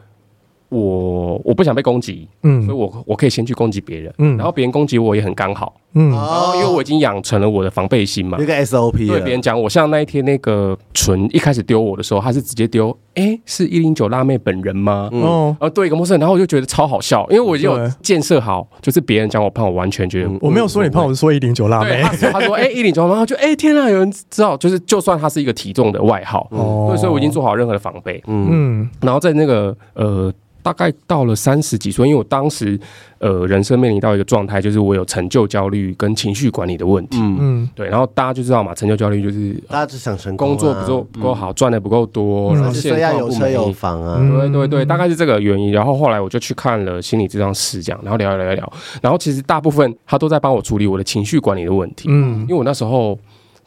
Speaker 3: 我我不想被攻击，
Speaker 1: 嗯
Speaker 3: 所以我我可以先去攻击别人，嗯，
Speaker 1: 嗯
Speaker 3: 然后别人攻击我也很刚好，
Speaker 1: 嗯，
Speaker 3: 然后
Speaker 2: 哦，
Speaker 3: 因为我已经养成了我的防备心嘛
Speaker 2: 有一。个 SOP
Speaker 3: 对
Speaker 2: 了
Speaker 3: 别人讲，我像那一天那个纯一开始丢我的时候，他是直接丢，哎，是一零九辣妹本人吗？
Speaker 1: 哦，
Speaker 3: 啊，对一个陌生人，然后我就觉得超好笑，因为我已经有
Speaker 1: 对
Speaker 3: 建设好，就是别人讲我胖，我完全觉得
Speaker 1: 我没有说你胖，我是说一零九辣
Speaker 3: 对，
Speaker 1: 妹
Speaker 3: 他。说他说哎一零九，然后就哎天啊，有人知道，就是就算他是一个体重的外号，
Speaker 1: 哦
Speaker 3: 对，所以我已经做好任何的防备。
Speaker 2: 嗯，
Speaker 1: 嗯
Speaker 3: 然后在那个呃，大概到了三十几岁，因为我当时呃人生面临到一个状态，就是我有成就焦虑跟情绪管理的问题。
Speaker 1: 嗯
Speaker 3: 对，然后大家就知道嘛，成就焦虑就是
Speaker 2: 大家只想成功啊
Speaker 3: 工作不够不够好，赚的不够多，然后
Speaker 2: 嗯就是
Speaker 3: 现
Speaker 2: 说要
Speaker 3: 况
Speaker 2: 有
Speaker 3: 不
Speaker 2: 车有
Speaker 3: 满意
Speaker 2: 房啊，
Speaker 1: 嗯
Speaker 3: 对对对，大概是这个原因。然后后来我就去看了心理咨商师，这样，然后聊一聊一聊。然后其实大部分他都在帮我处理我的情绪管理的问题，因
Speaker 1: 嗯，
Speaker 3: 为我那时候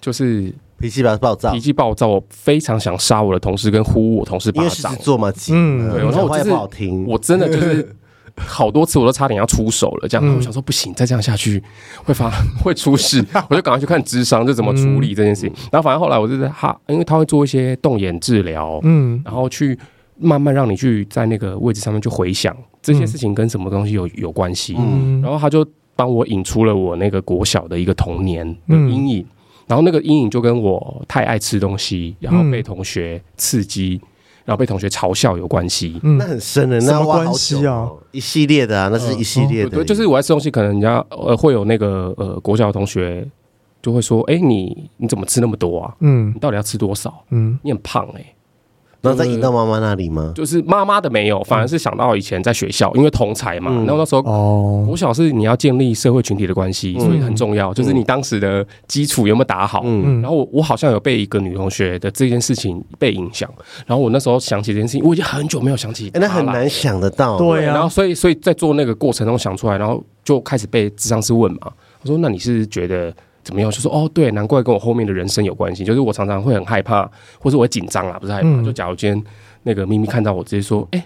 Speaker 3: 就是
Speaker 2: 脾气比较暴躁
Speaker 3: 脾，气暴躁，我非常想杀我的同事跟呼我同事
Speaker 2: 因
Speaker 3: 巴
Speaker 2: 为狮
Speaker 3: 掌
Speaker 2: 子。座嘛，急
Speaker 1: 嗯
Speaker 2: 嗯，
Speaker 3: 对然后
Speaker 2: 讲
Speaker 3: 我
Speaker 2: 话也
Speaker 3: 就是
Speaker 2: 不好听，
Speaker 3: 我真的就是好多次我都差点要出手了，
Speaker 1: 嗯
Speaker 3: 这样、然后我想说不行，再这样下去会发 会出事，我就赶快去看智商就怎么处
Speaker 1: 嗯
Speaker 3: 理这件事情。然后反正后来我就是他，因为他会做一些动眼治疗，
Speaker 1: 嗯
Speaker 3: 然后去慢慢让你去在那个位置上面去回想这些事情跟什么东西有有关系。
Speaker 1: 嗯
Speaker 3: 然后他就帮我引出了我那个国小的一个童年的
Speaker 1: 嗯
Speaker 3: 阴影，然后那个阴影就跟我太爱吃东西，然后
Speaker 1: 嗯
Speaker 3: 被同学刺激，然后被同学嘲笑有关系。
Speaker 1: 嗯
Speaker 2: 那很深的，
Speaker 1: 什
Speaker 2: 那
Speaker 1: 么
Speaker 2: 挖好
Speaker 1: 关系
Speaker 2: 久
Speaker 1: 啊
Speaker 2: 哦，一系列的啊，那是一系列的，
Speaker 3: 嗯哦对，就是我在吃东西，可能人家呃会有那个呃国小的同学就会说：“哎，你你怎么吃那么多啊？
Speaker 1: 嗯
Speaker 3: 你到底要吃多少？
Speaker 1: 嗯
Speaker 3: 你很胖哎、
Speaker 2: 然后再引到妈妈那里吗？
Speaker 3: 就是妈妈的没有，反而是想到以前在学校，因为同才嘛，
Speaker 2: 嗯
Speaker 3: 然后那时候
Speaker 1: 哦
Speaker 3: 国小是你要建立社会群体的关系，所以很重要，就是你当时的基础有没有打好。
Speaker 2: 嗯，
Speaker 1: 嗯
Speaker 3: 然后我我好像有被一个女同学的这件事情被影响，然后我那时候想起这件事情，我已经很久没有想起她
Speaker 2: 哎，
Speaker 3: 了，
Speaker 2: 那很难想得到，
Speaker 1: 对
Speaker 3: 然后
Speaker 1: 啊
Speaker 3: 所以所以在做那个过程中想出来，然后就开始被智商师问嘛，我说那你是觉得怎么样？就说哦，对，难怪跟我后面的人生有关系，就是我常常会很害怕，或者我会紧张啊啦，不是害怕，
Speaker 1: 嗯
Speaker 3: 就假如今天那个咪咪看到我，直接说，哎、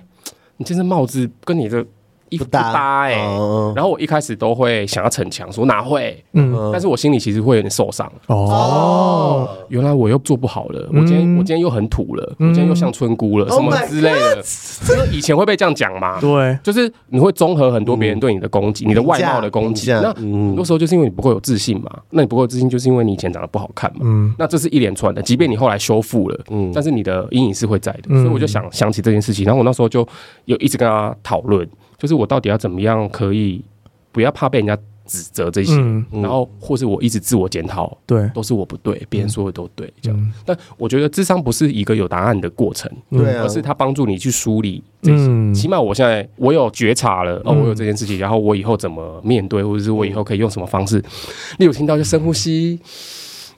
Speaker 3: 你这身帽子跟你的衣服
Speaker 2: 不
Speaker 3: 不搭
Speaker 2: 搭
Speaker 1: 嗯
Speaker 3: 哎、
Speaker 2: 哦
Speaker 3: 然后我一开始都会想要逞强，说哪会，
Speaker 1: 嗯
Speaker 3: 但是我心里其实会有点受伤。
Speaker 1: 哦，
Speaker 2: 哦
Speaker 3: 原来我又做不好了，我
Speaker 1: 嗯
Speaker 3: 今天我今天又很土了，我今天又像村姑了，
Speaker 2: Oh
Speaker 3: 什么
Speaker 2: my
Speaker 3: 之类的。因为以前会被这样讲嘛，
Speaker 1: 对，
Speaker 3: 就是你会综合很多别人对你的攻击，你的外貌的攻击。
Speaker 2: 嗯评价
Speaker 3: 那
Speaker 2: 嗯
Speaker 3: 很多时候就是因为你不够有自信嘛，那你不够有自信就是因为你以前长得不好看嘛。
Speaker 1: 嗯
Speaker 3: 那这是一连串的，即便你后来修复了，
Speaker 2: 嗯
Speaker 3: 但是你的阴影是会在的。
Speaker 1: 嗯
Speaker 3: 所以我就想想起这件事情，然后我那时候就有一直跟他讨论，就是我到底要怎么样可以不要怕被人家指责这些，
Speaker 1: 嗯
Speaker 3: 然后或是我一直自我检讨，
Speaker 1: 对，
Speaker 3: 都是我不
Speaker 2: 嗯
Speaker 3: 对，别人说的都对，这样。
Speaker 1: 嗯
Speaker 3: 但我觉得智商不是一个有答案的过程，
Speaker 2: 对啊
Speaker 3: 嗯而，是它帮助你去梳理这些。
Speaker 1: 嗯
Speaker 3: 起码我现在我有觉察了，哦，
Speaker 1: 嗯
Speaker 3: 我有这件事情，然后我以后怎么面对，或者是我以后可以用什么方式？例如听到就深呼吸，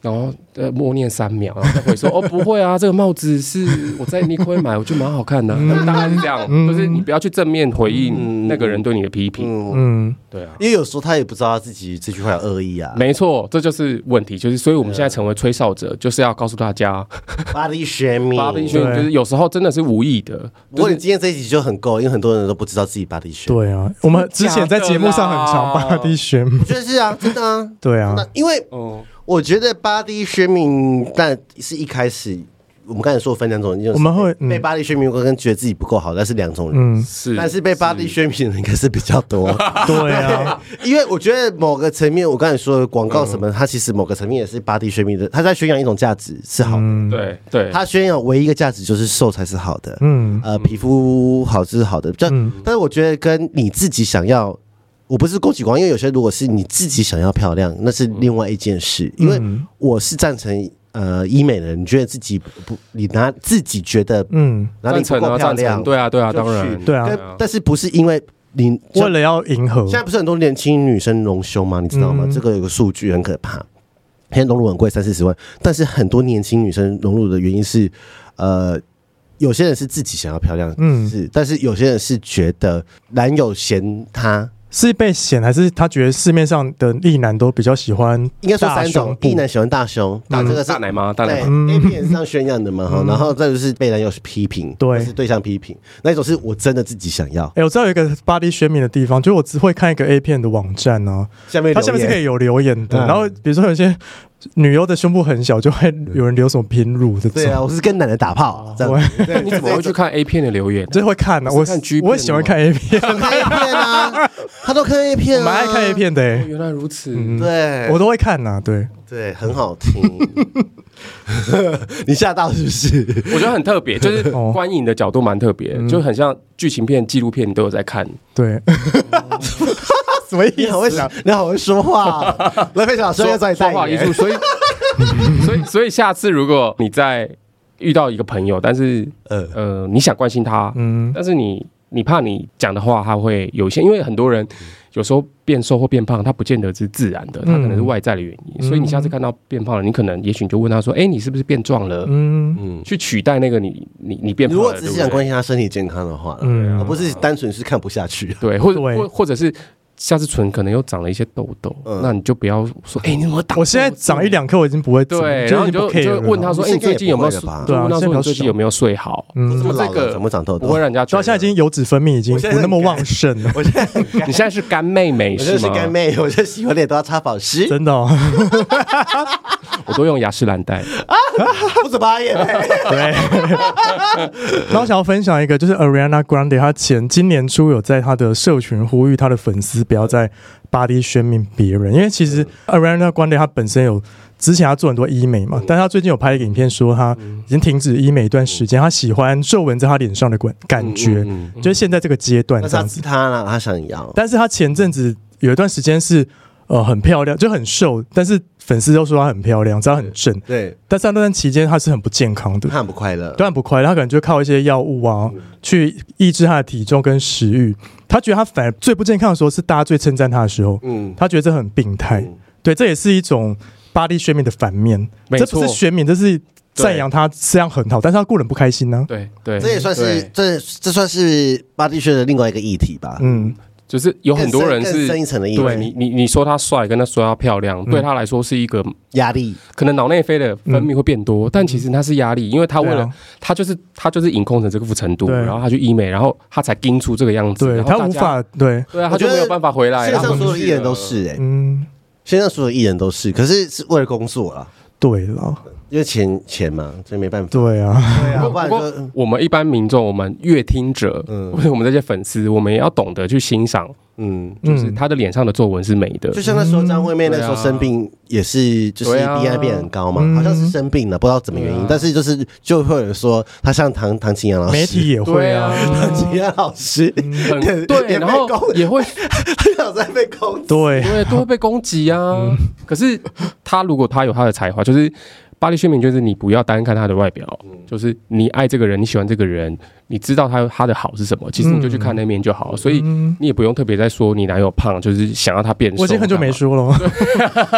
Speaker 3: 然后呃默念三秒，然后 再回说哦不会啊，这个帽子是我在尼坤买，我觉得蛮好看的啊、大概是这样，
Speaker 1: 嗯
Speaker 3: 就是你不要去正面回应那个人对你的批评，
Speaker 2: 嗯，
Speaker 1: 嗯
Speaker 3: 对啊。
Speaker 2: 因为有时候他也不知道他自己这句话有恶意啊。
Speaker 3: 没错，这就是问题，就是所以我们现在成为吹哨者，就是要告诉大家，
Speaker 1: 嗯
Speaker 2: Body shaming，
Speaker 3: 巴宾
Speaker 1: 对
Speaker 3: 逊就是有时候真的是无意的，
Speaker 2: 不过你今天这一集就很够，因为很多人都不知道自己 body shaming。
Speaker 1: 对啊，我们之前在节目上很常
Speaker 3: 假的啦
Speaker 1: 把地选，
Speaker 2: 我觉得是啊，真的啊。
Speaker 1: 对啊，
Speaker 2: 那因为
Speaker 3: 哦，
Speaker 2: 我觉得 body shaming，但是一开始我们刚才说分两种人，就是
Speaker 1: 我们会嗯
Speaker 2: 被 body shaming 跟觉得自己不够好，那是两种人。
Speaker 1: 嗯，
Speaker 3: 是，
Speaker 2: 但是被 body shaming 的应该是比较多，
Speaker 1: 对 啊，
Speaker 2: 因为我觉得某个层面，我刚才说的广告什么，它其实某个层面也是 body shaming 的，它在宣扬一种价值是好的，
Speaker 1: 嗯
Speaker 3: 对对，
Speaker 2: 它宣扬唯一一个价值就是瘦才是好的，
Speaker 1: 嗯
Speaker 2: 呃，皮肤好是好的，这、
Speaker 1: 嗯
Speaker 2: 但是我觉得跟你自己想要，我不是攻击光，因为有些如果是你自己想要漂亮，那是另外一件事，因为
Speaker 1: 嗯
Speaker 2: 我是赞成呃医美的人，你觉得自己不，你拿自己觉得
Speaker 1: 嗯，
Speaker 2: 哪里不
Speaker 3: 赞成
Speaker 2: 够
Speaker 3: 啊
Speaker 2: 漂
Speaker 3: 赞成，
Speaker 2: 亮，
Speaker 3: 对啊对啊，
Speaker 2: 就去
Speaker 3: 当然，
Speaker 1: 对啊
Speaker 2: 但但是不是因为你
Speaker 1: 为了要迎合
Speaker 2: 现，在不是很多年轻女生隆胸吗？你知道吗？
Speaker 1: 嗯
Speaker 2: 这个有个数据很可怕，现在隆乳很贵，三四十万。但是很多年轻女生隆乳的原因是，呃，有些人是自己想要漂亮，
Speaker 1: 嗯
Speaker 2: 是，但是有些人是觉得男友嫌她，
Speaker 1: 是被嫌还是他觉得市面上的丽男都比较喜欢
Speaker 2: 应该说
Speaker 1: 大
Speaker 2: 三
Speaker 1: 胸
Speaker 2: 种，
Speaker 1: 部
Speaker 2: 一男喜欢大胸，
Speaker 3: 大
Speaker 2: 打这个是
Speaker 3: 大奶妈，大
Speaker 2: 对
Speaker 3: 奶妈，
Speaker 1: 嗯
Speaker 2: A 片上宣扬的嘛哈，
Speaker 1: 嗯
Speaker 2: 然后再就是被男友批评，
Speaker 1: 对
Speaker 2: 或是对象批评，那一种是我真的自己想要。
Speaker 1: 哎、我知道有一个 body shaming 的地方，就是我只会看一个 A 片的网站啊，
Speaker 2: 下面
Speaker 1: 它下面是
Speaker 2: 留
Speaker 1: 可
Speaker 2: 言
Speaker 1: 以有留言的。
Speaker 2: 嗯
Speaker 1: 然后比如说有些女优的胸部很小，就会有人留什么平乳这种，
Speaker 2: 对啊，我是跟奶奶打炮，这样子对
Speaker 3: 你怎么会去看 A 片的留言？
Speaker 1: 就会看啊。我
Speaker 3: 是看 G 片的吗
Speaker 1: 我很喜欢看 A 片，
Speaker 2: 想看 A 片 啊，他都看 A 片
Speaker 1: 我蛮
Speaker 2: 啊，
Speaker 1: 爱看 A 片的、欸，
Speaker 3: 原来如此，
Speaker 1: 嗯
Speaker 2: 对，
Speaker 1: 我都会看呐、啊。对，
Speaker 2: 对，很好听。 你吓到是不是？
Speaker 3: 我觉得很特 别，就是
Speaker 1: 哦
Speaker 3: 观影的角度蛮特别，就很像剧情片、纪录片，你都有在看。
Speaker 1: 对，什么意
Speaker 2: 你
Speaker 1: 思？啊
Speaker 2: 好会想，你好会说话。啊 来，佩小说要找你
Speaker 3: 说
Speaker 2: 代
Speaker 3: 话艺
Speaker 2: 言
Speaker 3: 术，。 所以所以所以下次如果你在遇到一个朋友，但是
Speaker 2: 呃，
Speaker 3: 呃，你想关心他，
Speaker 1: 嗯
Speaker 3: 但是你你怕你讲的话，他会有一些，因为很多人有时候变瘦或变胖，他不见得是自然的，他可能是外在的原因。所以你下次看到变胖了，你可能也许你就问他说：“哎、你是不是变壮了？”
Speaker 1: 嗯
Speaker 3: 去取代那个你你你变胖
Speaker 2: 如
Speaker 3: 了。
Speaker 2: 果只是想
Speaker 3: 对不对
Speaker 2: 关心他身体健康的话，
Speaker 1: 嗯
Speaker 2: 而不是单纯是看不下去。啊
Speaker 3: 对，或者
Speaker 1: 对
Speaker 3: 或或者是下次唇可能又长了一些痘痘，
Speaker 2: 嗯
Speaker 3: 那你就不要说，哎、你怎么长痘痘？
Speaker 1: 我现在长一两颗，我已经不会长
Speaker 3: 对，然
Speaker 1: 就
Speaker 3: 后
Speaker 1: 已
Speaker 3: 你
Speaker 1: 经
Speaker 3: 就
Speaker 1: 不
Speaker 3: 你
Speaker 1: care
Speaker 3: 就
Speaker 1: 了。
Speaker 3: 问他说：“哎、你
Speaker 2: 现在
Speaker 3: 最
Speaker 2: 也
Speaker 3: 近有没有
Speaker 2: 不会了吧
Speaker 3: 睡？”就问他
Speaker 1: 对啊现在比
Speaker 3: 说：“
Speaker 1: 较
Speaker 3: 你最近有没有睡好？”
Speaker 2: 我这
Speaker 1: 嗯，
Speaker 2: 么老
Speaker 3: 这个
Speaker 2: 了，怎么长痘痘？
Speaker 3: 不会让人家觉
Speaker 1: 到
Speaker 3: 得。
Speaker 1: 现在已经油脂分泌已经
Speaker 2: 我现在
Speaker 1: 不那么
Speaker 2: 很干
Speaker 1: 旺盛了，
Speaker 2: 我现在很干
Speaker 3: 你现在是干妹妹
Speaker 2: 我真的
Speaker 3: 是
Speaker 2: 是
Speaker 3: 吗？
Speaker 2: 干妹，我这洗完脸都要擦保 湿，
Speaker 1: 真的哦。
Speaker 3: 我都用雅诗兰黛。
Speaker 2: 不 止八眼欸。
Speaker 1: 对。然后我想要分享一个，就是 Ariana Grande，她前今年初有在她的社群呼吁她的粉丝不要再巴黎宣明别人，因为其实
Speaker 2: 嗯
Speaker 1: Ariana Grande 她本身有之前她做很多医美嘛，但她最近有拍一个影片说她
Speaker 2: 嗯
Speaker 1: 已经停止医美一段时间，她喜欢皱纹在她脸上的感感
Speaker 2: 嗯
Speaker 1: 觉，就是现在这个阶段
Speaker 2: 那
Speaker 1: 这
Speaker 2: 他
Speaker 1: 样子
Speaker 2: 是。他啦，他想要，
Speaker 1: 但是她前阵子有一段时间是。呃，很漂亮，就很瘦，但是粉丝都说她很漂亮，知道她很正，
Speaker 2: 对，
Speaker 1: 但是她那段期间她是很不健康的
Speaker 2: 他，很不快乐。
Speaker 1: 当然不快乐，他可能就靠一些药物啊，去抑制他的体重跟食欲。他觉得他反而最不健康的时候是大家最称赞他的时候，
Speaker 2: 嗯，
Speaker 1: 他觉得这很病态。
Speaker 2: 嗯
Speaker 1: 对，这也是一种巴黎宣敏的反面，
Speaker 3: 没
Speaker 1: 这不是
Speaker 3: 错
Speaker 1: 宣敏，这是赞扬他这样很好，但是他过得很不开心呢、
Speaker 3: 对啊对，
Speaker 2: 这也算是
Speaker 3: 对
Speaker 2: 这这算是巴蒂轩的另外一个议题吧。
Speaker 1: 嗯，
Speaker 3: 就是有很多人
Speaker 2: 更深更深一嗯
Speaker 3: 是。
Speaker 2: 层的议
Speaker 3: 对
Speaker 2: 题
Speaker 3: 你，，你你说他帅，跟他说他漂亮，对他来说是一个
Speaker 2: 压力。
Speaker 3: 可能脑内啡的分泌会变多，但其实他是压力，因为他为
Speaker 1: 对
Speaker 3: 了
Speaker 1: 啊
Speaker 3: 他就是他就是隐控成这个副程度，
Speaker 1: 对
Speaker 3: 然后他去医美，然后他才盯出这个样子，
Speaker 1: 对
Speaker 3: 然后
Speaker 1: 他
Speaker 3: 大
Speaker 1: 无
Speaker 3: 家
Speaker 1: 法对，
Speaker 3: 对啊，
Speaker 2: 我
Speaker 3: 他
Speaker 2: 觉
Speaker 3: 就
Speaker 2: 得
Speaker 3: 没有办法回来。
Speaker 2: 线
Speaker 3: 他
Speaker 2: 上
Speaker 3: 回
Speaker 2: 所有
Speaker 3: 去
Speaker 2: 艺人都
Speaker 3: 了
Speaker 2: 是哎，
Speaker 1: 嗯，
Speaker 2: 线上所有艺人都是，可是是为了工作啦，
Speaker 1: 对了，
Speaker 2: 因为钱钱嘛，所以没办法。
Speaker 1: 对啊，
Speaker 2: 对啊，
Speaker 3: 不
Speaker 2: 不然
Speaker 3: 过
Speaker 2: 就嗯
Speaker 3: 我们一般民众，我们乐听者，
Speaker 2: 嗯
Speaker 3: 或者我们这些粉丝，我们也要懂得去欣赏，
Speaker 2: 嗯。
Speaker 3: 就是
Speaker 1: 嗯
Speaker 3: 他的脸上的皱纹是美的
Speaker 2: 就。像那时候张惠妹那时候
Speaker 3: 对啊
Speaker 2: 生病也是，就是
Speaker 3: 对
Speaker 2: B
Speaker 3: 啊
Speaker 2: I 变很高嘛，
Speaker 1: 嗯
Speaker 2: 好像是生病了，不知道怎么原因
Speaker 3: 对啊，
Speaker 2: 但是就是就会有人说她像唐唐青阳老师，
Speaker 1: 媒体也会啊，
Speaker 2: 唐青阳老师，
Speaker 3: 很
Speaker 2: 也被
Speaker 3: 对，然后
Speaker 2: 攻
Speaker 3: 也会
Speaker 2: 她想在被攻击，
Speaker 1: 对，啊嗯
Speaker 3: 对都会被攻击啊。可是他如果他有他的才华，就是巴黎宣明，就是你不要单看他的外表，
Speaker 1: 嗯
Speaker 3: 就是你爱这个人，你喜欢这个人，你知道他他的好是什么，其实你就去看那面就好。所以
Speaker 1: 嗯
Speaker 3: 你也不用特别再说你哪有胖，就是想要他变瘦。
Speaker 1: 我已经很久没
Speaker 3: 干嘛
Speaker 1: 说了，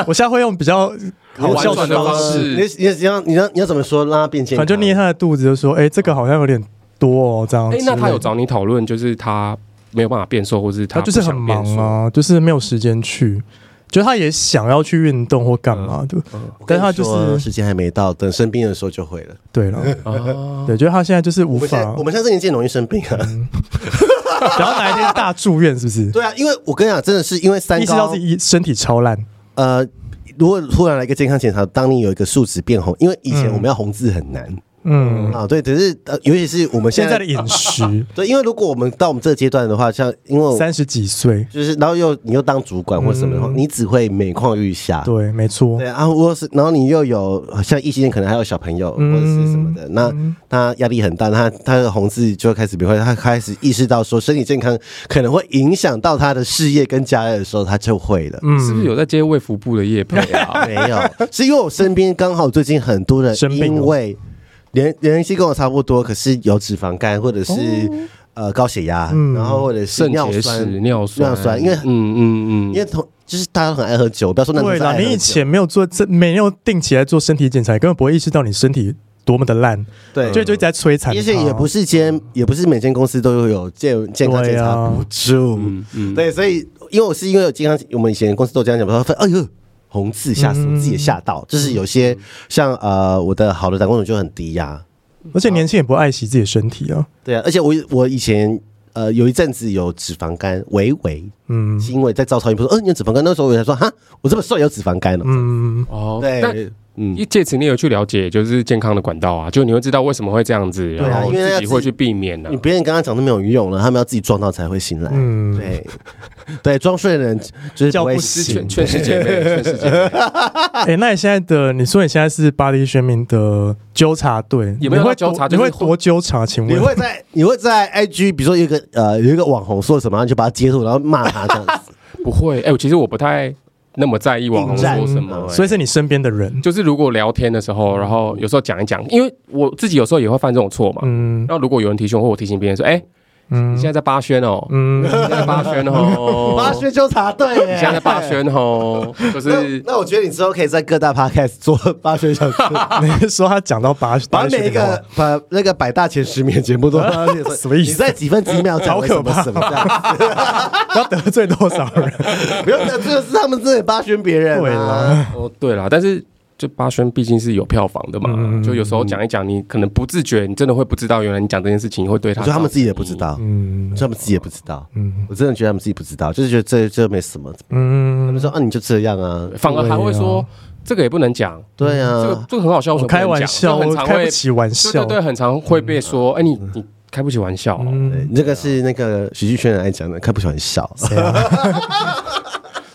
Speaker 1: 我现在会用比较好笑
Speaker 3: 婉转的
Speaker 1: 方
Speaker 3: 方式
Speaker 2: 你你你要你要你要怎么说让她变健
Speaker 1: 反
Speaker 2: 康？
Speaker 1: 正就捏他的肚子，就说：“哎、这个好像有点多哦，这样。”
Speaker 3: 哎、那他有？找你讨论，就是他没有办法变瘦，或是
Speaker 1: 他
Speaker 3: 不
Speaker 1: 就是很
Speaker 3: 想变
Speaker 1: 忙
Speaker 3: 瘦？
Speaker 1: 啊，就是没有时间去。就他也想要去运动或干嘛的，
Speaker 2: 嗯我跟
Speaker 1: 但
Speaker 2: 你
Speaker 1: 他就
Speaker 2: 说啊
Speaker 1: 是
Speaker 2: 时间还没到，等生病的时候就会了。
Speaker 1: 对 了，
Speaker 3: 啊，
Speaker 1: 对，就是他现在就是啊嗯无
Speaker 2: 哦我们现在
Speaker 1: 法
Speaker 2: 我，们现在这年纪很容易生病啊，
Speaker 1: 然后哪一天大住院是不是？
Speaker 2: 对啊，因为我跟你讲，真的是因为三
Speaker 1: 意识到
Speaker 2: 高
Speaker 1: 自，己身体超烂，
Speaker 2: 呃，如果突然来一个健康检查，当你有一个数值变红，因为以前
Speaker 1: 嗯
Speaker 2: 我们要红字很难
Speaker 1: 嗯，
Speaker 2: 啊，对，只是呃，尤其是我们
Speaker 1: 现
Speaker 2: 现
Speaker 1: 在
Speaker 2: 在
Speaker 1: 的饮 食
Speaker 2: 对，因为如果我们到我们这个阶段的话，像因为我
Speaker 1: 三十几岁，
Speaker 2: 就是然后又你又当主管或什么的话，
Speaker 1: 嗯
Speaker 2: 你只会每况愈下。
Speaker 1: 对，没错
Speaker 2: 对，啊，我是，然后你又有像异性恋，可能还有小朋友或
Speaker 1: 嗯
Speaker 2: 者是什么的，那
Speaker 1: 嗯
Speaker 2: 他压力很大，他他的红字就开始变坏，他开始意识到说身体健康可能会影响到他的事业跟家人的时候，他就会了。
Speaker 3: 是不
Speaker 1: 嗯，
Speaker 3: 是有在接卫福部的业配啊？
Speaker 2: 没有，是因为我身边刚好最近很多人
Speaker 1: 生病哦了
Speaker 2: 因为年年纪跟我差不多，可是有脂肪肝或者是、呃高血压，
Speaker 1: 哦嗯
Speaker 2: 然后或者 是
Speaker 3: 肾
Speaker 2: 尿
Speaker 3: 结石、
Speaker 2: 酸，
Speaker 3: 尿酸、
Speaker 2: 尿酸因为
Speaker 3: 嗯嗯嗯，
Speaker 2: 因为同就是大家都很爱喝酒，不要说男生
Speaker 1: 对
Speaker 2: 是爱
Speaker 1: 啦，
Speaker 2: 喝酒
Speaker 1: 你以前没有做这，没有定期来做身体检查，根本不会意识到你身体多么的烂，
Speaker 2: 对
Speaker 1: 就就一直在摧残它，
Speaker 2: 而且也不是间，也不是每间公司都有健
Speaker 3: 啊
Speaker 2: 健康
Speaker 1: 啊
Speaker 2: 检查补助。
Speaker 3: 嗯嗯，
Speaker 2: 对，所以因为我是因为有健康，我们以前公司都这样讲，我说哎呦。红字吓死我
Speaker 1: 嗯
Speaker 2: 自己也吓到，就是有些像呃我的好的胆固醇就很低呀、
Speaker 3: 嗯
Speaker 1: 而且年轻人也不爱惜自己的身体啊，
Speaker 2: 对啊，而且我我以前呃有一阵子有脂肪肝，微微
Speaker 1: 嗯
Speaker 2: 是因为在照超音波说，嗯、你有脂肪肝，那时候我才说哈，我这么瘦有脂肪肝了、
Speaker 1: 嗯，
Speaker 3: 哦，但
Speaker 2: 对，嗯，
Speaker 3: 一借此你有去了解，就是健康的管道啊，就你会知道为什么会这样子，
Speaker 2: 啊
Speaker 3: 然后
Speaker 2: 因为要
Speaker 3: 自
Speaker 2: 自己
Speaker 3: 己会去避免啊呢、
Speaker 2: 你别人刚刚讲都没有用了，他们要自己撞到才会醒来。
Speaker 1: 嗯
Speaker 2: 对，对，装睡的 人就是
Speaker 1: 叫
Speaker 2: 不
Speaker 1: 不
Speaker 2: 会
Speaker 3: 是
Speaker 1: 醒
Speaker 3: 劝劝世姐妹， 劝世姐妹啊
Speaker 1: 哎、那你现在的，你说你现在是巴黎宣明的纠察队，
Speaker 3: 也没有
Speaker 1: 你会
Speaker 3: 到纠察
Speaker 1: 多
Speaker 3: 就是
Speaker 1: 你会多纠察？请问
Speaker 2: 你会在你会在 IG，比如说有一个呃有一个网红说什么，然后你就把他截图，然后骂他这样子。
Speaker 3: 不会。哎、我其实我不太那么在意网红
Speaker 2: 应战嗯
Speaker 3: 说什么、哎
Speaker 1: 所以是你身边的人，
Speaker 3: 就是如果聊天的时候，然后有时候讲一讲，因为我自己有时候也会犯这种错嘛，
Speaker 1: 嗯，
Speaker 3: 那如果有人提醒我，或我提醒别人说，哎、你现在在八轩哦，
Speaker 1: 嗯，
Speaker 3: 你现在在八轩 哦
Speaker 2: 嗯 ，八，轩纠察队耶，
Speaker 3: 你现在在八轩 哦，就
Speaker 2: 那。
Speaker 3: 是
Speaker 2: 那我觉得你之后可以在各大 podcast 做八轩小队，
Speaker 3: 啊
Speaker 1: 你是说他讲到八，
Speaker 2: 把
Speaker 1: 八
Speaker 2: 每一
Speaker 1: 选的话
Speaker 2: 个把那个百大前十名的节 目都什
Speaker 1: 什么意思
Speaker 2: 你在几分几秒讲了什么什么这样子，
Speaker 1: 要得罪多少人？
Speaker 2: 不用讲，这个是他们自己八轩别人
Speaker 1: 对
Speaker 2: 啊。
Speaker 1: 啦，
Speaker 3: 哦，对啦，但是就八轩毕竟是有票房的嘛，就有时候讲一讲，你可能不自觉，你真的会不知道，原来你讲这件事情会对
Speaker 2: 我
Speaker 3: 他
Speaker 2: 觉得他们自己也不知道，
Speaker 1: 嗯
Speaker 2: 我觉得他们自己也不知道，我真的觉得他们自己不知道，就是觉得这这没什么。他
Speaker 1: 嗯
Speaker 2: 们，说啊，你就这样啊，
Speaker 3: 反而还会说、这个也不能讲，
Speaker 2: 对
Speaker 3: 嗯这
Speaker 2: 啊
Speaker 3: 个，这个很好笑，为什么不能
Speaker 1: 开玩
Speaker 3: 讲
Speaker 1: 笑
Speaker 3: 就很，常
Speaker 1: 开
Speaker 3: 会
Speaker 1: 不起玩笑，
Speaker 3: 对对对，很常会被说，哎、你你开不起玩笑哦、
Speaker 2: 对这个是那个喜剧圈人爱讲的，看不喜欢笑。
Speaker 1: 对啊，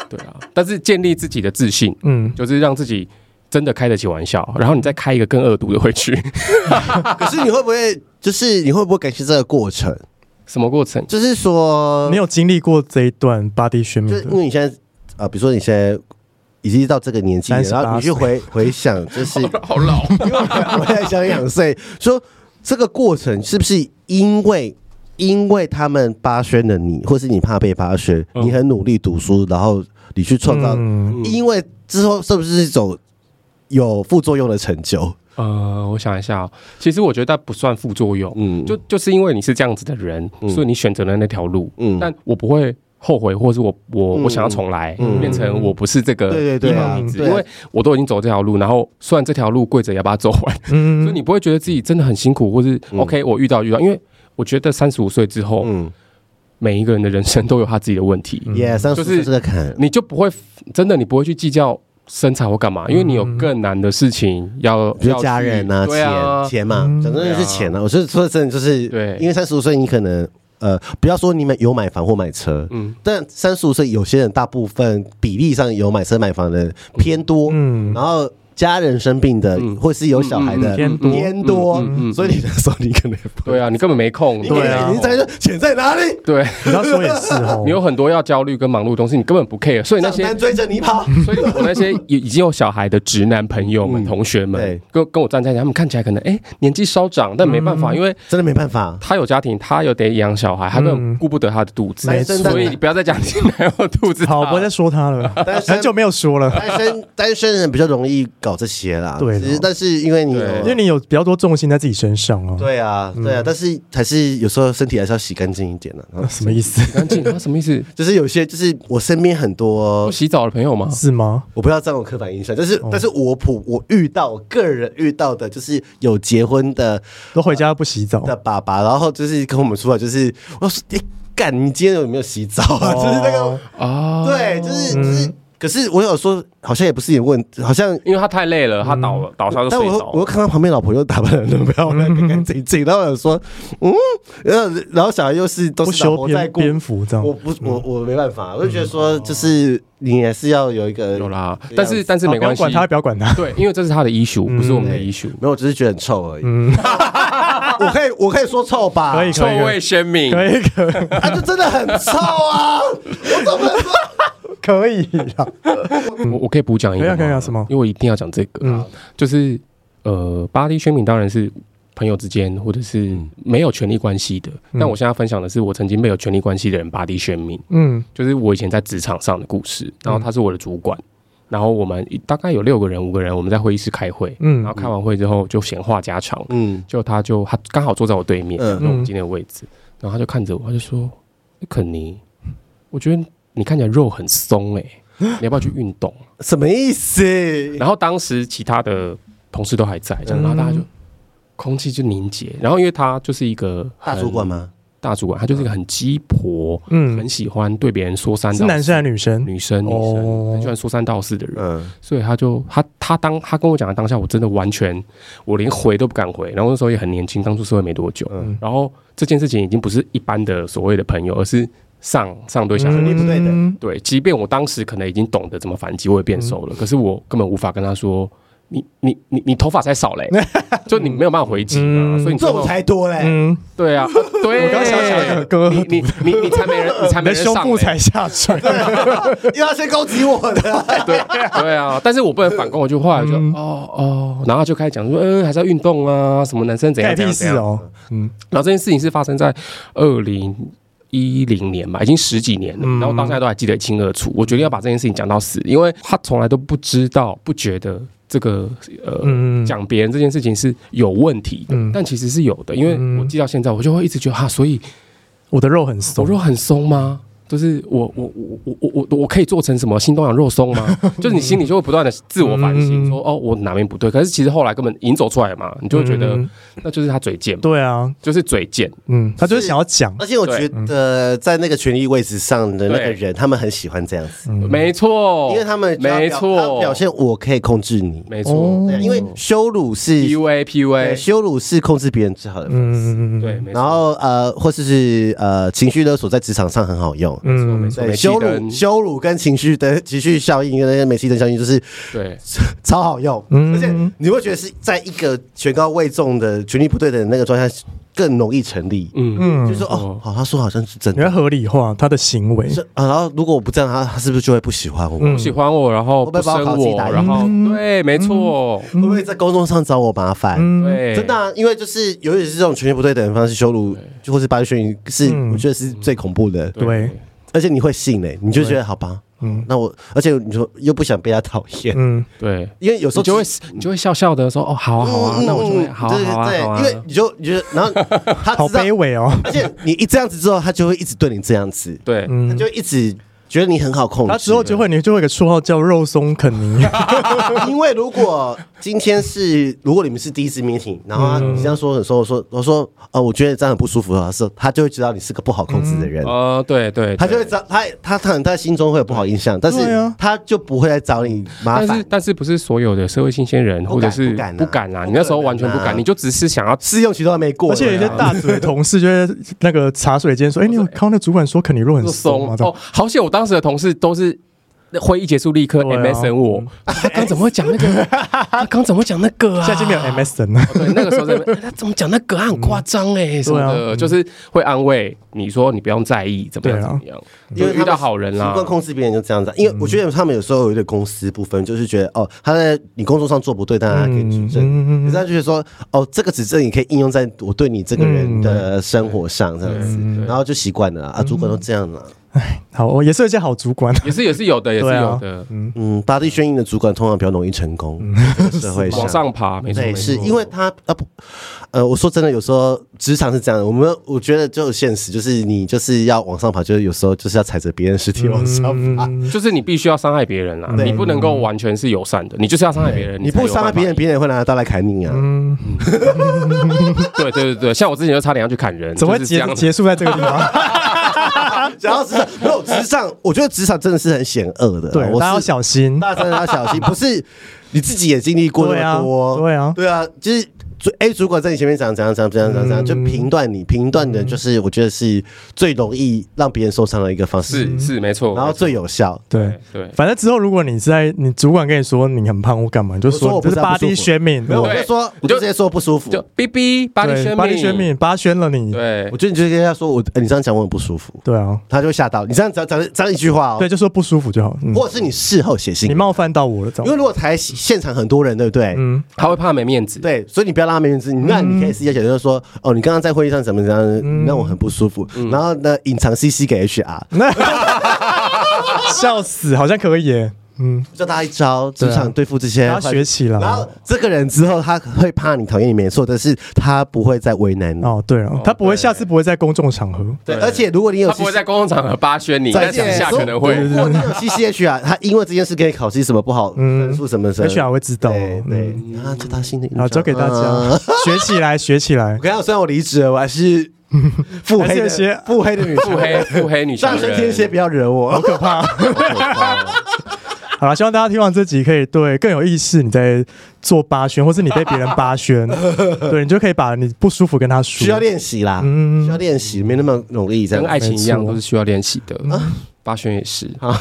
Speaker 3: 对啊，但是建立自己的自信，
Speaker 1: 嗯，
Speaker 3: 就是让自己。真的开得起玩笑，然后你再开一个更恶毒的回去，
Speaker 2: 可是你会不会，就是你会不会感谢这个过程？
Speaker 3: 什么过程？
Speaker 2: 就是说，
Speaker 1: 你有经历过这一段八 D 宣
Speaker 2: 就
Speaker 1: 明
Speaker 2: 是因
Speaker 1: 的，
Speaker 2: 为你现在啊、呃比如说你现在已经到这个年纪了，
Speaker 1: 38
Speaker 2: 然后你去回 回想，就是因为呃
Speaker 3: 好老，
Speaker 2: 我我在想两岁，说这个过程是不是因为因为他们八宣了你，或是你怕被八宣，
Speaker 3: 嗯
Speaker 2: 你很努力读书，然后你去创造，
Speaker 1: 嗯
Speaker 2: 因为之后是不是一种有副作用的成就？
Speaker 3: 呃，我想一下、哦，其实我觉得不算副作用，
Speaker 2: 嗯，
Speaker 3: 就就是因为你是这样子的人，
Speaker 2: 嗯
Speaker 3: 所以你选择了那条路。
Speaker 2: 嗯
Speaker 3: 但我不会后悔，或是我我、
Speaker 2: 嗯
Speaker 3: 我想要重来，
Speaker 2: 嗯
Speaker 3: 变成我不是这个
Speaker 2: 对对对啊
Speaker 3: 一模一致
Speaker 2: 对啊
Speaker 3: 因为我都已经走这条路，然后虽然这条路跪着也把它走完，
Speaker 1: 嗯
Speaker 3: 所以你不会觉得自己真的很辛苦，或是、
Speaker 2: 嗯
Speaker 3: OK 我遇到遇到，因为我觉得三十五岁之后，
Speaker 2: 嗯，
Speaker 3: 每一个人的人生都有他自己的问题，
Speaker 1: 嗯
Speaker 2: 也三十
Speaker 3: 就
Speaker 2: 岁
Speaker 3: 是
Speaker 2: 这个坎，
Speaker 3: 你就不会真的你不会去计较。身材或干嘛？因为你有
Speaker 1: 嗯
Speaker 3: 更难的事情要，
Speaker 2: 比如
Speaker 3: 要
Speaker 2: 家人
Speaker 3: 呐、
Speaker 2: 啊，
Speaker 3: 对啊
Speaker 2: 钱，钱嘛，
Speaker 1: 嗯
Speaker 2: 讲真的就是钱啊。我是说真的，就是
Speaker 3: 对
Speaker 2: 因为三十五岁你可能呃，不要说你们有买房或买车，
Speaker 3: 嗯，
Speaker 2: 但三十五岁有些人大部分比例上有买车买房的人偏多，
Speaker 1: 嗯
Speaker 2: 然后。家人生病的，
Speaker 3: 嗯
Speaker 2: 或是有小孩的
Speaker 3: 嗯嗯
Speaker 1: 偏多
Speaker 2: 偏多
Speaker 3: 嗯嗯嗯嗯
Speaker 2: 所以你那时候你可能
Speaker 3: 对啊，你根本没空，
Speaker 2: 你可
Speaker 1: 对啊
Speaker 2: 能你在说钱在哪里，
Speaker 3: 对，
Speaker 1: 你要说也是哦，
Speaker 3: 你有很多要焦虑跟忙碌的东西，你根本不 care。所以那
Speaker 2: 账
Speaker 3: 些，
Speaker 2: 单追着你 跑，
Speaker 3: 所以我那些已已经有小孩的直男朋友们、
Speaker 2: 嗯
Speaker 3: 同学们
Speaker 2: 对，
Speaker 3: 跟跟我站在一起，他们看起来可能哎、年纪稍长，但没办法，因为
Speaker 2: 真的没办法。
Speaker 3: 他有家庭，他有得养小孩，他根本
Speaker 1: 嗯
Speaker 3: 顾不得他的肚子，
Speaker 2: 没错
Speaker 3: 所以你不要再讲你男友肚子大。
Speaker 1: 好，
Speaker 3: 啊
Speaker 1: 不要再说他了，
Speaker 2: 但 是
Speaker 1: 很久没有说了，
Speaker 2: 单身单身人比较容易搞这些啦，
Speaker 1: 对
Speaker 2: 其实
Speaker 1: 咯
Speaker 2: 但是因为你有
Speaker 3: 对
Speaker 1: 因为你有比较多重心在自己身上哦，，
Speaker 2: 对啊，对啊，但是还是有时候身体还是要洗干净一点的、然后
Speaker 1: 什么意 思？
Speaker 3: 干净，他啊什么意思？
Speaker 2: 就是有些，就是我身边很多
Speaker 3: 不，洗澡的朋友吗？
Speaker 1: 是吗？
Speaker 2: 我不知道这种刻板印象，但
Speaker 1: 哦
Speaker 2: 是、但是我普我遇到我个人遇到的，就是有结婚的
Speaker 1: 都回家不洗澡，
Speaker 2: 的爸爸，然后就是跟我们说，就是我说你干，你今天有没有洗澡啊？ 就是那个
Speaker 1: 哦嗯
Speaker 3: 啊，
Speaker 2: 对，就是就是，可是我有说好像也不是你的问，好像
Speaker 3: 因为他太累了，他倒了，倒下就
Speaker 2: 但
Speaker 3: 睡
Speaker 2: 我
Speaker 3: 着
Speaker 2: 我又
Speaker 3: 了。
Speaker 2: 看到旁边老婆又打扮的很漂 亮，干干净净，然后我说，嗯，然后然后小孩又是都
Speaker 1: 不
Speaker 2: 是老
Speaker 1: 修
Speaker 2: 婆在
Speaker 1: 边
Speaker 2: 顾，
Speaker 1: 边幅这样
Speaker 2: 我，不我我没办法，
Speaker 1: 嗯
Speaker 2: 我就觉得
Speaker 1: 哦
Speaker 2: 说，就是你还是要有一个
Speaker 3: 有，啦
Speaker 2: 这样，
Speaker 3: 但是但是
Speaker 1: 好
Speaker 3: 没
Speaker 1: 啊不要
Speaker 3: 关系
Speaker 1: 管，他，不要管他，
Speaker 3: 对，因为这是他的 issue，不是我们的 issue。
Speaker 2: 没有，我只是觉得很臭而已。
Speaker 1: 嗯，
Speaker 2: 我可以我可以说臭吧，
Speaker 1: 可以
Speaker 3: 臭
Speaker 1: 可以
Speaker 3: 味鲜明，
Speaker 1: 可以可以
Speaker 2: 啊，就真的很臭啊！ 我怎么说？
Speaker 1: 可 以啦，
Speaker 3: 我我可以补讲一个
Speaker 1: 可以啊
Speaker 3: 吗，
Speaker 1: 可以啊什么
Speaker 3: 因为我一定要讲这个，
Speaker 1: 嗯
Speaker 3: 啊就是呃，巴黎宣明当然是朋友之间或者是
Speaker 1: 嗯
Speaker 3: 没有权利关系的，但我现在分享的是我曾经没有权利关系的人巴黎宣明，
Speaker 1: 嗯
Speaker 3: 就是我以前在职场上的故事。然后他是我的主管，然后我们大概有六个人五个人，我们在会议室开会，然后
Speaker 1: 嗯
Speaker 3: 开完会之后就闲话家常，
Speaker 2: 嗯
Speaker 3: 就他就他刚好坐在我对面，
Speaker 2: 嗯
Speaker 3: 然后我们今天的位置，然后他就看着我，他就说：“欸肯尼，我觉得你看起来肉很松哎、你要不要去运动？”
Speaker 2: 什么意思？
Speaker 3: 然后当时其他的同事都还在，这样，然后大
Speaker 1: 嗯
Speaker 3: 家就空气就凝结。然后因为他就是一个
Speaker 2: 大
Speaker 3: 很
Speaker 2: 主管？吗？
Speaker 3: 大主管，他就是一个很鸡婆，很
Speaker 1: 嗯，
Speaker 3: 喜欢对别人说三道
Speaker 1: 是
Speaker 3: 四
Speaker 1: 男生还是女生？
Speaker 3: 女生，女
Speaker 1: 哦
Speaker 3: 生很喜欢说三道四的人，
Speaker 2: 嗯，
Speaker 3: 所以他就他他当他跟我讲的当下，我真的完全我连回都不敢回。然后那时候也很年轻，刚出社会没多久
Speaker 2: 嗯，
Speaker 3: 然后这件事情已经不是一般的所谓的朋友，而是上上对下
Speaker 1: 嗯
Speaker 3: 的
Speaker 2: 肯定不对的
Speaker 1: 嗯
Speaker 3: 对，即便我当时可能已经懂得怎么反击，我也变瘦了，可是我根本无法跟他说你你你你头发才 少嘞、就你没有办法回击嘛，
Speaker 1: 嗯
Speaker 3: 所以你
Speaker 4: 这
Speaker 3: 最
Speaker 4: 种
Speaker 3: 后
Speaker 4: 才多 嘞。
Speaker 1: 嗯，
Speaker 3: 对 啊，对，
Speaker 1: 我刚想起来哥
Speaker 3: 你你你你才没人，你才
Speaker 1: 你
Speaker 3: 没
Speaker 1: 的
Speaker 3: 人
Speaker 1: 胸
Speaker 3: 上
Speaker 1: 部
Speaker 3: 嘞
Speaker 1: 才下垂，
Speaker 4: 因为他先攻击我 的，
Speaker 3: 对对啊，但是我不能反攻，我就后来就
Speaker 1: 嗯
Speaker 3: 哦哦，然后就开始讲说，嗯，还是要运动啊，什么男生怎
Speaker 1: 盖
Speaker 3: 样怎
Speaker 1: 屁
Speaker 3: 样怎
Speaker 1: 事
Speaker 3: 样。
Speaker 1: 哦，嗯，
Speaker 3: 然后这件事情是发生在二零一零年吧，已经十几年了，然后到现在都还记得一清二楚。我决定要把这件事情讲到死，因为他从来都不知道、不觉得这个呃
Speaker 1: 嗯
Speaker 3: 讲别人这件事情是有问题的
Speaker 1: 嗯，
Speaker 3: 但其实是有的，因为我记到现在，我就会一直觉得哈，所以
Speaker 1: 我的肉很
Speaker 3: 我
Speaker 1: 松，
Speaker 3: 肉很松吗？就是我我我我我我我可以做成什么新东阳肉松吗？就是你心里就会不断的自我反省，
Speaker 1: 嗯
Speaker 3: 说哦，我哪边不对？可是其实后来根本已经走出来嘛，你就会觉得
Speaker 1: 嗯
Speaker 3: 那就是他嘴贱嘛，
Speaker 1: 对啊，
Speaker 3: 就是嘴贱。
Speaker 1: 嗯，他就是想要讲，
Speaker 2: 而且我觉
Speaker 1: 嗯
Speaker 2: 得在那个权力位置上的那个人，他们很喜欢这样
Speaker 1: 嗯
Speaker 2: 子，
Speaker 3: 没错，
Speaker 2: 因为他们就要表
Speaker 3: 没
Speaker 2: 他们
Speaker 3: 错，
Speaker 2: 表现我可以控制你，
Speaker 3: 没错
Speaker 1: 哦
Speaker 2: 对，因为羞辱是对
Speaker 3: ，PUA PUA，
Speaker 2: 羞辱是控制别人最好的。
Speaker 1: 嗯，
Speaker 3: 对，没
Speaker 2: 然
Speaker 3: 错，
Speaker 2: 后呃，或是是呃，情绪勒索在职场上很好用。
Speaker 1: 嗯
Speaker 3: 没错，没错，
Speaker 2: 对，
Speaker 3: 煤气
Speaker 2: 羞辱、
Speaker 3: 灯
Speaker 2: 羞辱跟情绪的情绪效应跟那些美西灯效应，就是
Speaker 3: 对，
Speaker 2: 超好用，
Speaker 1: 嗯
Speaker 2: 而且你会觉得是在一个权高位重的、权力不对等的那个状态下更容易成立。
Speaker 3: 嗯，
Speaker 1: 嗯，
Speaker 2: 就是说，哦，好，他说好像是真
Speaker 1: 你
Speaker 2: 的
Speaker 1: 要，合理化他的行为，
Speaker 2: 是啊。然后如果我不这样，他他是不是就会不喜欢我？
Speaker 1: 嗯
Speaker 3: 不喜欢我，然后
Speaker 2: 会不
Speaker 3: 不
Speaker 2: 会把我
Speaker 3: 生
Speaker 2: 考自己
Speaker 3: 我，
Speaker 2: 打
Speaker 3: 然后
Speaker 1: 嗯
Speaker 3: 对，没错，
Speaker 2: 会不会在工作上找我麻烦？
Speaker 1: 嗯，
Speaker 3: 对，
Speaker 2: 真的啊、因为就是尤其是这种权力不对等的方式羞辱，或是霸凌宣是、
Speaker 1: 嗯
Speaker 2: 我觉得是最恐怖的。
Speaker 1: 对，
Speaker 2: 而且你会信嘞、你就觉得好吧，嗯，那我而且你说又不想被他讨厌，
Speaker 1: 嗯，
Speaker 3: 对，
Speaker 2: 因为有时候
Speaker 3: 你就会你就会笑笑的说哦，好啊，好啊，那我就会
Speaker 2: 嗯
Speaker 3: 好啊，
Speaker 2: 对
Speaker 3: 好啊，
Speaker 2: 对对，
Speaker 3: 好啊，
Speaker 2: 因为你就你就然后 他
Speaker 1: 好
Speaker 2: 知道
Speaker 1: 卑微哦，
Speaker 2: 而且你一这样子之后，他就会一直对你这样子，
Speaker 3: 对，
Speaker 2: 他
Speaker 1: 嗯，
Speaker 2: 就一直觉得你很好控制。
Speaker 1: 他之后就会你就会有个绰号叫肉松肯尼，
Speaker 2: 因为如果今天是如果你们是第一次 meeting，然后他
Speaker 3: 嗯
Speaker 2: 你这样说的时候，我说我说呃，我觉得这样很不舒服的话，是他就会知道你是个不好控制的人。
Speaker 3: 呃，对对，
Speaker 2: 他就会
Speaker 3: 对
Speaker 2: 知道，他他可能他心中会有不好印象，但是
Speaker 1: 对啊
Speaker 2: 他就不会来找你麻
Speaker 3: 但是
Speaker 2: 烦。
Speaker 3: 但是不是所有的社会新鲜人
Speaker 2: 不
Speaker 3: 或者
Speaker 2: 敢
Speaker 3: 是
Speaker 2: 不敢啊
Speaker 3: 不敢啊，你那时候完全不
Speaker 2: 不可能
Speaker 3: 敢，
Speaker 2: 啊
Speaker 3: 你就只是想要
Speaker 2: 试用期都还没过，
Speaker 1: 而且有一些
Speaker 2: 对啊
Speaker 1: 大嘴同事就会那个茶水间说，哎，你有看到那主管说肯尼肉很
Speaker 3: 做
Speaker 1: 松
Speaker 3: 松
Speaker 1: 吗？
Speaker 3: 哦，好险！我当时的同事都是会议结束立刻
Speaker 1: 对啊
Speaker 3: MSN 我，他刚怎么会讲 那个？他刚怎么会讲那个啊？
Speaker 1: 现在就没有 MSN 了，
Speaker 3: 对，那个时候在那边 哎他怎么讲那个啊很夸张哎什么
Speaker 1: 对啊
Speaker 3: 的，
Speaker 1: 嗯
Speaker 3: 就是会安慰你说你不用在意怎么样
Speaker 1: 对啊
Speaker 3: 怎么样，
Speaker 2: 因为
Speaker 3: 就遇到好人
Speaker 2: 习
Speaker 3: 啦
Speaker 2: 惯。控制别人就这样子啊。
Speaker 1: 嗯
Speaker 2: 因为我觉得他们有时候有一点公私不分，就是觉得哦，他在你工作上做不对，当然啊可以
Speaker 1: 嗯
Speaker 2: 指
Speaker 1: 嗯嗯嗯
Speaker 2: 正；可是他就是说哦，这个指正也可以应用在我对你这个人的生活上这样子，
Speaker 1: 嗯
Speaker 2: 然后就习惯了啊啊。主管都这样了，
Speaker 1: 好，我也是有一些好主管，
Speaker 3: 也是也是有的，也是
Speaker 1: 对啊
Speaker 3: 有的，
Speaker 2: 嗯，巴蒂宣印的主管通常比较容易成功，
Speaker 1: 嗯
Speaker 2: 社会
Speaker 1: 啊
Speaker 3: 往上爬，没错，
Speaker 2: 对，
Speaker 3: 没错
Speaker 2: 是因为他啊不，呃，我说真的，有时候职场是这样的，我们我觉得就有现实，就是你就是要往上爬，就是有时候就是要踩着别人尸体
Speaker 1: 嗯
Speaker 2: 往上爬。
Speaker 3: 就是你必须要伤害别人啦，
Speaker 2: 对
Speaker 3: 你不能够完全是友善的，你就是要伤害别人，
Speaker 2: 你
Speaker 3: 才
Speaker 2: 不
Speaker 3: 有
Speaker 2: 伤害
Speaker 3: 办法
Speaker 2: 别人，，别人会拿刀来砍你啊！
Speaker 1: 嗯
Speaker 3: 对对对对，像我之前就差点要去砍人，
Speaker 1: 怎么
Speaker 3: 就
Speaker 1: 会
Speaker 3: 是这
Speaker 1: 结
Speaker 3: 样子
Speaker 1: 结束在这个地方？
Speaker 2: 然后职场，没有职场，我觉得职场真的是很险恶的。
Speaker 1: 对，
Speaker 2: 我
Speaker 1: 大家要
Speaker 2: 是，
Speaker 1: 小心，
Speaker 2: 大家真的要小心，不是你自己也经历过那么多，
Speaker 1: 对啊
Speaker 2: 对啊，就是主 A 主管在你前面讲怎样怎样怎样怎样怎样，就评断你，评断的就是我觉得是最容易让别人受伤的一个方式，
Speaker 3: 是是没错，
Speaker 2: 然后最有效。
Speaker 1: 对。
Speaker 3: 对。
Speaker 1: 反正之后，如果你是在你主管跟你说你很胖或干嘛，你就
Speaker 2: 我说
Speaker 1: 说
Speaker 2: 我
Speaker 1: 你这
Speaker 2: 不是
Speaker 1: 是
Speaker 2: 啊
Speaker 1: 八
Speaker 2: 不
Speaker 1: D
Speaker 2: 舒服
Speaker 1: 宣敏，
Speaker 2: 没有，我
Speaker 3: 对
Speaker 2: 就说，
Speaker 3: 你
Speaker 2: 你
Speaker 3: 就
Speaker 2: 就直接说不舒服。
Speaker 3: 就 B B 巴黎
Speaker 1: 对，
Speaker 3: 宣
Speaker 1: 八 D 宣
Speaker 3: 命，
Speaker 1: 敏，八宣了你，
Speaker 3: 对
Speaker 2: 我，觉得你就跟他说，我、哎你这样讲我很不舒服，
Speaker 1: 对啊，
Speaker 2: 他就会吓到。你这样讲讲讲一句话哦，
Speaker 1: 对，，就说不舒服就好，嗯，
Speaker 2: 或者是你事后写信
Speaker 1: 你，冒犯到我了，怎
Speaker 2: 因为
Speaker 1: 么？
Speaker 2: 如果台现场很多人，对不对？
Speaker 1: 嗯，
Speaker 3: 他会怕没面子，
Speaker 2: 对，所以你不要让他没面子。那你可以私下讲，就是说，
Speaker 1: 嗯
Speaker 2: 哦，你刚刚在会议上怎么怎样，你让我很不舒服。
Speaker 3: 嗯
Speaker 2: 然后呢，隐藏 CC 给 HR，
Speaker 1: 笑死，好像可以耶，嗯，
Speaker 2: 教他一招
Speaker 1: 对啊
Speaker 2: 职场对付这些，
Speaker 1: 他学啊起了
Speaker 2: 然后这个人之后，他会怕你讨厌你没错，但是他不会再为难你。
Speaker 1: 哦，对了，他不会
Speaker 3: 对
Speaker 1: 下次不会在公众场合，
Speaker 2: 对，而且如果你有
Speaker 3: 他不会
Speaker 2: CC
Speaker 3: 在公共场合巴宣你，但私
Speaker 2: 见
Speaker 3: 下可能
Speaker 2: 如
Speaker 3: 会。
Speaker 2: 果你有 CCH 啊，他因为这件事可以考试什么不好分数什么什么
Speaker 1: HR 会知道
Speaker 2: 对对
Speaker 1: 嗯，
Speaker 2: 啊，这他新的印
Speaker 1: 好，
Speaker 2: 章
Speaker 1: 交给大
Speaker 2: 啊
Speaker 1: 家 学起来，学起来
Speaker 2: 我，跟你讲，虽然我离职了，我还是 腹黑
Speaker 1: 还
Speaker 2: 的
Speaker 1: 是有些
Speaker 2: 腹黑的女
Speaker 3: 腹黑腹黑女
Speaker 2: 上
Speaker 3: 强
Speaker 2: 升天蝎
Speaker 3: 人，
Speaker 2: 不要惹我，好可 怕。
Speaker 1: 好了，希望大家听完这集可以对更有意识，你在做八宣，或是你被别人八 宣，对你就可以把你不舒服跟他说，嗯
Speaker 2: 需要练习啦，需要练习，没那么容易这
Speaker 3: 跟
Speaker 2: 样。
Speaker 3: 爱情一样都是需要练习的。八轩也是，
Speaker 2: 啊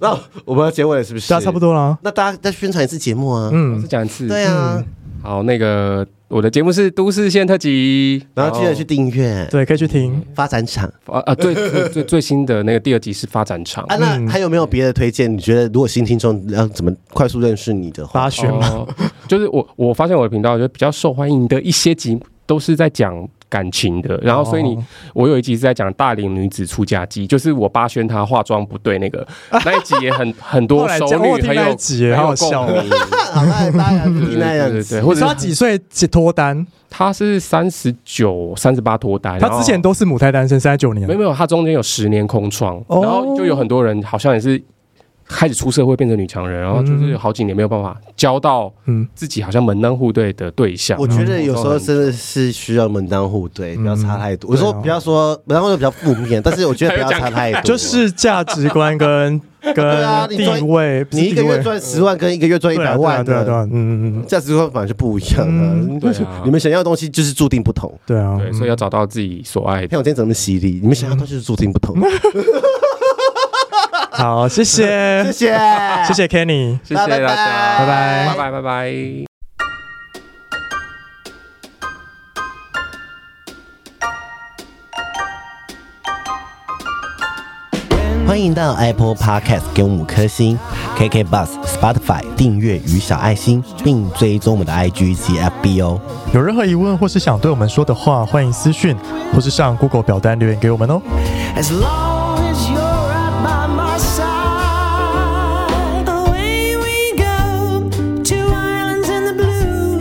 Speaker 2: 那我们要结尾了是不是？
Speaker 1: 啊大家差不。多啦。
Speaker 2: 那大家再宣传一次节目啊。
Speaker 3: 我
Speaker 1: 嗯
Speaker 3: 是，讲一次。
Speaker 2: 对啊，
Speaker 3: 好，那个我的节目是都市线特辑，
Speaker 2: 然后记得去订阅
Speaker 1: 对，可以去听。
Speaker 2: 发展场
Speaker 3: 啊啊，最最最最新的那个第二集是发展场
Speaker 2: 啊。那
Speaker 1: 嗯
Speaker 2: 还有没有别的推荐？你觉得如果新听众要怎么快速认识你的话
Speaker 1: 八，选嘛，
Speaker 3: 哦， 就是我我发现我的频道就比较受欢迎的一些集都是在讲感情的，然后所以你、
Speaker 1: 哦
Speaker 3: 我有一集是在讲大龄女子出嫁记，就是我八宣她化妆不对那个那一集也很很
Speaker 1: 后
Speaker 3: 多
Speaker 1: 来
Speaker 3: 熟
Speaker 1: 讲我
Speaker 3: 女
Speaker 1: 听
Speaker 3: 很有
Speaker 1: 那一集也
Speaker 3: 很有
Speaker 1: 好笑哦
Speaker 3: 共鸣
Speaker 2: 好那大家
Speaker 3: 对
Speaker 2: 听那
Speaker 3: 对
Speaker 2: 样
Speaker 3: 对对，
Speaker 2: 子。
Speaker 3: 或
Speaker 1: 你知
Speaker 3: 者
Speaker 1: 道他几岁脱单？
Speaker 3: 她是三十九三十八脱单，
Speaker 1: 他
Speaker 3: 然后
Speaker 1: 之前都是母胎单身，三十九年
Speaker 3: 没有
Speaker 1: 了。
Speaker 3: 没有，她中间有十年空窗，
Speaker 1: 哦
Speaker 3: 然后就有很多人好像也是。开始出社会变成女强人，然后就是好几年没有办法交到
Speaker 1: 嗯
Speaker 3: 自己好像门当户对的对象。
Speaker 2: 我觉
Speaker 3: 然
Speaker 2: 得
Speaker 3: 后
Speaker 2: 有时
Speaker 3: 都
Speaker 2: 候
Speaker 3: 很
Speaker 2: 真的是需要门当户对，不要差太多。我
Speaker 1: 对啊
Speaker 2: 说不要说门当户对比较负面，但是我觉得不要差太 多。
Speaker 1: 就是价值观 跟
Speaker 2: 啊
Speaker 1: 跟
Speaker 2: 你
Speaker 1: 地
Speaker 2: 赚
Speaker 1: 位，不是
Speaker 2: 你一个
Speaker 1: 地位
Speaker 2: 月赚十万跟一个月赚一
Speaker 1: 对啊
Speaker 2: 百
Speaker 1: 对啊
Speaker 2: 万
Speaker 1: 对啊对
Speaker 2: 的
Speaker 1: 啊，嗯嗯嗯，
Speaker 2: 价值观本来就不一样
Speaker 1: 嗯
Speaker 2: 啊。
Speaker 3: 对啊
Speaker 2: 你们想要的东西就是注定不同。
Speaker 1: 对啊，
Speaker 3: 对，所以要找到自己所爱的。
Speaker 2: 看我今天怎么犀利，你们想要的就是注定不同。
Speaker 1: 嗯好，谢 谢
Speaker 2: 谢谢，
Speaker 1: 谢谢 Kenny。
Speaker 3: 谢谢大家，
Speaker 2: 拜
Speaker 1: 拜
Speaker 3: 拜拜拜拜。
Speaker 2: 欢迎到 Apple Podcast 给我们五颗星，KK Bus、Spotify 订阅与小爱心，并追踪我们的 IG 及 FB 哦。
Speaker 1: 有任何疑问或是想对我们说的话，欢迎私讯或是上 Google 表单留言给我们哦。
Speaker 5: As long as you're right by my side. Away we go to islands in the blue.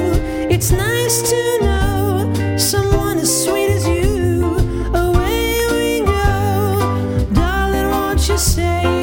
Speaker 5: It's nice to know someone as sweet as you. Away we go, darling, won't you stay?